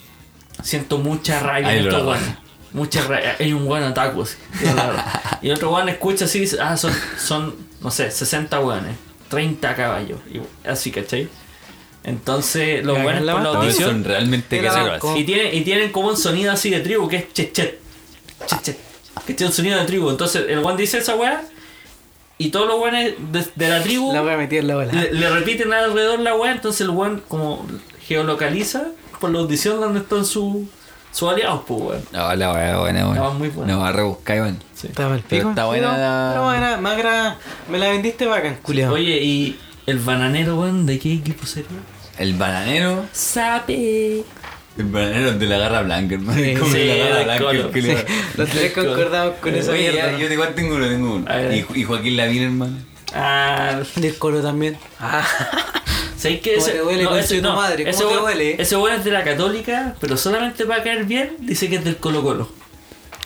siento mucha rabia
Ahí
en
lo
estos
la
hueones. Mucha rabia. Hay un hueón ataco así.
[LAUGHS]
Y el otro hueón escucha así y dice, ah, son, son no sé, 60 hueones, 30 caballos. Y así, ¿cachai? Entonces los
Cagan
hueones
la
por la
bata,
audición
Son realmente
Te
que
la
se
banco.
así.
y, tiene, y tienen como un sonido así de tribu que es chet chet. Chet chet. Que tiene un sonido de tribu. Entonces el guan dice esa weá. Y todos los guanes de, de la tribu
La voy a meter en la bola.
le, le repiten alrededor la weá. Entonces el guan como geolocaliza por la audición donde están sus sus aliados, pues weón.
No, la weá, buena, weón.
La weá muy buena.
No, a rebuscar, weón.
Estaba el
Pero
pico.
está buena
Sí, no,
la-
Pero buena, me agra- Me la vendiste bacán, culiado.
Oye, y el bananero, weón, ¿de qué equipo sería?
El bananero.
Sape.
El bananero es de la garra blanca, hermano.
Sí,
Como de
sí,
la garra
del
blanca. el
colo,
culiao.
Los
[LAUGHS]
tres concordamos con esa
Oye, ya,
mierda.
yo
¿no?
te igual tengo uno, tengo uno.
A ver.
Y, Ju- y Joaquín Lavín, hermano.
Ah,
Del coro también. Ah.
¿Sabes qué?
¿Cómo te duele, concha de tu madre? ¿Cómo te
weón-
duele?
Ese weón es de la católica, pero solamente para caer bien dice que es del Colo Colo.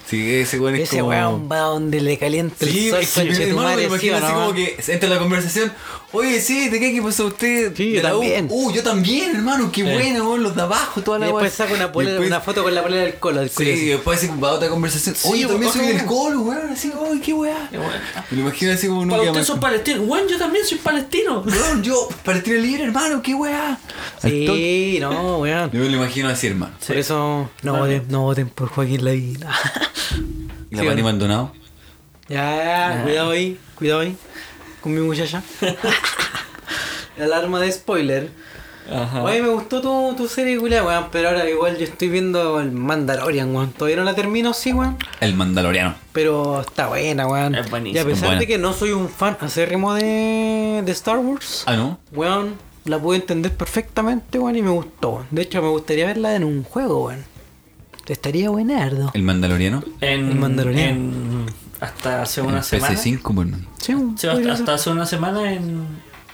Sí, ese weón [LAUGHS] es
Ese
como...
weón va donde le calienta el
Sí,
sol,
es que mi
conche tu
hermano me
madre,
imagino
¿sí o
así
no?
como que se entra en la conversación. Oye, sí, ¿de qué equipo es usted?
Sí,
De
yo
la U.
también.
Uh, yo también, hermano, qué
Eh.
bueno, weón, los de abajo, toda
Y
la
después
weá.
saca una, polera-
Después-
una foto con la polera del colo. del
Sí,
culo,
y
así.
después se va a otra conversación. Oye, yo también soy del colo, weón. Así, oye, qué weá.
Qué weá.
Me lo imagino así como
Para
no
ustedes son palestinos. Bueno, yo también soy palestino.
[LAUGHS] Weón, yo, para tirar libre, hermano, qué weá. Al toque.
Sí, no, weón.
Yo me lo imagino así, hermano.
Por eso no voten, no voten por Joaquín Lavín.
Y la
Sí,
Pani
¿no?
Maldonado.
[LAUGHS] ya, cuidado ahí, cuidado ahí. Con mi [LAUGHS] muchacha. Alarma de spoiler.
Ajá.
Oye, me gustó tu, tu serie, culia, weón. Pero ahora igual yo estoy viendo el Mandalorian, weón. Todavía no la termino, sí, weón.
El Mandaloriano.
Pero está buena, weón.
Es buenísima.
Y a pesar
Buena.
de que no soy un fan acérrimo de, de Star Wars,
Ah, no.
weón, la pude entender perfectamente, weón, y me gustó. weón. De hecho, me gustaría verla en un juego, weón. Estaría buenardo.
El Mandaloriano.
En,
[LAUGHS] El mandaloriano.
en- hasta hace una
El
semana.
PC5, bueno.
Sí, weón,
Sí,
podría
hasta,
ser.
hasta hace una semana en,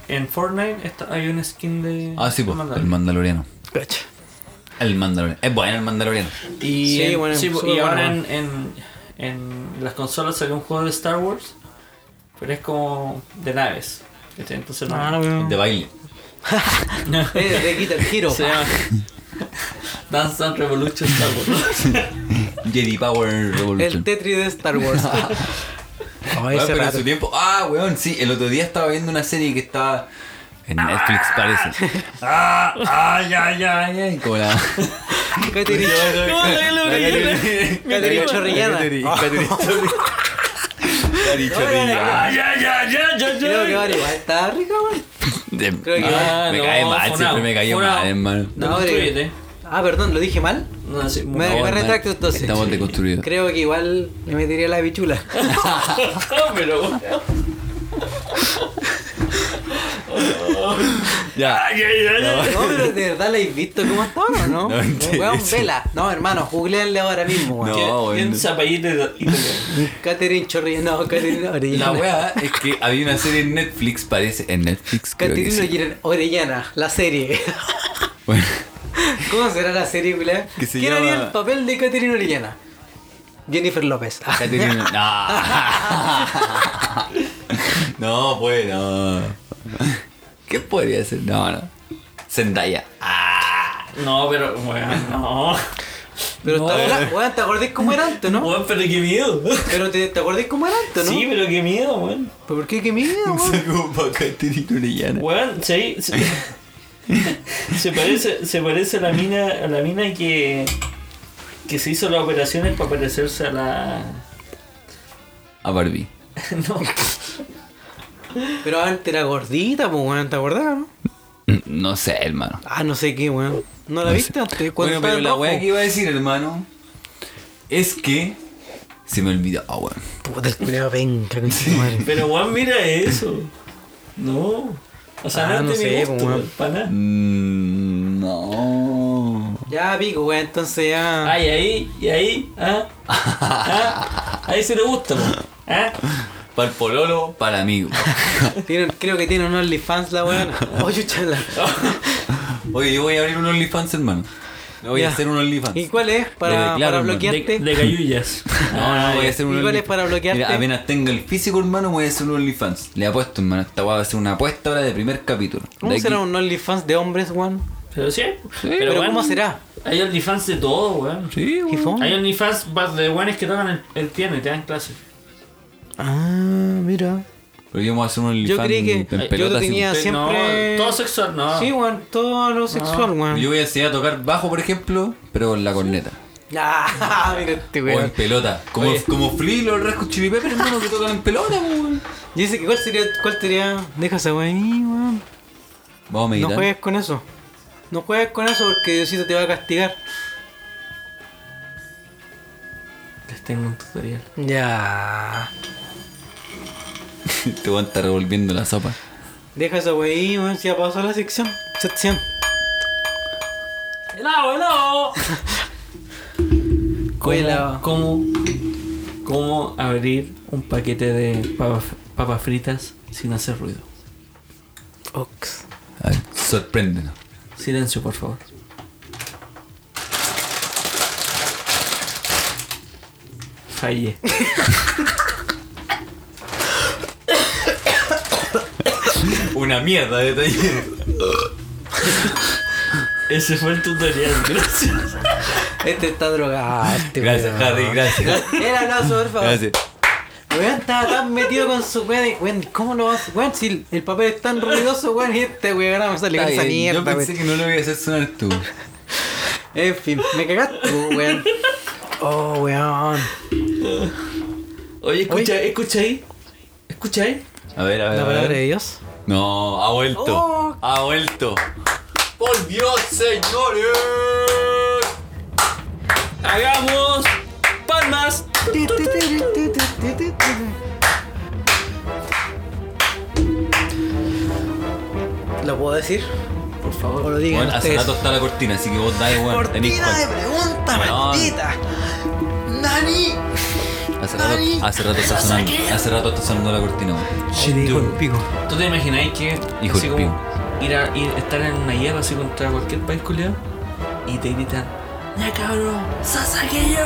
en Fortnite está- hay un skin de.
Ah, sí,
de
pues. El
Mandalorian.
Mandaloriano.
Cacha.
El Mandaloriano. Es bueno el Mandaloriano.
Y,
Sí,
en-
bueno,
sí, po-
súper
y ahora
bueno.
en, en, en las consolas salió un juego de Star Wars, pero es como de naves. ¿cachai? Entonces no.
Ah, weón.
De baile.
Eh, de Guitar Hero.
Se llama Dance Dance Revolution Star
[LAUGHS]
Wars.
Jedi Power Revolution.
el Tetris de Star Wars. Oh,
Weón,
ese
pero en
rato.
su tiempo. Ah, weón, sí. El otro día estaba viendo una serie que estaba. En Netflix parece. Ah, ay, ay, ay, ay. Como la.
Catherine- Catherine Chorrillana. Oh, Ah,
Ay, ay, ay, ay,
Creo que vale, igual está rica, weón. Creo que-
Ah, Me
no,
cae mal,
funao,
siempre me cayó
funao.
mal, hermano.
No,
Deconstrúyete.
Ah, perdón, lo dije mal.
No, sí,
Me,
No,
me
hermano,
retracto entonces.
estamos deconstruidos.
Creo que igual le metería la bichula.
pero
[LAUGHS] Ya.
[LAUGHS] No, pero de verdad la habéis visto como hasta ahora, ¿no?
No,
Un Weón,
interesa.
vela. No, hermano, googleenle ahora mismo, weón.
No,
bueno.
bueno.
un zapallito de italiano.
Catherine Chorrillana, no, Catherine
La
Orellana.
weá es que había una serie en Netflix, parece. En Netflix, creo que
Catherine
sí.
Orellana- Orellana, la serie.
[LAUGHS] Bueno,
[LAUGHS] ¿Cómo será la serie, weón?
Que se
¿Quién haría
llama-
el papel de Catherine Orellana? Jennifer López. Ah,
Catherine- No. [LAUGHS] No, pues, no. ¿Qué podría ser? No, no. Zendaya. Ah,
No, pero, bueno, no.
Pero
No,
está- weón, ¿te acordás cómo era antes, no?
Bueno, pero qué miedo.
Pero te, te acordás cómo era antes, ¿no?
Sí, pero qué miedo, weón.
¿Pero por qué qué miedo,
Un
weón?
saludo para Catherine Orellana.
Weón, sí.
[LAUGHS]
Se, se parece, se parece a la mina, a la mina que. que se hizo las operaciones para parecerse a la. [LAUGHS]
A Barbie.
No.
Pero antes era gordita, pues, weón, ¿te acordás, no?
No sé, hermano.
Ah, no sé qué, weón. ¿No la
No
viste
sé.
antes?
Bueno,
estaba
pero
en
la
rojo?
weá que iba a decir, hermano, es que se me olvidó. Ah, weón.
Puta, el culiao penca, con su madre.
Pero weón, mira eso. No. O sea, no,
Ah, no
es de mi
sé,
gusto,
weón.
weón, para nada.
Mm, no.
Ya, pico, weón, entonces ya.
Ah, y ahí, y ahí, ah, ah, ahí sí le gusta, weón. ¿Ah?
Para el pololo, para el amigo.
Tienen- creo que tiene un OnlyFans la Oh, weón.
[LAUGHS]
Oye, chala.
Oye, yo voy a abrir un OnlyFans, hermano. Voy
Ya.
a hacer un OnlyFans.
¿Y cuál es?
Le
Para,
declaro,
para
hermano.
De,
bloquearte.
de gallullas.
[LAUGHS]
Ah,
No, no, voy a hacer un
Ah, ¿Y cuál es
OnlyFans.
para bloquearte?
Mira, apenas tenga el físico, hermano, voy a hacer un OnlyFans. Le apuesto, hermano. Esta weá va a ser una apuesta ahora de primer capítulo.
¿Cómo
De aquí-
será un OnlyFans de hombres, weón?
Pero sí,
Pero,
weón,
¿cómo será?
Hay OnlyFans de todo, weón.
Sí,
¿Qué
weón.
fome?
Hay OnlyFans ba- de weones que tocan el, el piano y te dan clases.
Ah, mira.
Pero yo vamos a hacer un OnlyFans.
Yo creí que-
en
yo
pelota, así,
tenía-
weón.
siempre-
No, todo sexual, no.
Sí, weón, todo lo sexual, weón.
Yo voy a enseñar a tocar bajo, por ejemplo, pero con la corneta.
[LAUGHS] Ah, mira este
O en
weón.
pelota. Como, como Flea y los rascos Chili Peppers, hermano, que tocan en pelota, weón.
Dice que cuál sería, cuál sería. Deja esa weón ahí, weón.
Vamos a
No
meditar.
juegues con eso. No juegues con eso porque Diosito te va a castigar.
Les tengo un tutorial.
Ya.
[LAUGHS] Te voy a estar revolviendo la sopa.
Deja esa weón ahí, weón. Si ya pasó la sección. Sección.
¡Helado, helado!
Oye, la-
¿Cómo, cómo, cómo abrir un paquete de papa- papas fritas sin hacer ruido?
Ox.
A ver, sorpréndenos.
Silencio, por favor. [LAUGHS] Fallé.
Una mierda de
[LAUGHS]
taller.
Ese fue el tutorial, gracias.
Este está drogado. Este
Gracias,
weón.
Harry, gracias.
El aplauso, por favor.
Gracias.
Weón estaba tan metido con su weón. de- Weón, ¿cómo lo vas? Weón, si el papel es tan ruidoso, weón. Y este weón ahora me sale con
Está
esa
bien,
mierda,
Yo pensé
weón.
que no lo iba a hacer sonar tú.
En fin,
[LAUGHS]
me cagaste, weón. Oh, weón.
Oye, escucha, escucha ahí. Escucha ahí.
A ver, a ver.
La
a
palabra
ver.
de Dios.
No, ha vuelto.
Oh.
Ha vuelto. Por Dios, señores.
¡Hagamos palmas!
¿Lo puedo decir?
Por
O
favor.
lo digan
Bueno, hace
ustedes.
rato está la cortina, así que vos dale, weón. tenés
Cortina de
cual-
pregunta,
Weón.
maldita. Nani.
Hace rato, hace rato está sonando. Hace rato está sonando la cortina, weón.
dijo el pico.
¿Tú te imagináis que
Hijo
así
del
como ir a ir- estar en una guerra así contra cualquier país culiado y te gritan ¡Ya cabrón! ¡Sasaquillo!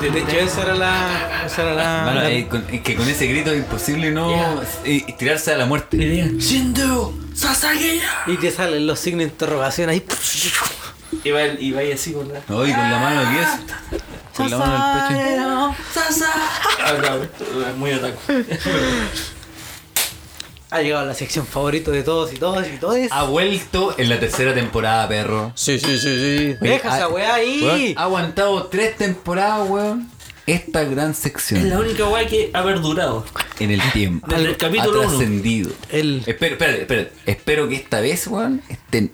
De hecho, esa era la. Esa era la.
Mano,
la-
eh, con- es que con ese grito es imposible no
Ya.
eh, tirarse a la
y
muerte.
le digan ¡Shindu! ¡Sasaquillo!
y te salen los signos de interrogación ahí.
Y va, el- y va ahí así con la...
Oye, con la mano aquí
Ah.
es. Con la mano en el pecho.
Ah, cabrón, muy ataco.
Ha llegado la sección favorito de todos y todos y todos.
Ha vuelto en la tercera temporada, perro.
Sí, sí, sí, sí.
Oye,
Deja
ah,
esa weá ahí.
Weón, ha aguantado tres temporadas, weón. Esta gran
Es la
sección
única guay que ha perdurado.
en el tiempo.
Desde el capítulo
ha
uno.
trascendido.
El.
Espero, espérate, espérate. Espero que esta vez, weón, estén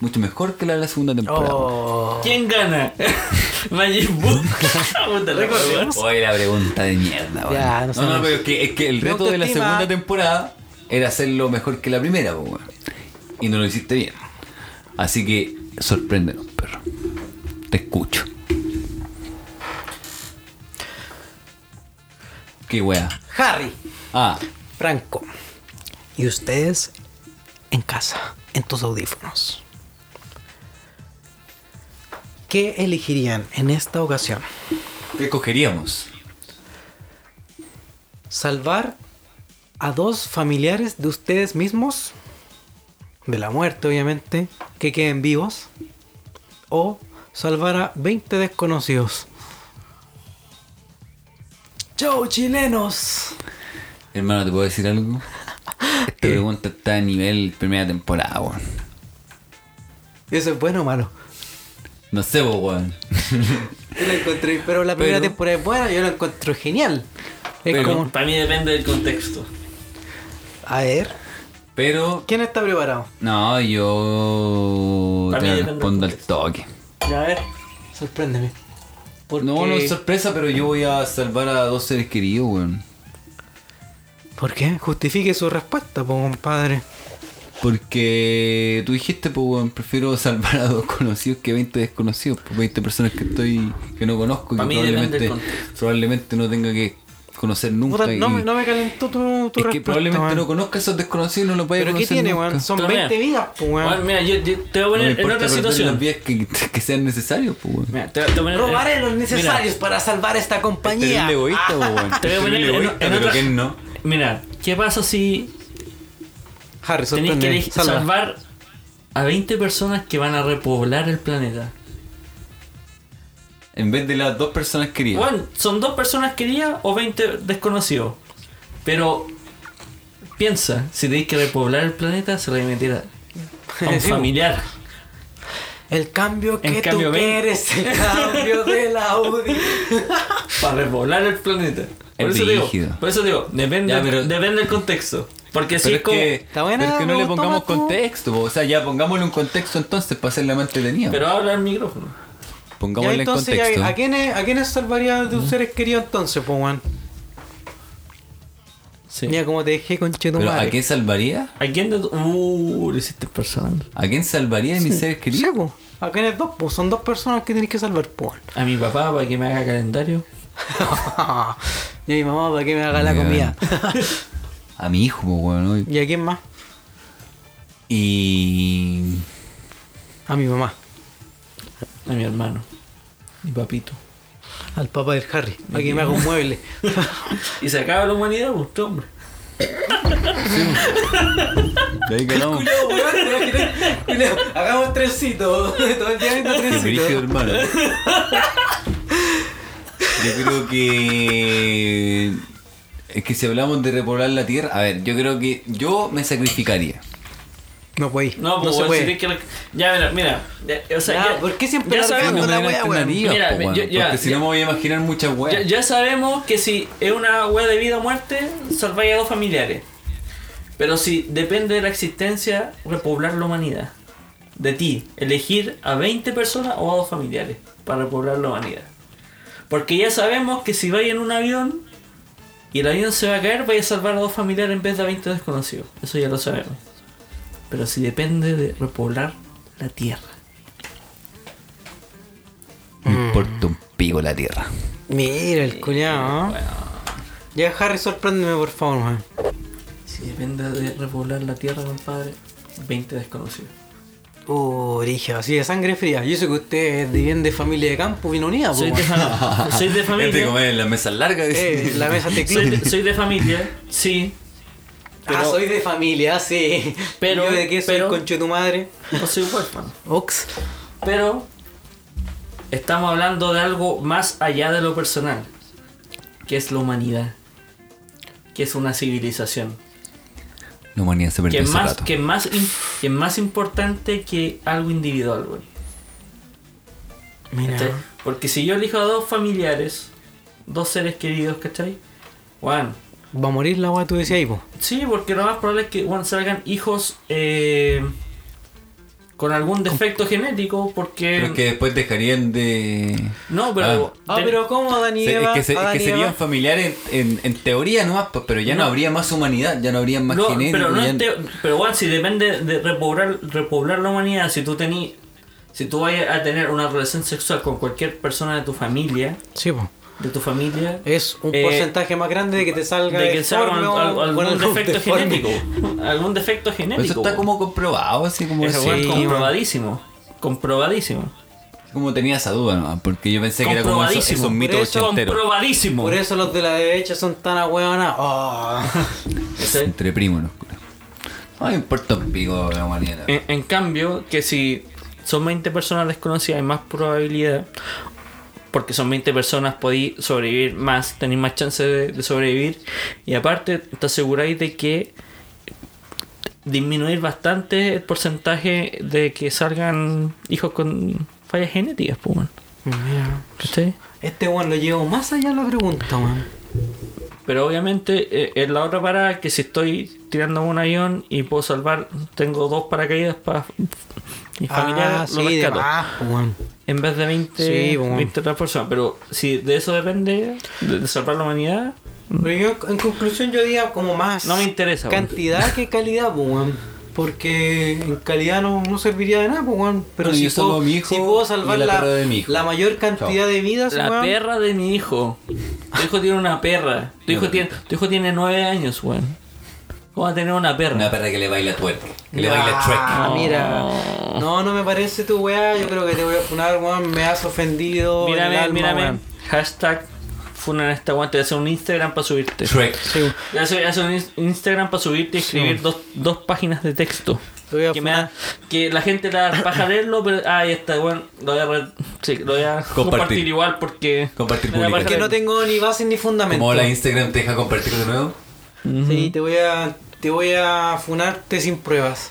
mucho mejor que la de la segunda temporada. weón.
Oh.
¿Quién gana?
[LAUGHS]
Majin Buu. [LAUGHS] Puta la weá.
Oye, la pregunta de mierda, weón.
Ya, no
no, no,
sabemos.
pero es que, es que el
No
reto de la
autoestima.
segunda temporada era hacerlo mejor que la primera, weón. Y no lo hiciste bien. Así que, sorpréndenos, perro. Te escucho. Qué wea.
Harry.
Ah,
Franco. Y ustedes en casa, en tus audífonos. ¿Qué elegirían en esta ocasión?
¿qué cogeríamos?
¿Salvar a dos familiares de ustedes mismos? De la muerte, obviamente, que queden vivos. ¿O salvar a 20 desconocidos? ¡Chau, chilenos!
Hermano, ¿te puedo decir algo?
[LAUGHS]
Esta pregunta está a nivel primera temporada, weón.
¿Eso es bueno o malo?
No sé, po, weón.
Yo la encontré, pero la primera
Pero-
temporada es buena, yo la encuentro genial. Es
Pero-
como,
Para mí depende del contexto.
a ver,
Pero,
¿quién está preparado?
no, yo
Para mí
te
depende
respondo
del
al toque.
A ver, sorpréndeme. Porque...
No, no es sorpresa, pero yo voy a salvar a dos seres queridos, weón.
¿Por qué? Justifique su respuesta, po, compadre.
Porque tú dijiste, pues, weón, prefiero salvar a dos conocidos que 20 desconocidos. Pues 20 personas que estoy que no conozco y que
Pa' mí depende del
probablemente, probablemente no tenga que conocer nunca.
Puta, no,
y-
me- no me calentó tu, tu
es
respuesta.
que probablemente
weón.
no conozca a esos desconocidos y no lo pueda
Pero ¿qué
conocer.
tiene,
nunca.
weón? Son
Pero
20 vidas, po, weón.
Bueno, mira, yo, yo te voy a
pues, No me
poner en
importa
otra
perder las
situación.
vías que, que sean necesarios, pues, weón.
Mira, te, te voy a poner-
Robaré los
mira,
necesarios para salvar
Este,
esta compañía.
Terrible egoísta, pues, weón.
Te voy a poner
Terrible
en-
egoísta,
en
pero
otra-
que no.
Mira, ¿qué pasa si
Harry,
Tenéis que
sorprende.
elegir-
salva.
salvar a 20 personas que van a repoblar el planeta.
En vez de las dos personas queridas.
Bueno, son dos personas queridas o 20 desconocidos. Pero piensa, si tenéis que repoblar el planeta, se lo voy a meter a,
[LAUGHS]
a un
Sí, po.
familiar.
El cambio que
En cambio,
tú
ven.
quieres, el cambio de la
[LAUGHS]
Audi.
para repoblar el planeta. Por
Es
eso, digo,
brígido.
por eso digo, depende,
Ya, pero-
depende del contexto. Porque si
Pero
es
es
como.
que,
Está buena,
pero es que no
me
le
gustó
pongamos
más tu-
contexto, po. o sea, ya pongámosle un contexto entonces para hacerla más entretenida.
Pero habla al micrófono.
Ya,
pongámosle en
entonces, ya,
contexto.
¿a, quiénes, ¿a quiénes salvaría de tus seres queridos entonces, po, weón?
Sí.
Mira cómo te dejé con
Pero ¿a
Chetumare.
quién salvaría?
¿A quién de tu- Uh, lo hiciste personal.
¿A quién salvaría de mis seres
Sí,
queridos?
po. ¿A quiénes dos? Po? Son dos personas que tenés que salvar, po. weón. [LAUGHS]
A mi papá para que me haga calendario.
y a mi mamá para que me haga la
Bien.
comida. [LAUGHS]
A mi hijo, po, weón. ¿no?
¿Y a quién más?
Y.
A mi mamá.
A mi hermano. Mi papito.
Al papá del Harry. Para que me haga
[LAUGHS]
un mueble.
Y se acaba la humanidad, pues, hombre.
De ahí ganamos.
Hagamos
[LAUGHS]
trencitos. Todo el día viendo
Qué brígido, hermano. Yo creo que. Es que si hablamos de repoblar la tierra. A ver, yo creo que yo me sacrificaría.
No puede.
No,
No,
pues,
se
weón, si
puede.
tienes que. Ya, mira, mira. Ya, o sea,
Ya,
ya-
¿por qué siempre
ya
la
No
sabemos-
Con
me
la
dan
wea,
alternativas,
weón.
po,
Mira,
weón,
yo- ya,
porque si
ya.
no me voy a imaginar muchas
Ya,
weas.
ya sabemos que si es una wea de vida o muerte, salváis a dos familiares. Pero si depende de la existencia, repoblar la humanidad. De ti, elegir a 20 personas o a dos familiares para repoblar la humanidad. Porque ya sabemos que si vais en un avión y el avión se va a caer, vais a salvar a dos familiares en vez de a 20 desconocidos. Eso ya lo sabemos. Pero si depende de repoblar la tierra.
Me importa un pico la tierra.
Mira el cuñado. Ya, Harry, sorpréndeme, por favor, weón.
Si depende de repoblar la tierra, compadre, 20 desconocidos.
Oh, origen, así de sangre fría. Yo sé que usted es de bien de familia de campo, bien unida, po,
Soy de,
weón.
fami- soy de
Este
familia.
comer en las mesas largas.
Eh,
dice.
la
[LAUGHS]
mesa te
Soy de, soy de familia, sí.
Ah,
pero-
soy de familia, sí.
Pero-
Yo de qué soy
pero-
concho de tu madre.
No soy huérfano.
Ox.
Pero estamos hablando de algo más allá de lo personal. Que es la humanidad. Que es una civilización.
La humanidad se perdió
Que es
hace
más,
rato.
que es más, im- que es más importante que algo individual, güey.
Mira.
¿Cachai? Porque si yo elijo a dos familiares, dos seres queridos, ¿cachai? Bueno,
Va a morir la weá, tú decías ahí, po.
Sí, porque lo más probable es que bueno, salgan hijos eh, con algún defecto genético, porque...
Pero es que después dejarían de.
No, pero...
Ah,
ten-
pero ¿cómo, Dani?
Se- es
Eva?
que, se- es
Ah,
que
Dani Eva.
serían familiares en, en- en teoría nomás, pues, pero ya no.
No.
habría más humanidad, ya no habría más
no,
genético.
pero, no
ya-
en teo- pero bueno, si depende de repoblar, repoblar la humanidad, si tú tenías... Si tú vayas a tener una relación sexual con cualquier persona de tu familia,
Sí, po.
de tu familia,
Es un
Eh,
porcentaje más grande de que te salga
de que salga
deforme o
al- al-
con
algún
algún
defecto
deforme.
genético, algún defecto genético.
Eso está como comprobado, así como
Esa
así,
weá es
Sí,
comprobadísimo, comprobadísimo.
como tenía esa duda nomás, porque yo pensé que era como esos,
Comprobadísimo.
esos mitos
Pero eso
ochenteros.
Comprobadísimo.
Por eso los de la derecha son tan ahueonados.
[LAUGHS]
Oh.
¿Cachai?
Entre primos, no No me importa un pico la humanidad.
En, en cambio, que si son 20 personas desconocidas, hay más probabilidad. Porque son 20 personas, podéis sobrevivir más, tenéis más chance de, de sobrevivir. Y aparte, te aseguráis de que disminuir bastante el porcentaje de que salgan hijos con fallas genéticas, pues, weón.
Mira.
¿Cachai?
Este weón lo llevo más allá de la pregunta, weón.
Pero obviamente eh, en la otra parada que si estoy tirando un avión y puedo salvar, tengo dos paracaídas para mi familia lo
Ah, sí, de
rescato.
más, po, weón.
En vez de 20,
Sí, po, weón.
20 otras personas. Pero si de eso depende, de, de salvar la humanidad,
Pero yo, en conclusión, yo diría como más.
No me interesa, weón.
Cantidad que calidad, pues, weón. Porque en calidad no, no serviría de nada, pues, weón. Pero
Bueno,
si,
yo salvo
puedo,
a mi hijo
si puedo
y
salvar
la
la,
perra de mi hijo.
la mayor cantidad de vidas,
La
weón.
perra de mi hijo. Tu hijo tiene una perra. Tu hijo tiene, tu hijo tiene nueve años, weón. ¿Cómo va a tener una perra?
Una perra que le baila twerk. Que le baila track.
Ah, mira. No, no me parece tu weá. Yo creo que te voy a funar, weón. Me has ofendido. en el
Mírame,
alma,
mírame.
weón.
Hashtag funan esta weón. Te voy a hacer un Instagram para subirte.
Trek.
Sí,
Te voy a hacer- hacer un ins- Instagram para subirte y escribir dos, dos páginas de texto.
te voy a
Que, me da-
funar.
que la gente
[COUGHS]
la paja leerlo, pero. Ah, ya está, weón. Lo voy a, re- sí, lo voy a compartir. igual porque.
Compartir
me da paja
publicación.
Que
leerlo.
no tengo ni base ni fundamento.
Como la Instagram te deja compartir de nuevo.
Sí, te voy a. Te voy a funarte sin pruebas.